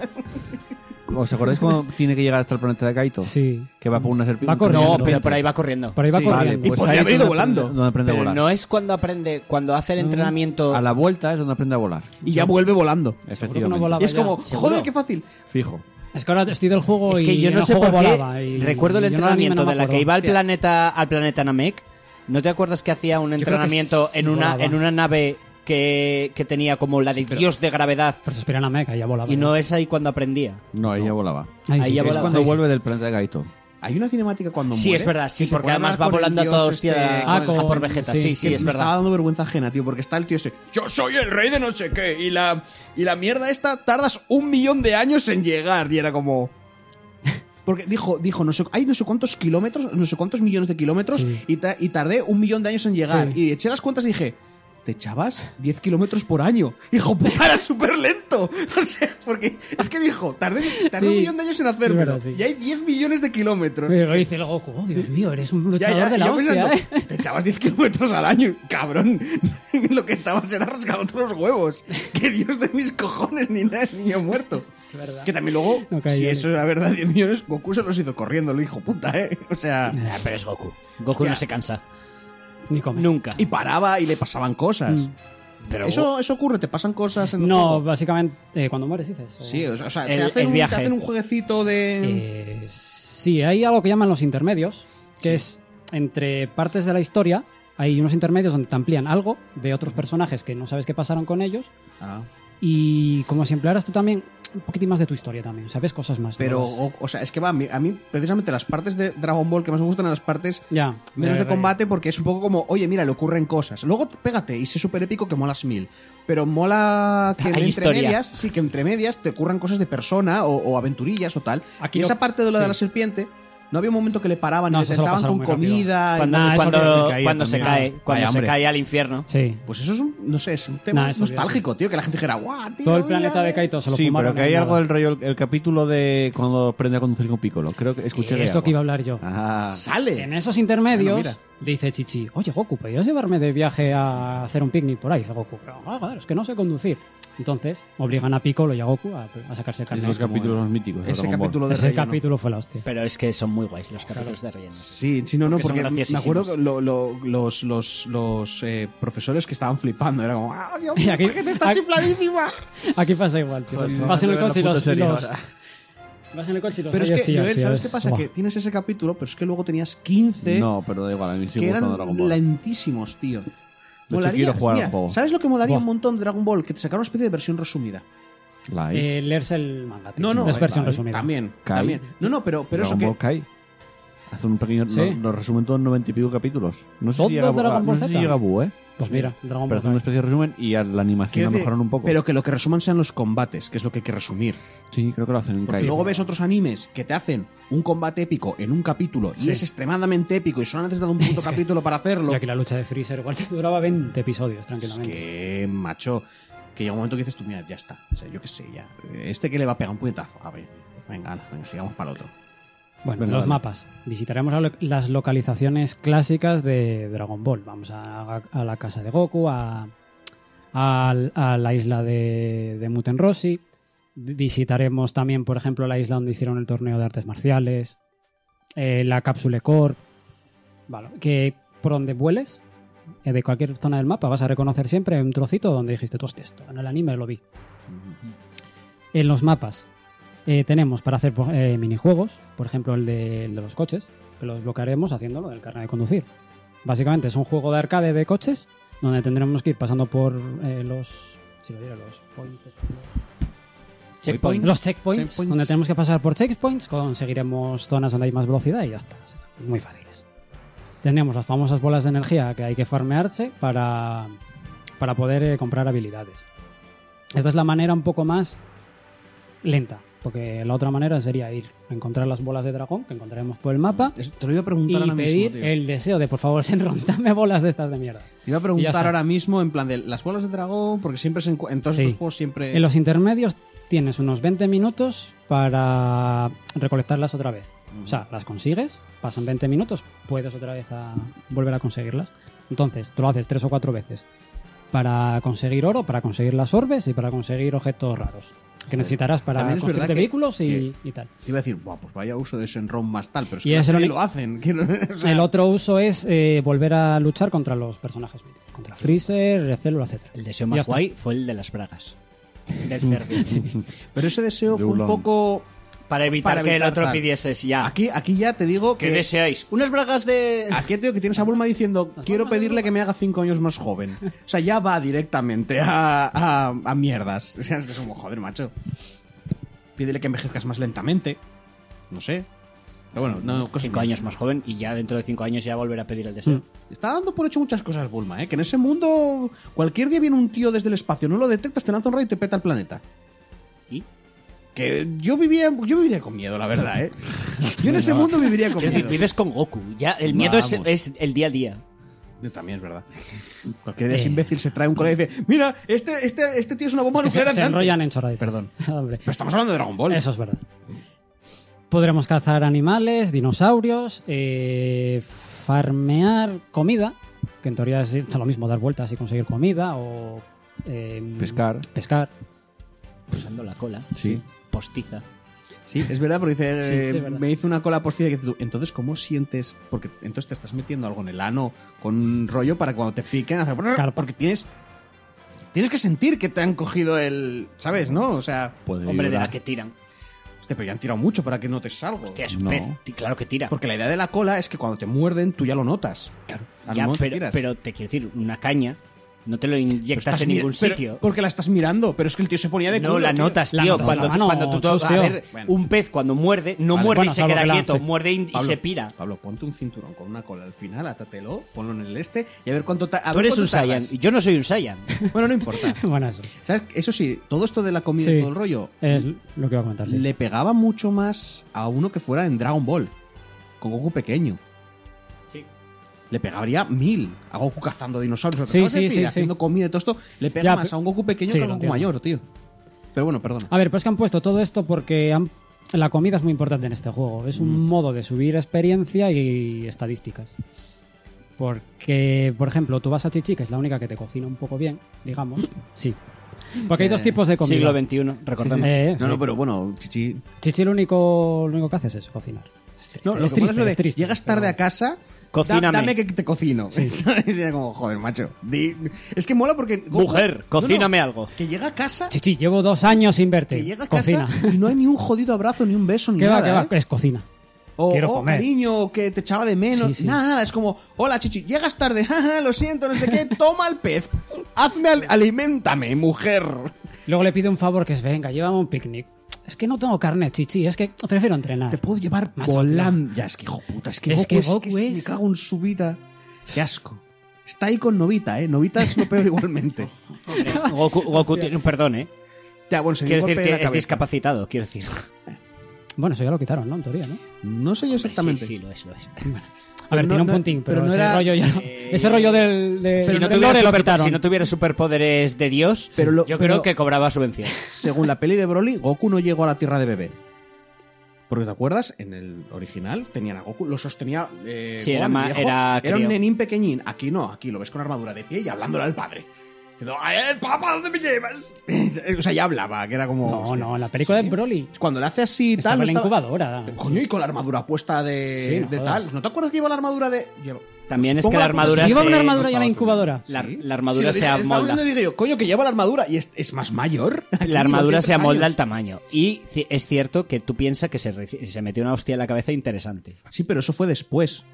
¿Os acordáis cuando tiene que llegar hasta el planeta de Kaito? Sí. Que va por una serpiente. Va un corriendo. tornillo de no, pero serpiente. por ahí va corriendo. Por ahí va Sí, corriendo. Vale, pues podría ahí haber es ido donde aprende- volando. Donde aprende a Pero volar. no es cuando aprende... Cuando hace el entrenamiento... A la vuelta es donde aprende a volar. Y ya vuelve volando. Seguro que no Efectivamente. volaba Y es ya. como, ¿Seguro? joder, qué fácil. Fijo. Es que ahora estoy del juego Es y que yo en no el sé juego por qué. volaba y- Recuerdo el y yo en anime entrenamiento no me de la que acuerdo. iba al Hostia. planeta, al planeta Namek. ¿No te acuerdas que hacía un creo que entrenamiento sí en, una, volaba. en una nave que, que tenía como la de Dios de gravedad? Pero se esperan a Mecha, ya volaba. Y no es ahí cuando aprendía. No, ella volaba. ahí ya es volaba, cuando sí, sí. vuelve del planeta de Kaito. Hay una cinemática cuando Sí, muere, es verdad, sí, que se porque pone a además hablar va con el volando a dios toda este- hostia con Ah, el- con- a por vegeta. sí, Sí, sí, que es me estaba verdad. dando vergüenza ajena, tío, porque está el tío ese, yo soy el rey de no sé qué, y la, y la mierda esta tardas un millón de años en llegar, y era como... Porque dijo, dijo, no sé, hay no sé cuántos kilómetros, no sé cuántos millones de kilómetros, Sí. y, ta- y tardé un millón de años en llegar. Y eché las cuentas y dije, te echabas 10 kilómetros por año. Hijo, puta, era súper lento. O sea, porque es que dijo, tardé, tardé Sí. un millón de años en Es hacerlo. verdad, sí. Y hay 10 millones de kilómetros. Pero dice el Goku, oh, Dios mío, eres un Ya, luchador ya, de y la yo hostia, pensando, ¿eh? te echabas 10 kilómetros al año, cabrón. Lo que estabas era rascándote los huevos. Que Dios de mis cojones, ni nada, niño muerto. Que también luego, No caí si en eso era verdad, 10 millones, Goku se los hizo corriendo, lo hijo puta, ¿eh? O sea, Ah, pero es Goku. Goku no se cansa. Ni come. Nunca. y paraba y le pasaban cosas. Pero Eso, eso ocurre, te pasan cosas en el Mm. No, juego. básicamente, eh, cuando mueres dices. o- Sí, o sea, o sea, El- te, hacen el un, viaje. te hacen un jueguecito de... Eh, sí, hay algo que llaman los intermedios, que es entre partes de la historia, hay unos intermedios donde te amplían algo de otros personajes que no sabes qué pasaron con ellos. Ah, Y como si emplearas tú también un poquitín más de tu historia también, sabes cosas más. Pero, nuevas. o, o sea, es que va, a mí, a mí precisamente las partes de Dragon Ball que más me gustan son las partes ya. Menos de relleno. combate porque es un poco como, oye, mira, le ocurren cosas. Luego pégate y sé súper épico que molas mil. Pero mola que Hay entre historia. medias, sí, que entre medias te ocurran cosas de persona o, o aventurillas o tal. Aquí y no- esa parte de lo de la serpiente, no había un momento que le paraban No, y le eso se lo tentaban pasaron con muy rápido. comida. y- cuando, Nah, eso cuando- no se caía cuando se también. cae, cuando Vaya, se hombre. cae al infierno. Sí. Pues eso es un, no sé, es un tema Nah, eso nostálgico, tío, que la gente dijera, guau, tío. Todo el mira". planeta de Kaito se lo Sí, pero fumaron que hay en algo nada. del rollo, el, el capítulo de cuando aprende a conducir con Piccolo. Creo que escuché de Es lo algo. que iba a hablar yo. Ah, En Sale. esos intermedios, Bueno, dice Chichi, oye Goku, ¿podrías llevarme de viaje a hacer un picnic por ahí? Dice Goku, pero ah, joder, es que no sé conducir. Entonces, obligan a Piccolo y a Goku a, a sacarse el carnet. esos capítulos son míticos. de Ese Dragon Ball. capítulo de Ese relleno. capítulo fue la hostia. Pero es que son muy guays los capítulos de relleno. Sí, sí, no, no, Porque porque, son me graciosísimos. acuerdo que lo- lo- los, los, los eh, profesores que estaban flipando. Era como, ¡ah, Dios Y mío, aquí- la gente está aquí- chifladísima! Aquí pasa igual, tío. Joder, vas en el vamos a coche y ver la los, puta serie los- ahora. Vas en el coche y los Pero es reyes que, chillan, Joel, tío, ¿sabes es- qué pasa? Buah. Que tienes ese capítulo, pero es que luego tenías 15 No, pero da igual, a mí sí me este que gusta eran Dragon Ball. lentísimos, tío. hecho, quiero jugar al juego. ¿Sabes lo que molaría un montón de Dragon Ball? Que te sacara una especie de versión resumida. Live. Eh, leerse el manga, tío. No, no. Es eh, versión vale, resumida. También, Kai. también. No, no, pero, pero eso Dragon que... Ball Kai. Hace un pequeño. Sí. no- Nos resumen todos en noventa y pico capítulos. No sé ¿Todo si llega, Dragon a- Ball no sé si Z? llega a Buu, ¿eh? Pues mira, Pero Dragon Ball. hace una Kai. especie de resumen y a la animación quiero la decir, mejoraron un poco. Pero que lo que resuman sean los combates, que es lo que hay que resumir. Sí, creo que lo hacen en Porque Kai. luego ves otros animes que te hacen un combate épico en un capítulo y es extremadamente épico y solo han necesitado un puto capítulo para hacerlo. Ya que la lucha de Freezer igual te duraba 20 episodios, Es tranquilamente. que, macho, que llega un momento que dices tú, mira, ya está. O sea, yo qué sé, ya. Este que le va a pegar un puñetazo. A ver, venga, ala, venga, sigamos para el otro. Bueno, Venga, los dale. mapas. Visitaremos a lo- las localizaciones clásicas de Dragon Ball. Vamos a, a la casa de Goku, a, al- a la isla de, de Muten Rossi. Visitaremos también, por ejemplo, la isla donde hicieron el torneo de artes marciales, eh, la cápsula Corp. Vale, que por donde vueles, eh, de cualquier zona del mapa, vas a reconocer siempre un trocito donde dijiste, tú esto, en el anime lo vi. En los mapas eh, tenemos para hacer por- eh, minijuegos, por ejemplo el de, el de los coches, que los bloquearemos haciéndolo del carnet de conducir. Básicamente es un juego de arcade de coches donde tendremos que ir pasando por eh, los... Si lo diera, los points, estos, ¿no? Checkpoint. Los checkpoints, donde tenemos que pasar por checkpoints, conseguiremos zonas donde hay más velocidad y ya está. serán Muy fáciles. Tenemos las famosas bolas de energía que hay que farmearse para, para poder eh, comprar habilidades. Esta es la manera un poco más lenta, porque la otra manera sería ir a encontrar las bolas de dragón que encontraremos por el mapa Eso te lo iba a preguntar y ahora mismo, pedir tío. el deseo de por favor, Senron, dame bolas de estas de mierda. Te iba a Y ya preguntar está. ahora mismo en plan de las bolas de dragón, porque siempre se encu- en todos Sí. estos juegos siempre... En los intermedios tienes unos 20 minutos para recolectarlas otra vez. O sea, las consigues, pasan 20 minutos, puedes otra vez a volver a conseguirlas. Entonces, tú lo haces tres o cuatro veces. Para conseguir oro, para conseguir las orbes y para conseguir objetos raros. Que necesitarás para También es construirte verdad que- vehículos y, y tal. Te iba a decir, Buah, pues vaya uso de Senron más tal, pero es Y que es así el uni- lo hacen. quiero- o sea, El otro uso es eh, volver a luchar contra los personajes míticos, Contra Freezer, Célula, etc. El deseo Ya más está. guay fue el de las bragas. Del Cervia. Pero ese deseo De fue un Ulan. poco... Para evitar Para que el evitar otro tal. pidieses ya. Aquí, aquí ya te digo ¿Qué que... deseáis? Unas bragas de... Aquí te digo que tienes a Bulma diciendo, quiero pedirle que me haga cinco años más joven. O sea, ya va directamente a, a, a mierdas. O sea, es que es como, joder, macho. Pídele que envejezcas más lentamente. No sé. Pero bueno, no, cosas Cinco mías. años más joven y ya dentro de cinco años ya volver a pedir el deseo. Está dando por hecho muchas cosas, Bulma, ¿eh? Que en ese mundo, cualquier día viene un tío desde el espacio, no lo detectas, te lanza un rayo y te peta el planeta. ¿Y? Que yo viviría, yo viviría con miedo, la verdad, ¿eh? Yo en ese mundo viviría con Quiero decir, miedo. vives con Goku. Ya, el miedo es, Vamos. es el día a día. Yo También es verdad. Cualquier día ese imbécil se trae un colega y dice, mira, este, este, este tío es una bomba Que se, nuclear se andante". enrollan en chorraditas. Perdón. Hombre. Pero estamos hablando de Dragon Ball. Eso es verdad. Podremos cazar animales, dinosaurios, eh, farmear comida, que en teoría es lo mismo dar vueltas y conseguir comida, o eh, Pescar. pescar. Usando la cola. Sí. Postiza. Sí, es verdad, porque dice, Sí, eh, es verdad. me hizo una cola postilla que dices tú, entonces, ¿cómo sientes? Porque entonces te estás metiendo algo en el ano con un rollo para que cuando te piquen, hacer Claro. porque tienes... Tienes que sentir que te han cogido el... ¿Sabes, no? O sea... Pues Puede Hombre, de la vibrar. que tiran. Hostia, pero ya han tirado mucho para que notes algo. Hostia, es un No. pez. Ti- Claro que tira. Porque la idea de la cola es que cuando te muerden, tú ya lo notas. Claro. Ya, pero, pero te quiero decir, una caña no te lo inyectas en ningún sitio. Porque la estás mirando, pero es que el tío se ponía de no culo, la tío. notas, La tío. notas cuando, con la mano, cuando tú tocas- tío. a ver, Bueno. un pez cuando muerde, no Vale, muerde bueno, y se salvo queda que la- quieto, sí. muerde y, y Pablo, se pira. Pablo, ponte un cinturón con una cola al final, atatelo, ponlo en el este y a ver cuánto... ta- a Tú ver eres un cuánto Saiyan. tardas. Yo no soy un Saiyan. Bueno, no importa. bueno, eso ¿Sabes? Eso sí, todo esto de la comida y Sí. todo el rollo es lo que iba a comentar. sí. le pegaba mucho más a uno que fuera en Dragon Ball, con Goku pequeño. Sí. Le pegaría mil a Goku cazando dinosaurios. lo que Sí, acabas de sí, decir, sí, haciendo sí. comida y todo esto. Le pega Ya, más pe- a un Goku pequeño sí, que a un lo Goku entiendo. mayor, tío. Pero bueno, perdona. A ver, pero es que han puesto todo esto porque han- la comida es muy importante en este juego. Es un modo de subir experiencia y estadísticas. Porque, por ejemplo, tú vas a Chichi, que es la única que te cocina un poco bien, digamos. Sí. Porque hay dos tipos de comida. Siglo XXI, recordemos. Eh, No, sí. no, pero bueno, chichi. Chichi lo único, lo único que haces es cocinar. No, lo es que mola es triste, lo de, es triste, llegas tarde pero- a casa. Cocíname. da- dame que te cocino. ¿Sabes? Y era como, joder, macho. di- Es que mola porque. Goku- Mujer, No, no, cocíname algo. Que llega a casa. Chichi, llevo dos años sin verte. Que llega a cocina. casa y no hay ni un jodido abrazo, ni un beso, ni ¿Qué va, nada. qué va? ¿eh? Es cocina. O, Quiero "Oh, comer". cariño, que te echaba de menos. Sí, sí. Nada, nada, es como, hola chichi, llegas tarde, jaja, lo siento, no sé qué, toma el pez, hazme, al- alimentame, mujer. Luego le pide un favor que es, venga, llévame a un picnic. Es que no tengo carne, Chichi, es que prefiero entrenar. Te puedo llevar Macho, volando. Ya, es que hijo puta, es que Ah. Es Goku que es, Goku que se es- me cago en su vida. Qué asco. Está ahí con Novita, ¿eh? Novita es lo peor igualmente. Goku, Goku tiene un perdón, ¿eh? Ya, bueno, se dio Quiero un decir golpe en la que es cabeza. discapacitado, quiero decir. Bueno, eso ya lo quitaron, ¿no? En teoría, ¿no? No sé yo exactamente. Sí, sí, lo es, lo es. A ver, No, tiene un no, puntín, pero, pero no ese era- Eh, rollo ya no- Ese rollo del. De, Si no, del tuviera lore lo super- quitaron. si no tuviera superpoderes de Dios, Pero lo- yo pero- creo que cobraba subvención. Según la peli de Broly, Goku no llegó a la tierra de bebé. Porque te acuerdas, en el original tenían a Goku, lo sostenía. eh, Sí, era Gohan, ma- viejo, era un crío. nenín pequeñín. Aquí no, aquí lo ves con armadura de pie y hablándole al padre. Diciendo, "A ver, papá, ¿dónde me llevas? o sea, ya hablaba, que era como. No, hostia. no, en la película Sí. de Broly. Cuando le hace así y Estaba tal. en no la incubadora. Coño, y con la armadura puesta de, Sí, no de jodas. tal. ¿No te acuerdas que iba la armadura de.? Lleva- También es Supongo Pues que la puta- armadura Si llevaba se- una armadura no ya en la estaba incubadora. La, Sí. la Sí, armadura lo se dije, estaba amolda. hablando y digo, coño, que lleva la armadura y es, es más mayor. La armadura se amolda al también. tamaño. Y ci- es cierto que tú piensas que se, reci- se metió una hostia en la cabeza interesante. Sí, pero eso fue después.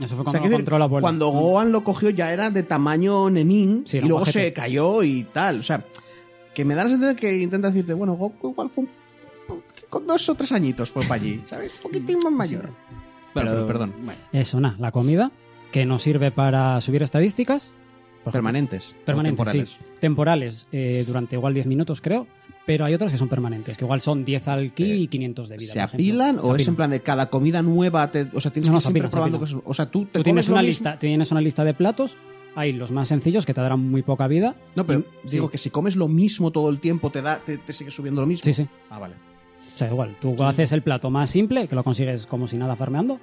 Eso fue O sea, cuando quiero decir, controla Broly. cuando Gohan lo cogió ya era de tamaño nenín Sí, y era un luego bajete. se cayó y tal. O sea, que me da la sensación de que intenta decirte, bueno, Goku igual fue un- con dos o tres añitos fue para allí, ¿sabes? Un poquitín más mayor. Bueno, pero, perdón. Bueno, Eso, nada, la comida, que nos sirve para subir estadísticas. por ejemplo. Permanentes. o Permanentes, temporales. sí. Temporales, eh, durante igual 10 minutos, creo. Pero hay otras que son permanentes, que igual son 10 al ki y 500 de vida. Eh, ¿Se por ejemplo. apilan o Se es en apilan. plan de cada comida nueva? te- o sea, tienes No, no, que ir se siempre apilan, se probando apilan. cosas. O sea, tú te Tú comes tienes lo una, mismo- lista, tienes una lista de platos, hay los más sencillos que te darán muy poca vida. No, pero Sí. digo que si comes lo mismo todo el tiempo, te da te, te sigue subiendo lo mismo. Sí, sí. Ah, vale. O sea, igual, tú haces el plato más simple, que lo consigues como si nada farmeando,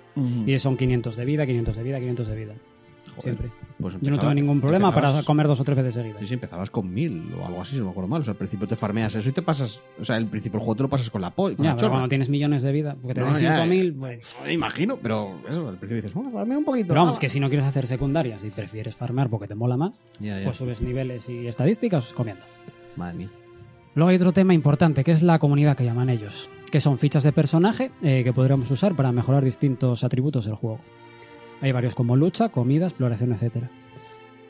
y son 500 de vida, 500 de vida, 500 de vida. Siempre. Pues Yo no empezaba- tengo ningún problema para empezabas- comer dos o tres veces seguidas. Sí, sí, empezabas con mil o algo así, si no me acuerdo mal. O sea, al principio te farmeas eso y te pasas. O sea, al principio el juego te lo pasas con la polla. Ya, Con la pero chorra. cuando tienes millones de vida, porque te No, dan ya, 5000, eh, pues- Me imagino, pero eso, al principio dices, bueno, farmea un poquito. Pero vamos, ah". que si no quieres hacer secundarias y prefieres farmear porque te mola más, Ya, ya. pues subes niveles y estadísticas, comiendo. Madre mía. Luego hay otro tema importante, que es la comunidad que llaman ellos, que son fichas de personaje eh, que podremos usar para mejorar distintos atributos del juego. Hay varios como lucha, comida, exploración, etc.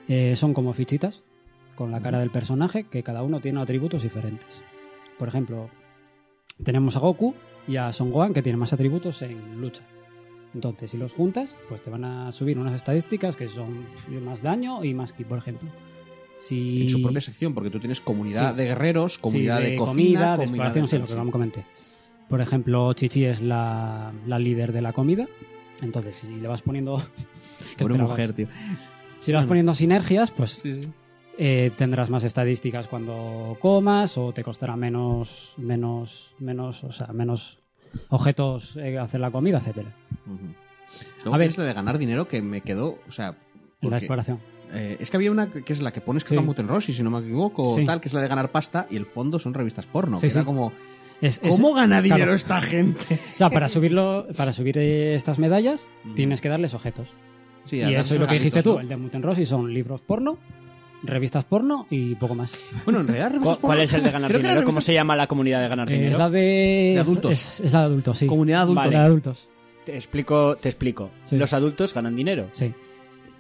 Eh, son como fichitas con la cara del personaje que cada uno tiene atributos diferentes. Por ejemplo, tenemos a Goku y a Son Gohan que tienen más atributos en lucha. Entonces, si los juntas, pues te van a subir unas estadísticas que son más daño y más ki, por ejemplo. Si... En su propia sección, porque tú tienes comunidad Sí. de guerreros, comunidad Sí, de, cocina, comida, comunidad de exploración, de- sí, lo que vamos comenté. Por ejemplo, Chichi es la, la líder de la comida. Entonces, si le vas poniendo. ¿Qué Pobre esperabas? mujer, tío. Si le vas poniendo sinergias, pues Sí, sí. eh, tendrás más estadísticas cuando comas, o te costará menos. menos. menos. o sea, menos objetos eh, hacer la comida, etcétera. Ujú. A Luego ver. tienes la de ganar dinero que me quedó, o sea, La porque, exploración. eh, es que había una que que es la que pones que Sí. es Mountain Rossi, si no me equivoco, o Sí. tal, que es la de ganar pasta y el fondo son revistas porno, Sí, que sí. era como Es- es- ¿cómo gana dinero claro. esta gente? O sea, para subirlo, para subir eh, estas medallas, Ujú. tienes que darles objetos. Sí, Y además eso es lo son que dijiste regalitos, tú, el de Mutant Rossi son libros porno, revistas porno y poco más. ¿no? Bueno, en realidad revistas ¿Cu- ¿Cuál porno- es el de ganar creo que eran dinero? ¿Cómo revistas- se llama la comunidad de ganar Eh, es dinero? la de... De es- adultos. Es, es la de adultos, sí. comunidad adulta? La de adultos, Te explico, te explico. Sí. Los adultos ganan dinero. sí.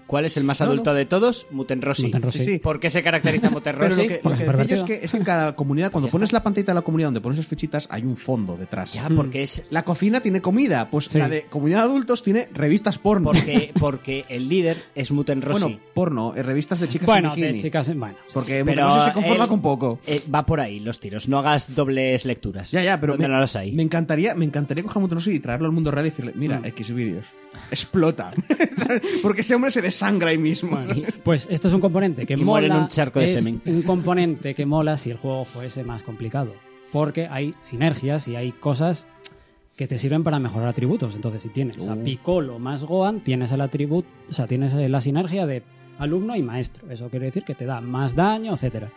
¿Cuál es el más adulto de todos? Muten Rossi. Mutant Rossi. Sí, sí. ¿Por qué se caracteriza Muten Pero lo Rossi? que, lo porque que es decía es pervertido. que, es que en cada comunidad, cuando Ya pones la pantallita de la comunidad donde pones esas fichitas, hay un fondo detrás. Mm. Ya, porque es La cocina tiene comida, pues pues. Sí. la de comunidad de adultos tiene revistas porno. porque, porque el líder es Muten Rossi. Bueno, porno, eh, revistas de chicas Bueno, en bikini. de chicas... en- Bueno, Porque pero no sé si se conforma él- con poco. eh, va por ahí los tiros. No hagas dobles lecturas. Ya, ya, pero Donde me, no las hay. me encantaría, me encantaría coger un y traerlo al mundo real y decirle, mira, Mm. X vídeos, explota. Porque ese hombre se desangra ahí mismo. Bueno, ¿sabes? pues esto es un componente que Y mola. muere en un charco de es semen. Un componente que mola si el juego fuese más complicado. Porque hay sinergias y hay cosas que te sirven para mejorar atributos. Entonces, si tienes a Piccolo más Gohan, tienes el atributo, o sea, tienes eh, la sinergia de alumno y maestro. Eso quiere decir que te da más daño, etcétera.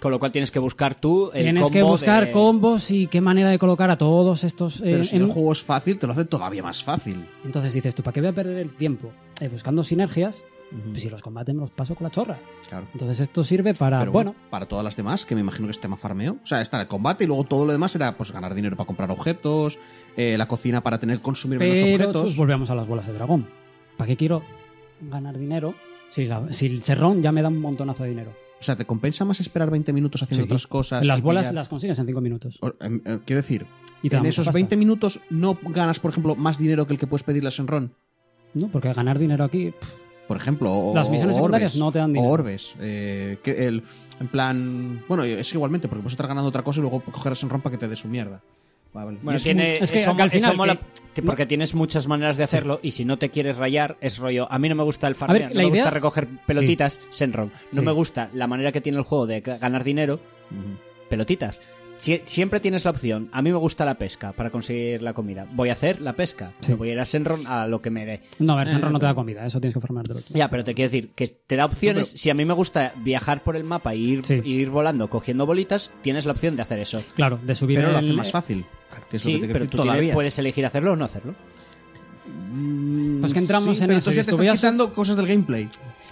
Con lo cual tienes que buscar tú el Tienes que combo buscar de- combos y qué manera de colocar a todos estos eh, Pero si en- el juego es fácil, te lo hace todavía más fácil. Entonces dices, ¿tú para qué voy a perder el tiempo eh, buscando sinergias? Pues si los combates me los paso con la chorra. Claro. Entonces esto sirve para, Pero Ah, bueno, bueno, para todas las demás, que me imagino que es tema farmeo. O sea, estar el combate y luego todo lo demás era pues ganar dinero para comprar objetos, eh, la cocina para tener consumir menos Pero pues, objetos. chus, volvemos a las bolas de dragón. ¿Para qué quiero ganar dinero si, la- si el serrón ya me da un montonazo de dinero? O sea, te compensa más esperar 20 minutos haciendo Sí. otras cosas. Las y bolas pillar- las consigues en 5 minutos. O- em, eh, Quiero decir, Y te da en mucha esos pasta. 20 minutos no ganas, por ejemplo, más dinero que el que puedes pedirle a Senron. No, porque ganar dinero aquí. pff, Por ejemplo, o, Las misiones o secundarias orbes, no te dan dinero. O orbes. eh, que el, en plan. Bueno, es igualmente, porque puedes estar ganando otra cosa y luego coger a Senron para que te dé su mierda. Vale. Bueno, Y es tiene, muy- es que eso, que al eso final mola que- porque tienes muchas maneras de hacerlo y si no te quieres rayar es rollo. A mí no me gusta el farmear, A ver, no la me idea- gusta recoger pelotitas, Senron. No Sí. me gusta la manera que tiene el juego de ca- ganar dinero, pelotitas. Sie- siempre tienes la opción. A mí me gusta la pesca para conseguir la comida. Voy a hacer la pesca. Sí. Me voy a ir a Senron a lo que me dé. No, a ver, serrón no te Eh, da comida, eso tienes que formártelo tú. Ya, pero te quiero decir que te da opciones. Si a mí me gusta viajar por el mapa e ir, Sí. ir volando cogiendo bolitas, tienes la opción de hacer eso. Claro, de subir Pero lo el- hace más fácil. que es lo sí, que te quiero pero decir, tú tienes- todavía. puedes elegir hacerlo o no hacerlo. Pues que entramos Sí, en pero eso. entonces y ya te esto, voy, a estás su- quitando cosas del gameplay.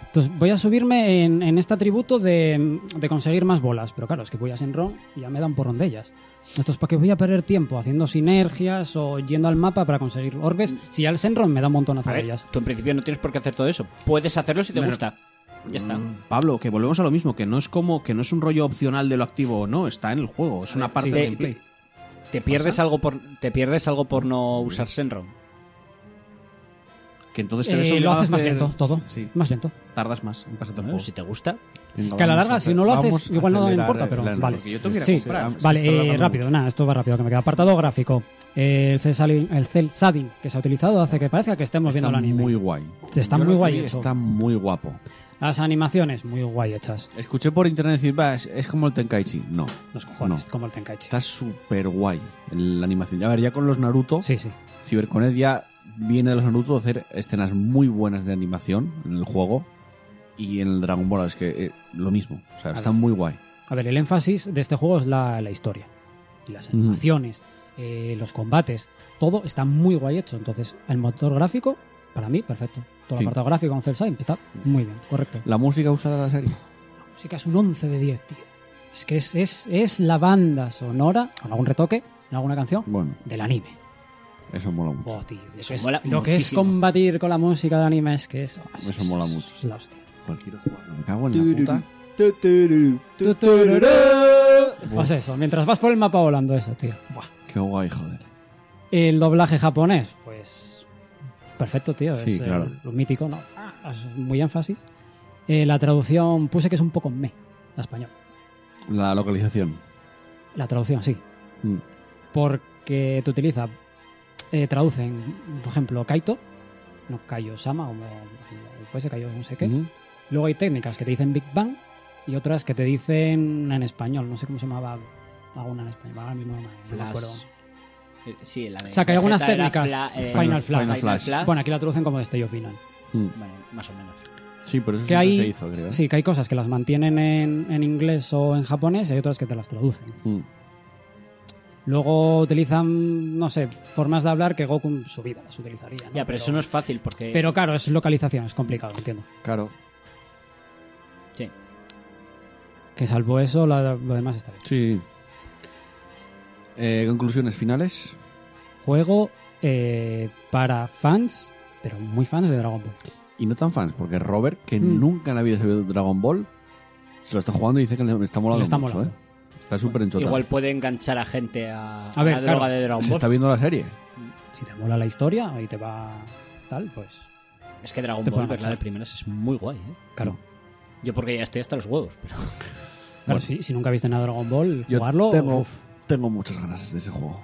entonces voy a subirme en, en este atributo de, de conseguir más bolas. Pero claro, es que voy a Senron y ya me dan porrón de ellas. Esto es para que voy a perder tiempo haciendo sinergias o yendo al mapa para conseguir orbes. Si ya el Senron me da un montonazo A de ver, ellas. tú en principio no tienes por qué hacer todo eso. Puedes hacerlo si te gusta. Ya está. Mm, Pablo, que volvemos a lo mismo, que no es como que no es un rollo opcional de lo activo o no, está en el juego, es una parte sí. del Te- gameplay. Mm, Te pierdes algo por te pierdes algo por no usar Senron. que entonces pues te ves Eh, lo obligado a haces más hacer- lento, todo. Sí, Más lento. tardas más en pasarte el Bueno, juego. si te gusta. Venga, Que a la vamos larga, hacer- si no lo vamos haces, a igual no me acelerar importa, el pero plan, Ah, vale. porque yo te- tuviera Sí, que comprar. vale, Se está eh, alargando rápido, nada, esto va rápido que me queda. Apartado gráfico. Eh, El cel, shading- el cel shading que se ha utilizado hace que parezca que estemos viendo el Está anime. muy guay. Sí, está Yo muy lo que guay vi hecho. Está muy guapo. Las animaciones, muy guay hechas. Escuché por internet decir, va, es, es como el Tenkaichi. No, Los cojones, No. como el Tenkaichi. está súper guay la animación. Ya ver, ya con los Naruto, Sí, sí. Cyberconnect ya viene de los Naruto a hacer escenas muy buenas de animación en el juego y en el Dragon Ball. Es que eh, lo mismo. O sea, está muy guay. A ver, el énfasis de este juego es la, la historia. Y las animaciones, eh, los combates, todo está muy guay hecho. Entonces, el motor gráfico, para mí, perfecto. Todo Sí. el apartado gráfico en cel shading está muy bien, correcto. La música usada en la serie. Sí que es un 11 de 10, tío. Es que es, es, es la banda sonora, con algún retoque, en alguna canción, Bueno, del anime. eso mola mucho. Buah, tío, lo Eso que es- mola lo que es muchísimo. combatir con la música del anime es que es... Eso mola mucho. es la hostia. Cualquier juego. Me cago en la puta. Pues eso, mientras vas por el mapa volando eso, tío. Buah. Qué guay, joder. El doblaje japonés, pues. Perfecto, tío. Sí, es eh, claro. lo mítico, ¿no? Ah, es muy énfasis. Eh, la traducción, puse que es un poco me, a español. La localización. La traducción, sí. Mm. Porque te utiliza. eh, traducen, por ejemplo, Kaito. No, Kaio Sama, como, como fuese, Kaio no sé qué. Ujú. Luego hay técnicas que te dicen Big Bang y otras que te dicen en español. No sé cómo se llamaba alguna en español. Ahora mismo no me- no me Flash. acuerdo. Eh, Sí, la de O sea, que hay algunas Vegeta era técnicas. Fla- eh, Final, Flash. Final Flash. Bueno, aquí la traducen como destello final. Mm. Bueno, más o menos. Sí, pero eso Pues Hmm. Que siempre hay, se hizo, creo. ¿eh? sí, que hay cosas que las mantienen en, en inglés o en japonés y hay otras que te las traducen. Mm. Luego utilizan, no sé, formas de hablar que Goku en su vida las utilizaría. ¿no? Ya, pero eso no es fácil porque. pero claro, es localización, es complicado, entiendo. Claro. Sí. Que salvo eso, la- lo demás está bien. Sí. Eh, conclusiones finales. Juego eh, para fans, pero muy fans de Dragon Ball. Y no tan fans, porque Robert, que Mm. nunca en la vida se vio Dragon Ball, se lo está jugando y dice que le está molando Le está mucho, molando. ¿eh? Está súper enchotado. Igual puede enganchar a gente a, A ver, la claro. droga de Dragon Se Ball. está viendo la serie. Si te mola la historia, ahí te va tal, pues Es que Dragon Te Ball, puede verla de enganchar. primeras, es muy guay, ¿eh? Mm. claro. Yo porque ya estoy hasta los huevos. Pero... Claro, si, si nunca viste nada de Dragon Ball, Yo jugarlo. tengo, uf, tengo muchas ganas de ese juego.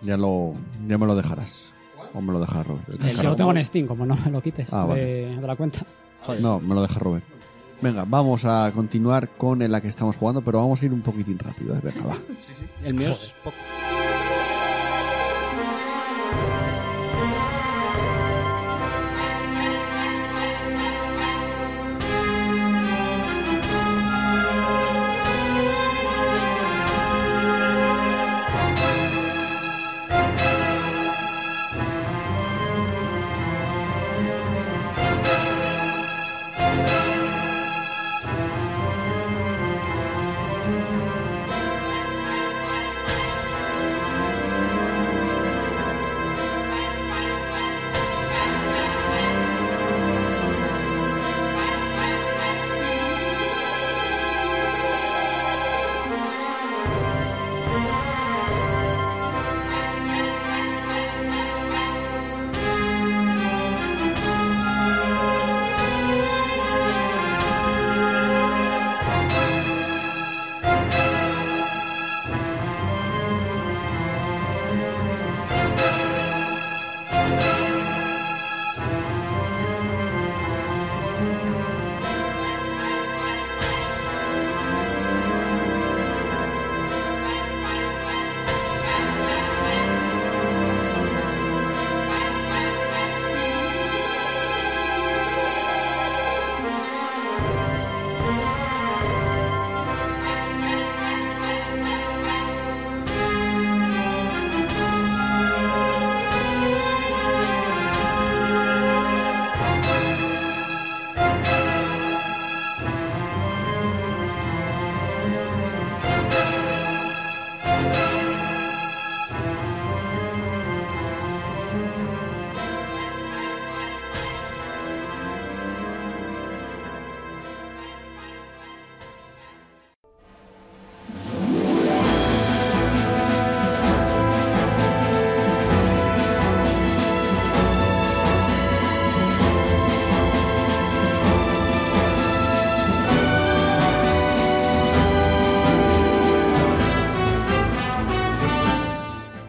Ya lo ya me lo dejarás. O me lo dejarás, Robert. si Déjalo. lo tengo en Steam, como no me lo quites Ah, vale. de- de la cuenta. Joder. No, me lo deja Robert. Venga, vamos a continuar con la que estamos jugando, pero vamos a ir un poquitín rápido. ¿eh? Venga, va. El mío es poco. Thank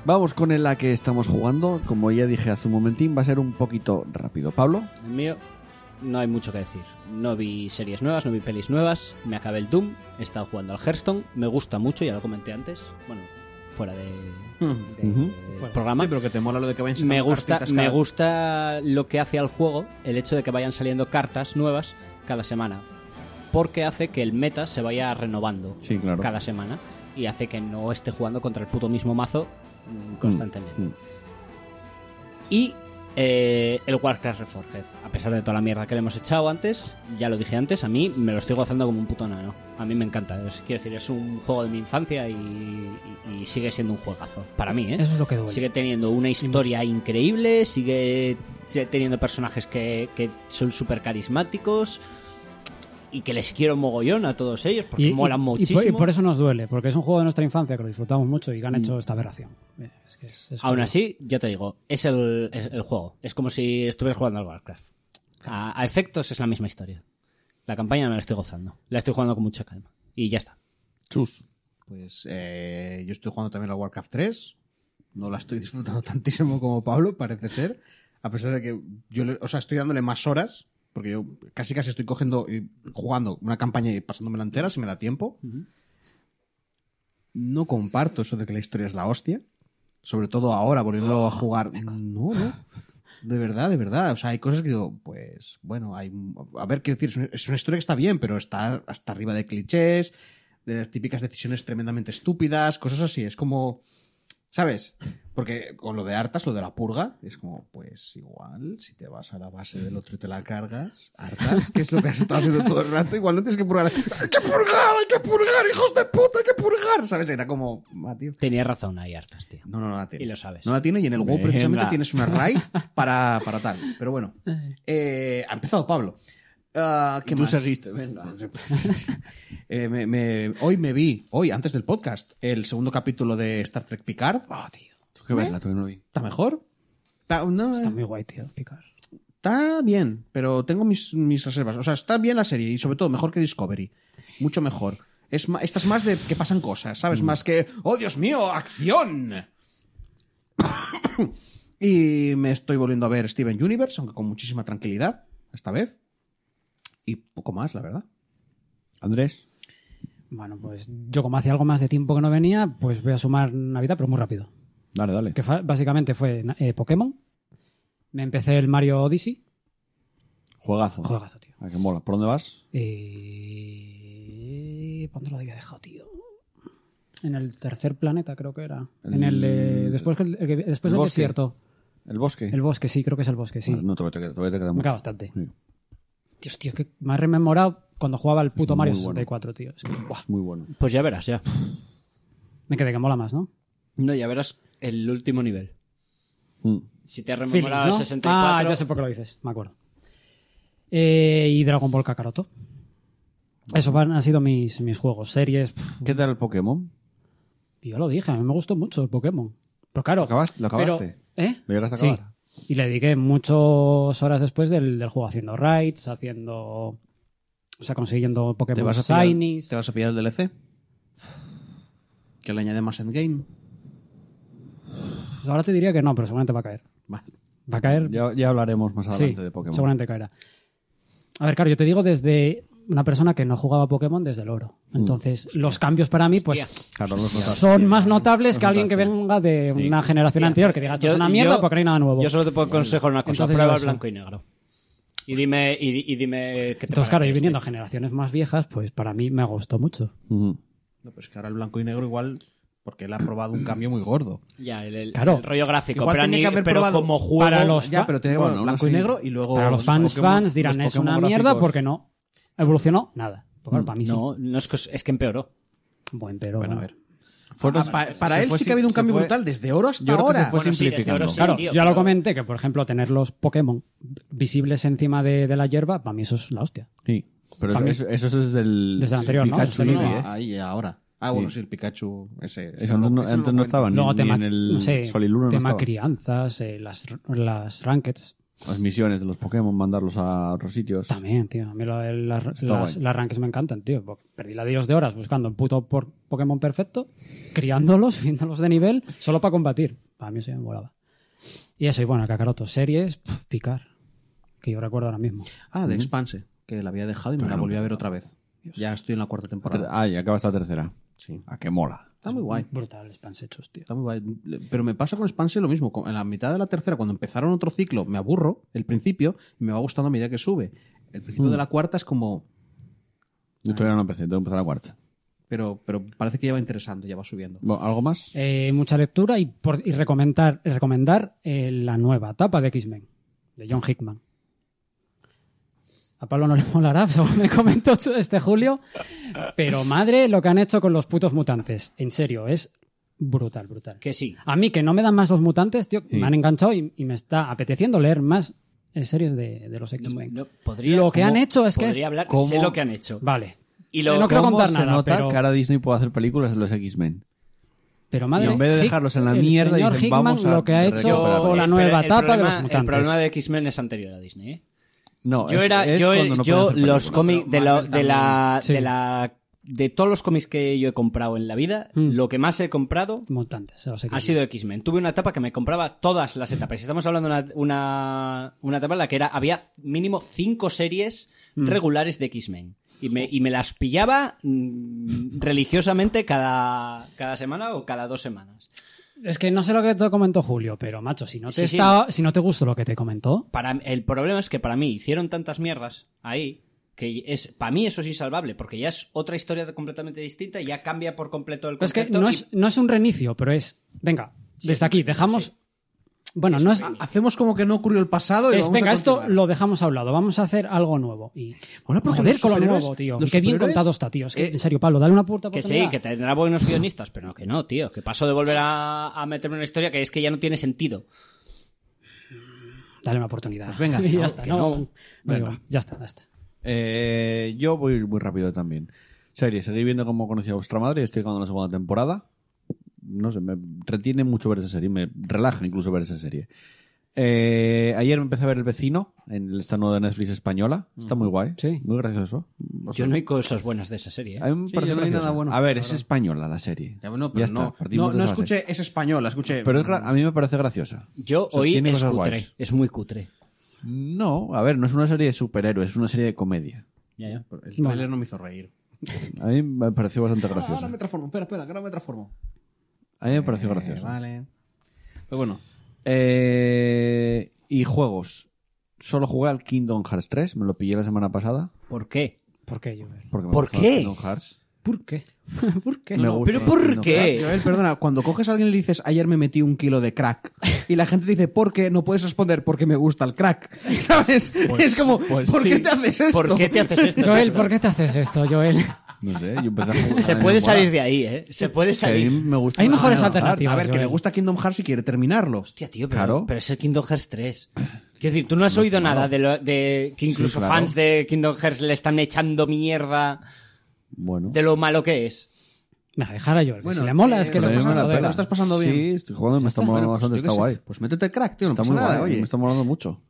Vamos con el la que estamos jugando. Como ya dije hace un momentín, va a ser un poquito rápido. Pablo, El mío no hay mucho que decir. No vi series nuevas, no vi pelis nuevas. Me acabé el Doom, he estado jugando al Hearthstone. Me gusta mucho, ya lo comenté antes. Bueno, fuera de, Mm. de- del programa. Sí, pero que te mola lo de que vayan me sacando gusta, cartitas me cada- gusta lo que hace al juego el hecho de que vayan saliendo cartas nuevas cada semana. Porque hace que el meta se vaya renovando Sí, claro. cada semana. Y hace que no esté jugando contra el puto mismo mazo mm, constantemente. mm. Y eh, el Warcraft Reforged. A pesar de toda la mierda que le hemos echado antes, ya lo dije antes, a mí me lo estoy gozando como un puto nano. A mí me encanta. Es, quiero decir, es un juego de mi infancia y, y- y sigue siendo un juegazo. Para mí, ¿eh? Eso es lo que duele. Sigue teniendo una historia increíble, sigue sigue teniendo personajes que, que son súper carismáticos y que les quiero mogollón a todos ellos porque molan por- muchísimo. Y por, eso nos duele, porque es un juego de nuestra infancia que lo disfrutamos mucho y que han hecho esta aberración. Eh, es que es- es- Aún así, ya te digo, es el, es el juego. Es como si estuvieras jugando al Warcraft. A, a efectos es la misma historia. La campaña no la estoy gozando. La estoy jugando con mucha calma. Y ya está. chus. Pues eh, yo estoy jugando también a Warcraft 3. No la estoy disfrutando tantísimo como Pablo, parece ser. A pesar de que yo, le- o sea, estoy dándole más horas. Porque yo casi casi estoy cogiendo y jugando una campaña y pasándomela entera si me da tiempo. No comparto eso de que la historia es la hostia. Sobre todo ahora, volviéndolo a jugar. No, no. De verdad, de verdad. O sea, hay cosas que digo, pues, bueno, hay. A ver, quiero decir, es una- es una historia que está bien, pero está hasta arriba de clichés, de las típicas decisiones tremendamente estúpidas, cosas así. Es como. ¿Sabes? Porque con lo de hartas, lo de la purga, es como, pues igual, si te vas a la base del otro y te la cargas, hartas, que es lo que has estado haciendo todo el rato, igual no tienes que purgar. ¡Hay que purgar! ¡Hay que purgar! ¡Hijos de puta! ¡Hay que purgar! ¿Sabes? Era como, va, tío. Tenías razón ahí, hartas, tío. No, no, no la tiene. Y lo sabes. No la tiene y en el WoW precisamente Venga. tienes una raid para, para tal. Pero bueno. Eh, ha empezado Pablo. Ah, ¿Qué Tú más? seguiste, venga. Eh, me- me- hoy me vi, hoy, antes del podcast, el segundo capítulo de Star Trek Picard. Tú que ¿Eh? verla, tú que no lo vi. ¿Está mejor? Está, no, Está muy guay, tío, Picard. está bien, pero tengo mis, mis reservas. O sea, está bien la serie y sobre todo mejor que Discovery. Mucho mejor. Es ma- estas más de que pasan cosas, ¿sabes? Más que, oh Dios mío, acción. y me estoy volviendo a ver Steven Universe, aunque con muchísima tranquilidad, esta vez. Y poco más, la verdad. Andrés. Bueno, pues yo como hacía algo más de tiempo que no venía, pues voy a sumar Navidad, pero muy rápido. Dale, dale. Que fa- básicamente fue eh, Pokémon. Me empecé el Mario Odyssey. Juegazo. Juegazo, tío. Ah, que mola. ¿Por dónde vas? Eh, ¿Por ¿Dónde lo había dejado, tío? En el tercer planeta, creo que era. en el de... El- Después, que el- el que- el después del bosque. desierto. ¿El bosque? El bosque, sí, creo que es el bosque, sí. Vale, no, todavía te queda, todavía te queda Me mucho. queda bastante. Sí. Dios, tío, que me ha rememorado cuando jugaba el puto muy Mario bueno. 64, tío. Es que, buah, Es muy bueno. Pues ya verás, ya. me quedé que mola más, ¿no? No, ya verás el último nivel. Mm. Si te has Feelings, rememorado ¿no? el 64... Ah, ya sé por qué lo dices, me acuerdo. Eh, y Dragon Ball Kakaroto. Esos van- han sido mis, mis juegos, series. pff, ¿Qué tal el Pokémon? yo lo dije, a mí me gustó mucho el Pokémon. Pero claro. ¿Lo acabaste? ¿Lo pero- acabaste? ¿Eh? ¿Lo llegaste a Sí. acabar? Y le dediqué muchas horas después del, del juego haciendo raids, haciendo. O sea, consiguiendo ¿Te Pokémon vas, a pillar, Shinies. ¿Te vas a pillar el DLC? Que le añade más endgame. Pues ahora te diría que no, pero seguramente va a caer. Vale. Va a caer Ya, ya hablaremos más adelante Sí, de Pokémon. Seguramente caerá. A ver, claro, yo te digo desde una persona que no jugaba Pokémon desde el oro. Mm. Entonces, los cambios para mí, pues. Claro, los notas. Son más notables que alguien que notaste. venga de una generación anterior que diga esto es una mierda porque no hay nada nuevo. Yo solo te puedo aconsejar una cosa. Entonces prueba yo el eso. blanco y negro. Y dime, y, y dime qué te Entonces, parece claro, y este. viniendo a generaciones más viejas, pues para mí me gustó mucho. Mm. No, pues que ahora el blanco y negro igual, porque él ha probado un cambio muy gordo. Ya, el, el- Claro. el rollo gráfico. Igual Pero, tenía ni- que haber pero probado como juego... para los ya, fa- pero tenía Bueno, aún blanco y así, negro y luego. para los fans, Pokémon- fans dirán, los es una Pokémon mierda gráficos". Mm, porque no evolucionó nada. Porque, claro, para mí sí. No, no es que, es que empeoró. Bueno, pero. Bueno, a ver. Fueron- Ah, pa- para se él fue sí sin- que ha habido un se cambio fue- brutal desde oro hasta Yo creo que ahora. se fue Bueno, sí, desde simplificando. ahora sí. Claro, tío, ya lo pero- comenté que, por ejemplo, tener los Pokémon visibles encima de, de la hierba, para mí eso es la hostia. Sí. Pero Para eso, mí- eso, eso es desde el. Desde el anterior, ¿no? Pikachu Desde el Eevee, uno. ¿eh? Ah, ahí ahora. Ah, bueno, Sí. sí, el Pikachu ese. ese Eso antes no, ese antes no cuenta. estaba ni, Luego ni tema, en el no sé, Sol y Luna. no tema estaba. crianzas, eh, las, las rankeds. Las misiones de los Pokémon, mandarlos a otros sitios. También, tío. A mí lo- el- las, Está las- guay. las rankings me encantan, tío. Porque Perdí la dios de horas buscando un puto por- Pokémon perfecto, criándolos, subiéndolos de nivel, solo para combatir. Para mí eso ya me volaba. Y eso, y bueno, Kakaroto, series, pf, picar. Que yo recuerdo ahora mismo. Ah, de Expanse, que la había dejado y me la volví a ver otra vez. Ya estoy en la cuarta temporada. Ah, y acaba esta tercera. Sí. A que mola. Está muy guay. Brutal, Spansechos, tío. Está muy guay. Pero me pasa con Expanse lo mismo. Con- En la mitad de la tercera, cuando empezaron otro ciclo, me aburro el principio y me va gustando a medida que sube. El Mm. principio de la cuarta es como. Yo todavía no empecé, tengo que empezar la cuarta. Pero, pero parece que ya va interesando, ya va subiendo. Bueno, ¿Algo más? Eh, mucha lectura y, por- y recomendar, recomendar eh, la nueva etapa de X-Men, de John Hickman. A Pablo no le molará, según me comentó este julio, pero madre lo que han hecho con los putos mutantes. En serio, es brutal, brutal. Que sí. A mí que no me dan más los mutantes, tío, Sí. me han enganchado y, y me está apeteciendo leer más eh, series de, de los No, X-Men. no, podría- Lo que ¿cómo han hecho es que podría es- hablar, ¿cómo? sé lo que han hecho. Vale. Y lo- no quiero ¿Cómo contar se nada, nota pero, que ahora Disney puede hacer películas de los X-Men? pero madre, y en vez de Hick- dejarlos en la el mierda, señor dicen, Hickman vamos a lo que ha hecho recuperar. con la eh, nueva pero el etapa de problema- los mutantes. El problema de X-Men es anterior a Disney, ¿eh? No, Yo es- era, es yo, cuando no yo pueden hacer los películas. cómics de, la- de la, Sí. de la, de todos los cómics que yo he comprado en la vida, lo que más he comprado mutantes. se los ha X-Men. sido X-Men. Tuve una etapa que me compraba todas las etapas. Y Estamos hablando de una, una, una etapa en la que era, había mínimo cinco series regulares de X-Men. Y me, y me las pillaba mm, religiosamente cada, cada semana o cada dos semanas. Es que no sé lo que te comentó Julio, pero macho, si no te Sí, sí. está- si no te gustó lo que te comentó, Para, el problema es que para mí hicieron tantas mierdas ahí que es para mí eso es insalvable porque ya es otra historia de- completamente distinta y ya cambia por completo el es concepto que no y- es, no es un reinicio, pero es, venga, es desde un aquí reinicio, dejamos, sí. bueno, no Ah, es, Ah, Hacemos como que no ocurrió el pasado y es, vamos a venga, esto continuar. lo dejamos hablado, vamos a hacer algo nuevo y Bueno, pero joder los con lo superhéroes- nuevo, tío, los qué bien superhéroes, contado está, tío, es que, eh, en serio, Pablo, dale una puerta Que sí, que tendrá buenos guionistas, pero que no, tío. Que paso de volver a, a meterme en una historia que es que ya no tiene sentido. dale una oportunidad. Pues venga, y ya no, está, que no, no. no digo, ya está, ya está. Eh, yo voy a ir muy rápido también. Serie, seguí viendo cómo conocí a vuestra madre. Estoy llegando a la segunda temporada. No sé, me retiene mucho ver esa serie. Me relaja incluso ver esa serie. Eh, ayer me empecé a ver El Vecino en esta nueva Netflix española. Está muy guay. Sí. Muy gracioso. O sea, Yo no hay cosas buenas de esa serie. ¿eh? a mí me Sí, parece yo no vi graciosa. nada bueno, a ver, la es verdad. española la serie. Ya, bueno, pero Ya no, está, partimos no, de no esa base. escuché, es española, escuché. Pero es gra- a mí me parece graciosa. Yo O sea, hoy tiene es cosas cutre. guays. Es muy cutre. No, a ver, no es una serie de superhéroes, es una serie de comedia. Ya, ya. El trailer no me hizo reír. A mí me pareció bastante Ah, ahora graciosa. me transformo, espera, espera, que ahora me transformo. A mí me pareció Eh, graciosa. vale. Pero bueno, Eh, y juegos. Solo jugué al Kingdom Hearts 3, me lo pillé la semana pasada. ¿Por qué? ¿Por qué, Joel? Porque me ¿Por gustaba qué? el Kingdom Hearts. ¿Por qué? ¿Por qué? Me No, gusta ¿Pero el por Kingdom qué? Joel, perdona, cuando coges a alguien y le dices, ayer me metí un kilo de crack, y la gente dice, ¿por qué? No puedes responder, porque me gusta el crack. ¿Sabes? es como, Pues ¿por qué te haces esto? ¿Por qué te haces esto? Joel, ¿por qué te haces esto, Joel? Hearts. No sé, yo empecé a jugar. Se puede salir de ahí, ¿eh? Se puede a mí salir. me gusta Hay el mejores Kingdom Hearts. alternativas. A ver, que Joel. le gusta Kingdom Hearts y quiere terminarlo. Hostia, tío, pero, Claro. pero es el Kingdom Hearts 3. Quiero decir, tú no has oído nada de, lo- de que incluso claro. fans de Kingdom Hearts le están echando mierda Bueno, de lo malo que es. Venga, dejar a Joel, que Bueno, si le mola eh, es que pero lo a mí me pasa, la joder. pela. lo estás pasando bien. Sí, estoy jugando, me está molando Bueno, pues, bastante, yo qué está sé, guay. Pues métete el crack, tío, no está pasa muy nada, guay, oye. me está molando mucho.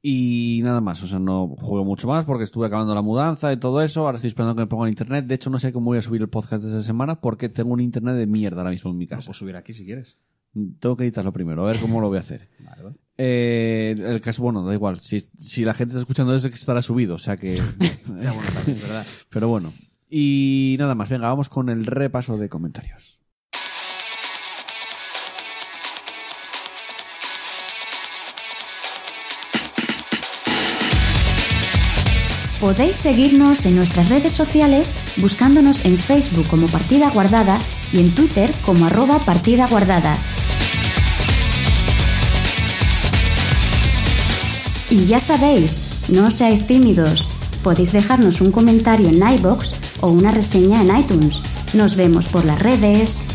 Y nada más, o sea, no juego mucho más porque estuve acabando la mudanza y todo eso. Ahora estoy esperando que me pongan internet. De hecho, no sé cómo voy a subir el podcast de esa semana porque tengo un internet de mierda ahora mismo en mi Lo casa. puedes subir aquí si quieres. Tengo que editarlo primero, a ver cómo lo voy a hacer. Eh, el caso, bueno, da igual. Si, si la gente está escuchando eso, es que estará subido, o sea que. Pero bueno. Y nada más, venga, vamos con el repaso de comentarios. Podéis seguirnos en nuestras redes sociales buscándonos en Facebook como Partida Guardada y en Twitter como arroba Partida Guardada. Y ya sabéis, no seáis tímidos. Podéis dejarnos un comentario en iBox o una reseña en iTunes. Nos vemos por las redes.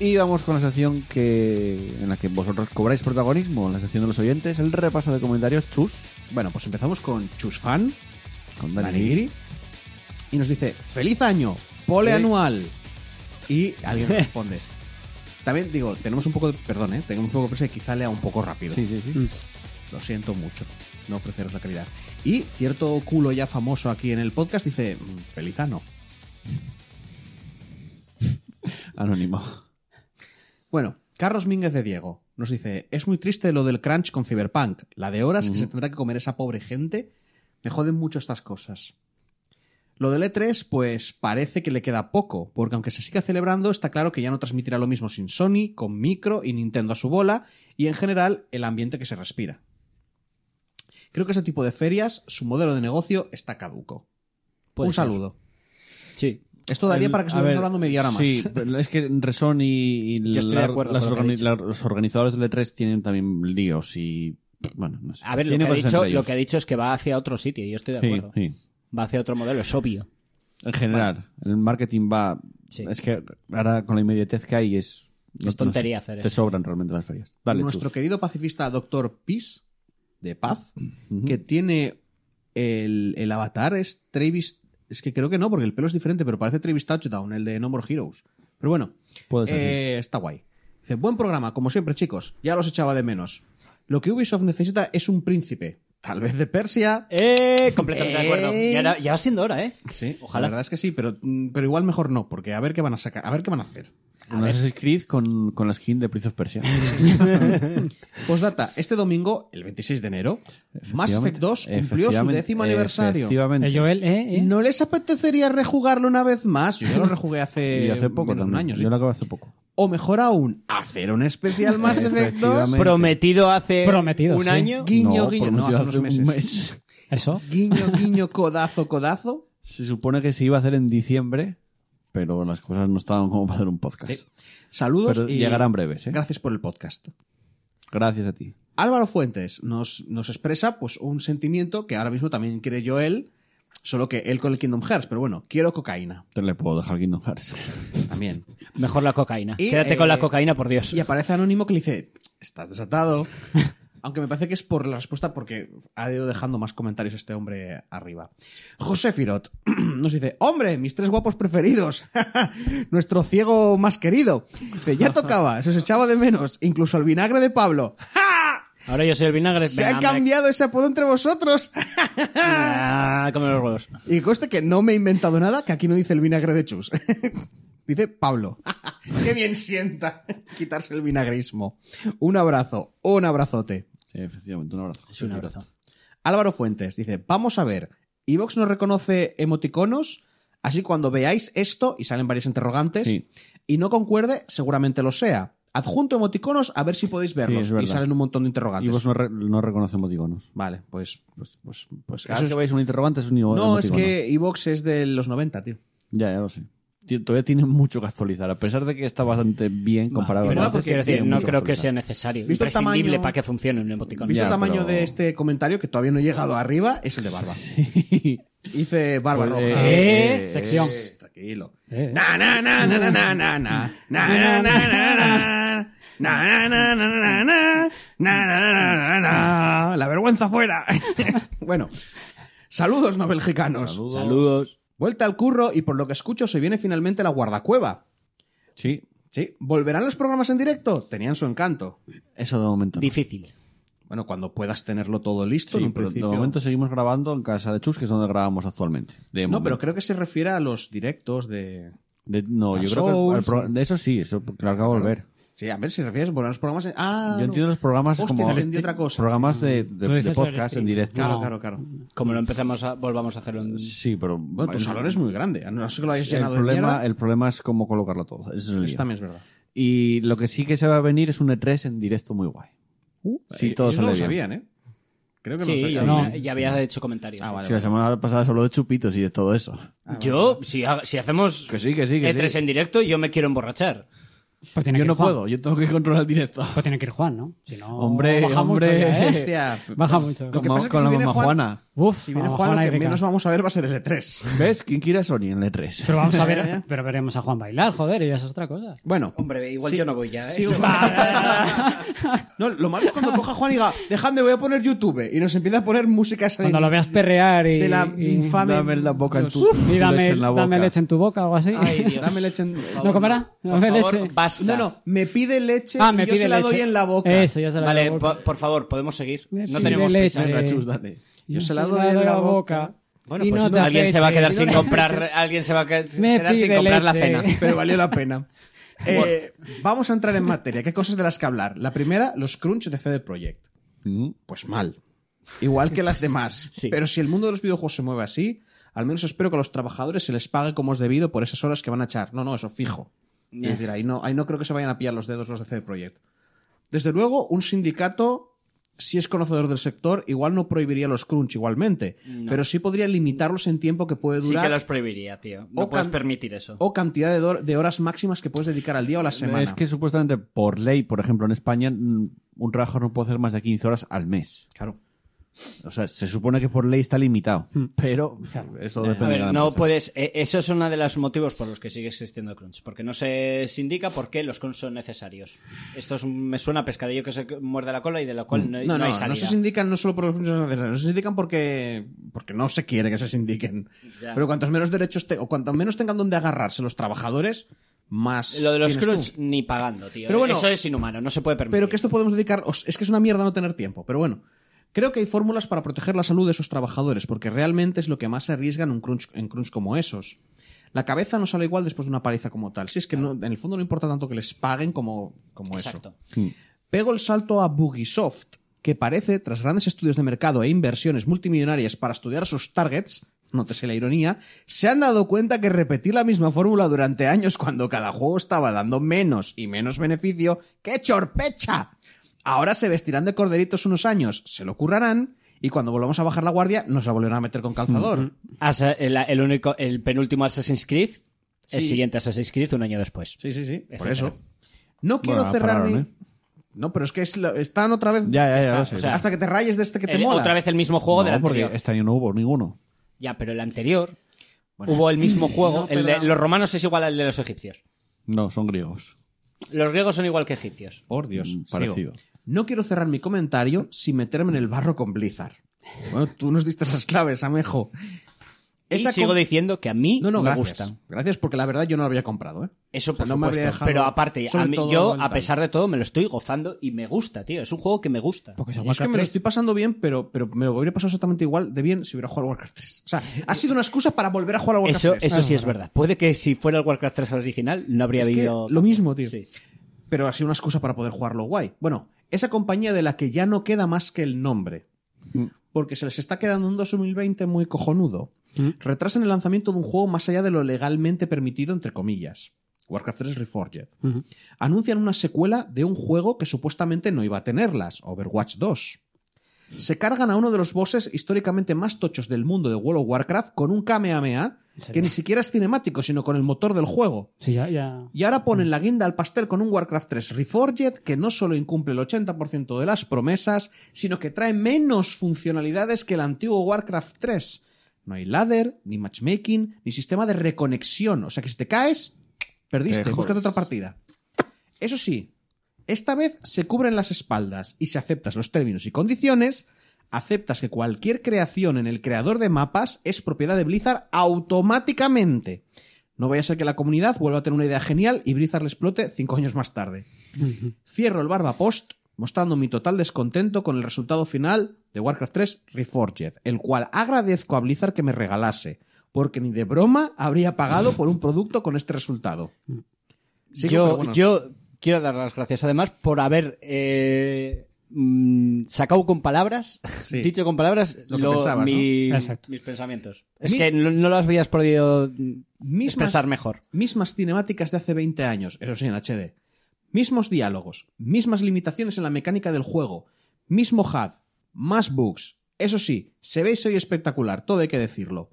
Y vamos con la sección que, en la que vosotros cobráis protagonismo, la sección de los oyentes, el repaso de comentarios, chus, Bueno, pues empezamos con Chusfan, con Dani Dani Nigri, y nos dice, feliz año, pole anual. Y alguien responde. También digo, tenemos un poco de. Perdón, ¿eh? Tenemos un poco de prisa y quizá lea un poco rápido. Sí, sí, sí. Lo siento mucho. No ofreceros la calidad. Y cierto culo ya famoso aquí en el podcast dice: mm, Feliz ano. Mm. Anónimo. Bueno, Carlos Mínguez de Diego nos dice, es muy triste lo del crunch con Cyberpunk, la de horas que se tendrá que comer esa pobre gente. Me joden mucho estas cosas. Lo del E3, pues parece que le queda poco, porque aunque se siga celebrando, está claro que ya no transmitirá lo mismo sin Sony, con Micro y Nintendo a su bola, y en general el ambiente que se respira. Creo que ese tipo de ferias, su modelo de negocio está caduco. Puede Un ser. saludo. Pues Sí. Esto daría El- para que a estuviéramos ver, hablando media hora más. Sí, pero es que Resón y, y Yo estoy de acuerdo las con lo que organi- ha dicho. la- los organizadores del E3 tienen también líos y. Bueno, no sé. A ver, lo Tiene que, ha cosas dicho, entre lo ellos. que ha dicho es que va hacia otro sitio, y yo estoy de Sí, acuerdo. sí. Va hacia otro modelo, es obvio. En general, el marketing va. Sí. Es que ahora con la inmediatez que hay es. no- no sé, tontería hacer Te eso, sobran realmente las ferias. Dale, nuestro Chus. querido pacifista Doctor Peace, de paz, que tiene el, el avatar, es Travis. Es que creo que no, porque el pelo es diferente, pero parece Travis Touchdown, el de No More Heroes. Pero bueno, Puede ser, eh, está guay. Dice, buen programa, como siempre, chicos. Ya los echaba de menos. Lo que Ubisoft necesita es un príncipe. Tal vez de Persia. ¡Eh! Completamente de acuerdo. Eh. Ya, era- ya va siendo hora, ¿eh? Sí, Ojalá. La verdad es que sí, pero, mm, pero igual mejor no, porque a ver qué van a sacar, a ver qué van a hacer. Un Assassin's Creed con, con la skin de Prince of Persia. Postdata, este domingo, el 26 de enero, Mass Effect 2 cumplió su Efectivamente, décimo aniversario. Efectivamente. Eh, Joel, ¿eh? ¿eh? ¿No les apetecería rejugarlo una vez más? Yo ya lo rejugué hace, y hace poco menos de un también. año, sí. Yo lo acabo hace poco. O mejor aún, hacer un especial más Effect 2. Efectivamente. Prometido hace Prometido, un sí. año. Guiño, No, guiño. No, prometido hace unos meses. un mes. Eso. Guiño, guiño, codazo, codazo. Se supone que se iba a hacer en diciembre, pero las cosas no estaban como para hacer un podcast. Saludos Pero y llegarán breves, ¿eh? gracias por el podcast. Gracias a ti. Álvaro Fuentes nos, nos expresa pues un sentimiento que ahora mismo también quiere yo él, solo que él con el Kingdom Hearts, pero bueno, quiero cocaína Te le puedo dejar Kingdom Hearts. también. Mejor la cocaína. Y, Quédate con eh, la cocaína, por Dios. Y aparece Anónimo que le dice, estás desatado. Aunque me parece que es por la respuesta porque ha ido dejando más comentarios este hombre arriba. José Firot nos dice, hombre, mis tres guapos preferidos. Nuestro ciego más querido. Que ya tocaba, se os echaba de menos. Incluso el vinagre de Pablo. Ahora yo soy el vinagre. Se ha Venga, hombre. cambiado ese apodo entre vosotros. Ah, come los huevos. Y conste que no me he inventado nada, que aquí no dice el vinagre de chus. dice Pablo. Qué bien sienta quitarse el vinagrismo. Un abrazo, un abrazote. Sí, efectivamente, un abrazo. Es un abrazo. Álvaro Fuentes dice, vamos a ver, Evox no reconoce emoticonos, así cuando veáis esto, y salen varias interrogantes, Sí. y no concuerde, seguramente lo sea. Adjunto emoticonos a ver si podéis verlos. es verdad. y salen un montón de Y interrogantes. vos no, re- no reconoce emoticonos. Vale, pues... pues, pues, pues Cada eso vez que es- veis un interrogante es un emo- No, es emoticono. que Evox es de los 90, tío. Ya, ya lo sé. Ti- Todavía tiene mucho que actualizar, a pesar de que está bastante bien comparado igual con porque- tiene Quiero decir, no mucho creo que sea actualizar. necesario. Visto el imprescindible tamaño- para que funcione un emoticón. Visto Ya, el tamaño pero- de este comentario, que todavía no he llegado arriba, es el de Barba. Dice Barba Pues, Roja. Eh, sección. Shh, Tranquilo. Eh. Na, na, na, na, na, na, na, na. Na, na, na, na, na. Na, na, na, na, na, na. Na, na, na, na, na, na. La vergüenza fuera. bueno, saludos no belgicanos. Saludos. Vuelta al curro y por lo que escucho se viene finalmente la guardacueva. Sí, Sí, ¿volverán los programas en directo? Tenían su encanto. eso de momento. no. Difícil. Bueno, cuando puedas tenerlo todo listo, Sí, en un pero principio. de momento seguimos grabando en casa de Chus, que es donde grabamos actualmente. De no, momento. pero creo que se refiere a los directos de. De- no, Dark yo creo que el- el Souls. pro- de eso sí, eso porque lo acabo de volver. Sí, a ver si se refiere a los programas. en- Ah, Yo no. entiendo los programas Hostia, como este entendí otra cosa. programas de, de- Tú dices de este el podcast stream. en directo. Claro, No. claro, claro. Como lo empezamos a, volvamos a hacerlo en... Sí, pero Bueno, tu salón es muy grande. A no ser que lo hayas pues el llenado de problema, mierda. el problema es cómo colocarlo todo. Ese es el Eso lío. también es verdad. Y lo que sí que se va a venir es un E3 en directo muy guay. si Eh, todo ellos no sale lo bien. sabían, ¿eh? Creo que Sí, lo yo sabían. ya, ya había hecho comentarios. Ah, vale, si la semana pasada se habló de chupitos y de todo eso. Yo, si, ha- si hacemos Que sí, que sí, que E3 sí. en directo, yo me quiero emborrachar. Pues tiene Yo que ir no Juan. puedo, yo tengo que controlar el directo. Pues tiene que ir Juan, ¿no? Si no Hombre, baja hombre. mucho ya, ¿eh? Hostia. Baja mucho. Lo que Como- pasa es que con si la viene mamá Juan- Juana. Uf, Si viene a Juan, lo hay que beca. menos vamos a ver va a ser el E E3. ¿Ves? ¿Quién quiere a Sony en E el 3? Pero vamos a ver, pero veremos a Juan bailar, joder, y eso es otra cosa. Bueno. Hombre, igual Sí. yo no voy ya, ¿eh? Sí, no, lo malo es cuando coja Juan y diga, dejadme, voy a poner YouTube. Y nos empieza a poner música esa de- Cuando lo veas perrear y. de la y- infame. Dame la boca en tu Uf. y dame, leche en la boca. dame leche en tu boca o algo así. Ay, Dios. Dame leche en- ¿No comerá? Por Dame favor, leche. basta. No, no, me pide leche Ah, y me yo pide se la leche. doy en la boca. Eso, ya se la doy en Vale, la po- boca. por, favor, podemos seguir. Me No pide tenemos leche. prisa. Venga, chus, dale. Yo se la doy en la boca. pues Y no te Alguien se va a quedar apeches. sin comprar, leches. alguien se va a que- Me quedar sin pide comprar la leche. cena. Pero valió la pena. Eh, vamos a entrar en materia. ¿Qué cosas de las que hablar? La primera, los crunch de CD Projekt. Pues mal. Igual que las demás. Pero si el mundo de los videojuegos se mueve así, al menos espero que a los trabajadores se les pague como es debido por esas horas que van a echar. No, no, eso fijo. Es decir, ahí no, ahí no creo que se vayan a pillar los dedos los de CD Projekt. Desde luego, un sindicato, si es conocedor del sector, igual no prohibiría los crunch igualmente, pero sí podría limitarlos en tiempo que puede Sí durar que los prohibiría, tío. No O puedes can- permitir eso. o cantidad de, dor- de horas máximas que puedes dedicar al día o la semana. Es que supuestamente por ley, por ejemplo, en España, mm, un trabajador no puede hacer más de 15 horas al mes. claro. O sea, se supone que por ley está limitado. Pero eso depende A de ver, cada no empresa. puedes. eh, eso es uno de los motivos por los que sigue existiendo Crunch. Porque no se indica por qué los Crunch son necesarios. Esto es, un- me suena a pescadillo que se muerde la cola y de la cual no, hay- Mm. No, no no, hay no, salida. se sindican no solo por los derechos necesarios, se sindican porque, porque no se quiere que se sindiquen. Ya. Pero cuantos menos derechos te- o cuanto menos tengan donde agarrarse los trabajadores, más. Lo de los tienes tú. Crunch ni pagando, tío. Pero bueno- eso es inhumano, no se puede permitir. Pero que esto podemos dedicar. os- Es que es una mierda no tener tiempo, pero bueno. Creo que hay fórmulas para proteger la salud de esos trabajadores, porque realmente es lo que más se arriesga en un crunch, en crunch como esos. La cabeza no sale igual después de una paliza como tal. Si es que no- en el fondo no importa tanto que les paguen como, como eso. Exacto. Pego el salto a Bugisoft, que parece, tras grandes estudios de mercado e inversiones multimillonarias para estudiar sus targets, nótese la ironía, se han dado cuenta que repetir la misma fórmula durante años cuando cada juego estaba dando menos y menos beneficio, ¡qué chorpecha! Ahora se vestirán de corderitos unos años, se lo currarán y cuando volvamos a bajar la guardia nos la volverán a meter con calzador. Asa- el, el único, el penúltimo Assassin's Creed, el Sí. siguiente Assassin's Creed un año después. Sí, sí, sí, por Etcétera. eso. No quiero Bueno, cerrar pararon, mi- ¿eh? No, pero es que es lo- están otra vez... Ya, ya, ya. Está, lo sé. o sea, Hasta que te rayes de este que te El- mola. otra vez el mismo juego no, del porque anterior. este año no hubo ninguno. Ya, pero el anterior hubo el mismo juego. el de, los romanos es igual al de los egipcios. No, son griegos. Los griegos son igual que egipcios. Por Dios, Mm, sigo. parecido. No quiero cerrar mi comentario sin meterme en el barro con Blizzard. Bueno, tú nos diste esas claves, Amejo. y sigo com- diciendo que a mí No, no, me gracias. gusta. Gracias porque la verdad yo no lo había comprado, ¿eh? Eso O sea, por no me supuesto. habría dejado- pero aparte, a sobre mí- todo yo, el a tal. pesar de todo, me lo estoy gozando y me gusta, tío. Es un juego que me gusta. Porque se Yo es que me lo estoy pasando bien, pero, pero me lo hubiera pasado exactamente igual de bien si hubiera jugado al Warcraft 3. O sea, ha sido una excusa para volver a jugar al Warcraft Eso, 3. eso sí es verdad. Puede que si fuera el Warcraft 3 original no habría Es que habido. lo cambio. mismo, tío. Sí. pero ha sido una excusa para poder jugarlo guay. Bueno, esa compañía de la que ya no queda más que el nombre. Porque se les está quedando un 2020 muy cojonudo. Retrasan el lanzamiento de un juego más allá de lo legalmente permitido, entre comillas. Warcraft 3 Reforged. Anuncian una secuela de un juego que supuestamente no iba a tenerlas, Overwatch 2. Se cargan a uno de los bosses históricamente más tochos del mundo de World of Warcraft con un Kamehameha que ni siquiera es cinemático, sino con el motor del juego. Sí, ya, ya. Y ahora Mm. ponen la guinda al pastel con un Warcraft 3 Reforged que no solo incumple el 80% de las promesas, sino que trae menos funcionalidades que el antiguo Warcraft 3. No hay ladder, ni matchmaking, ni sistema de reconexión. O sea que si te caes, perdiste, Te jodes. búscate otra partida. Eso sí, esta vez se cubren las espaldas y si aceptas los términos y condiciones, aceptas que cualquier creación en el creador de mapas es propiedad de Blizzard automáticamente. No vaya a ser que la comunidad vuelva a tener una idea genial y Blizzard le explote cinco años más tarde. Cierro el barba post mostrando mi total descontento con el resultado final de Warcraft 3 Reforged, el cual agradezco a Blizzard que me regalase, porque ni de broma habría pagado por un producto con este resultado. Sigo, pero yo, bueno. yo quiero dar las gracias además por haber eh, mm, sacado con palabras, Sí. dicho con palabras Lo que pensabas, mi- ¿no? Exacto. mis pensamientos. Es Mi- que no, no lo habías podido mm, Mismas- expresar mejor. Mismas cinemáticas de hace 20 años, eso sí, en HD. Mismos diálogos, mismas limitaciones en la mecánica del juego, mismo HUD, más bugs. Eso sí, se ve y se oye espectacular, todo hay que decirlo.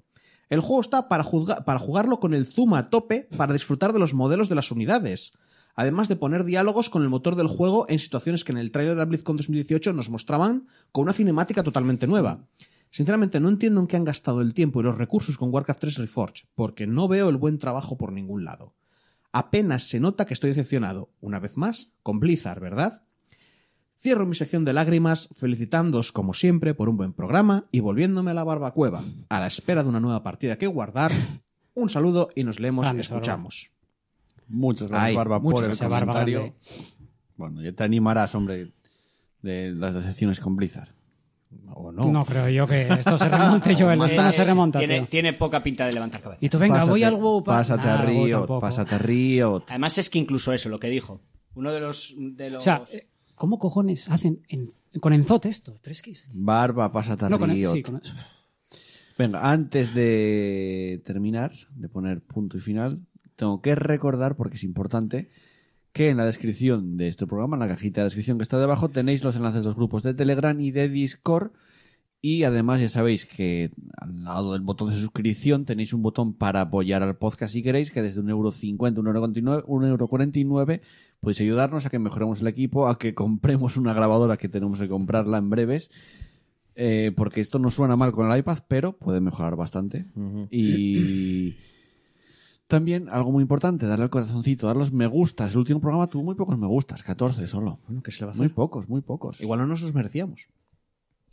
El juego está para, juzga- para jugarlo con el zoom a tope para disfrutar de los modelos de las unidades. Además de poner diálogos con el motor del juego en situaciones que en el trailer de la BlizzCon 2018 nos mostraban con una cinemática totalmente nueva. Sinceramente, no entiendo en qué han gastado el tiempo y los recursos con Warcraft 3 Reforged, porque no veo el buen trabajo por ningún lado. Apenas se nota que estoy decepcionado, una vez más, con Blizzard, ¿verdad? Cierro mi sección de lágrimas felicitándoos como siempre por un buen programa y volviéndome a la barbacueva, a la espera de una nueva partida que guardar. Un saludo y nos leemos y Grande, escuchamos. Muchas gracias, Ay, Barba, muchas por el gracias, Barba, comentario. grande. bueno, ya te animarás, hombre, de las decepciones con Blizzard. O no. No creo yo que esto se remonte, Joel. Más Esto no se tarde. remonta, Tiene, tío. tiene poca pinta de levantar cabeza. Y tú, venga, Pásate- voy al WoW. pa- Pásate Nah, a al WoW Riot, tampoco. pásate a Riot. Además es que incluso eso, lo que dijo. Uno de los... De los O sea, eh, ¿cómo cojones hacen en- con Enzote esto? Pero es que... Barba, pásate a No, con en- Riot. sí, con en- Venga, antes de terminar, de poner punto y final, tengo que recordar, porque es importante, que en la descripción de este programa, en la cajita de descripción que está debajo, tenéis los enlaces de los grupos de Telegram y de Discord. Y además ya sabéis que al lado del botón de suscripción tenéis un botón para apoyar al podcast si queréis, que desde 1,50€, 1,49€, 1,49€ podéis ayudarnos a que mejoremos el equipo, a que compremos una grabadora que tenemos que comprarla en breves. Eh, porque esto no suena mal con el iPad, pero puede mejorar bastante. Y también algo muy importante, darle al corazoncito, dar los me gustas. El último programa tuvo muy pocos me gustas, 14 solo. Bueno, ¿qué se le va a hacer? Muy pocos, muy pocos. Igual no nos los merecíamos.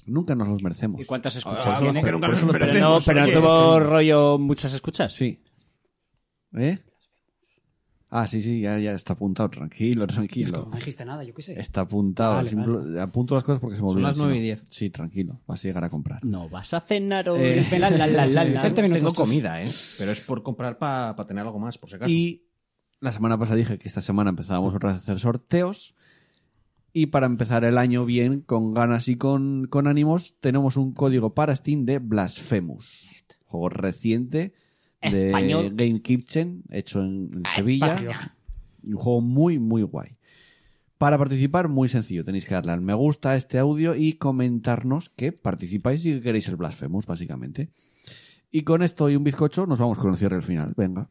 Nunca nos los merecemos. ¿Y cuántas escuchas Ah, tiene? vamos, pero nunca nos Pero no, merecemos, pero no oye. tuvo rollo muchas escuchas. Sí. ¿Eh? Ah, sí, sí, ya, ya está apuntado. Tranquilo, tranquilo. No dijiste nada, yo qué sé. Está apuntado. Vale, Simple- Apunto las cosas porque se me Son olvidan, las si nueve no. y diez. Sí, tranquilo. Vas a llegar a comprar. No vas a cenar hoy. Eh, la, la, la, la, la. 20 minutos. Tengo comida, ¿eh? Pero es por comprar para tener algo más, por si acaso. Y la semana pasada dije que esta semana empezábamos otra vez a hacer sorteos. Y para empezar el año bien, con ganas y con, con ánimos, tenemos un código para Steam de Blasphemous. Juego reciente de Español. Game Kitchen, hecho en, en Sevilla. Un juego muy, muy guay. Para participar, muy sencillo. Tenéis que darle al me gusta a este audio y comentarnos que participáis y que queréis el Blasphemous, básicamente. Y con esto y un bizcocho nos vamos con el cierre al final. Venga.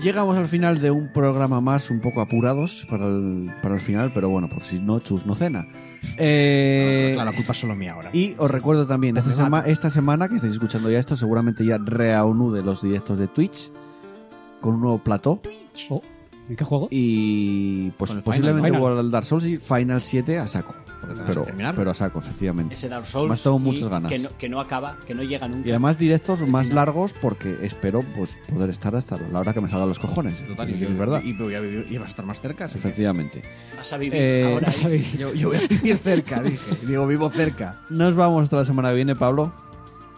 Llegamos al final de un programa más, un poco apurados para el, para el final, pero bueno, porque si no, Chus no cena. Eh, claro, Pues la culpa es solo mía ahora. y os recuerdo también, esta, Porque sema- esta semana que estáis escuchando ya esto, seguramente ya reanude los directos de Twitch con un nuevo plató. Oh, ¿En qué juego? Y pues Con el posiblemente Final. vuelva al Dark Souls y Final 7 a saco. tenemos que Pero, terminar. pero a saco, efectivamente. Ese Dark Souls. Me has dado y muchas ganas. Que no, que no acaba, que no llega nunca. Y además directos más largos porque espero pues poder estar hasta la hora que me salgan los cojones. Total, y, Eso sí es verdad. y- y voy a vivir- y vas a estar más cerca. así que- Efectivamente. Vas a vivir Eh, ahora. Vas a ver. Yo, yo voy a vivir cerca, dije. Digo, vivo cerca. Nos vamos hasta la semana que viene, Pablo.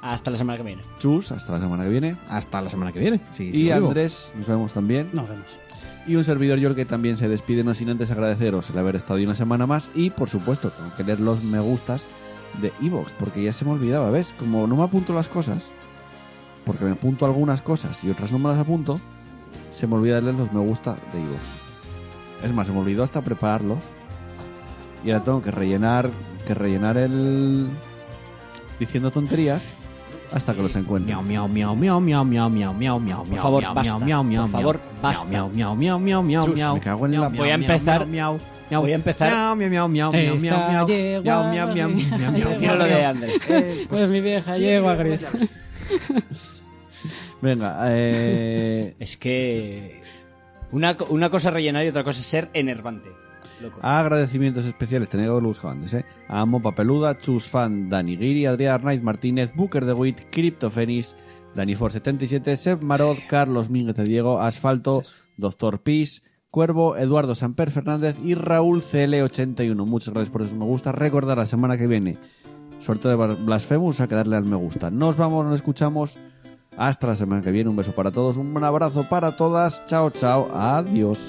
Hasta la semana que viene. Chus, hasta la semana que viene. Hasta la semana que viene. Sí, sí, Y lo digo. Andrés, nos vemos también. Nos vemos. Y un servidor yo que también se despide, no sin antes agradeceros el haber estado ahí una semana más. Y por supuesto, tengo que leer los me gustas de Evox, porque ya se me olvidaba, ¿ves? Como no me apunto las cosas, porque me apunto algunas cosas y otras no me las apunto, se me olvida leer los me gusta de Evox. Es más, se me olvidó hasta prepararlos. Y ahora tengo que rellenar, que rellenar el. diciendo tonterías hasta que los encuentre. Miau, miau, miau, miau, miau, miau, miau, miau, miau, Por miau, favor, miau, basta. miau, miau, miau, Por favor, miau, basta. miau, miau, miau, miau, miau, Chus, miau, me cago en miau, la- miau, Voy a miau, empezar- miau, miau, voy a empezar- miau, miau, miau, miau, Esta miau, miau, miau, yegua- miau, miau, miau, miau, miau, Prefiero lo miau, de miau. Andrés. Eh, Pues, mi vieja, sí, llego a ya Gris. ves. Venga, eh. Es que. Una, co- una cosa es rellenar y otra cosa es ser enervante. Loco. Agradecimientos especiales, tenía que haberlo buscado antes, ¿eh? A Amo Papeluda, Chus Fan, Dani Giri, Adrián Arnaiz Martínez, Booker de Witt, Cryptofenis, Dani For 77, Seb Marot, Carlos Mínguez de Diego, Asfalto, Doctor Pis, Cuervo, Eduardo Samper Fernández y Raúl CL81. Muchas gracias por esos me gusta. Recordar la semana que viene, sorteo de Blasphemous, a que darle al me gusta. Nos vamos, nos escuchamos. Hasta la semana que viene. Un beso para todos, un abrazo para todas. Chao, chao. Adiós.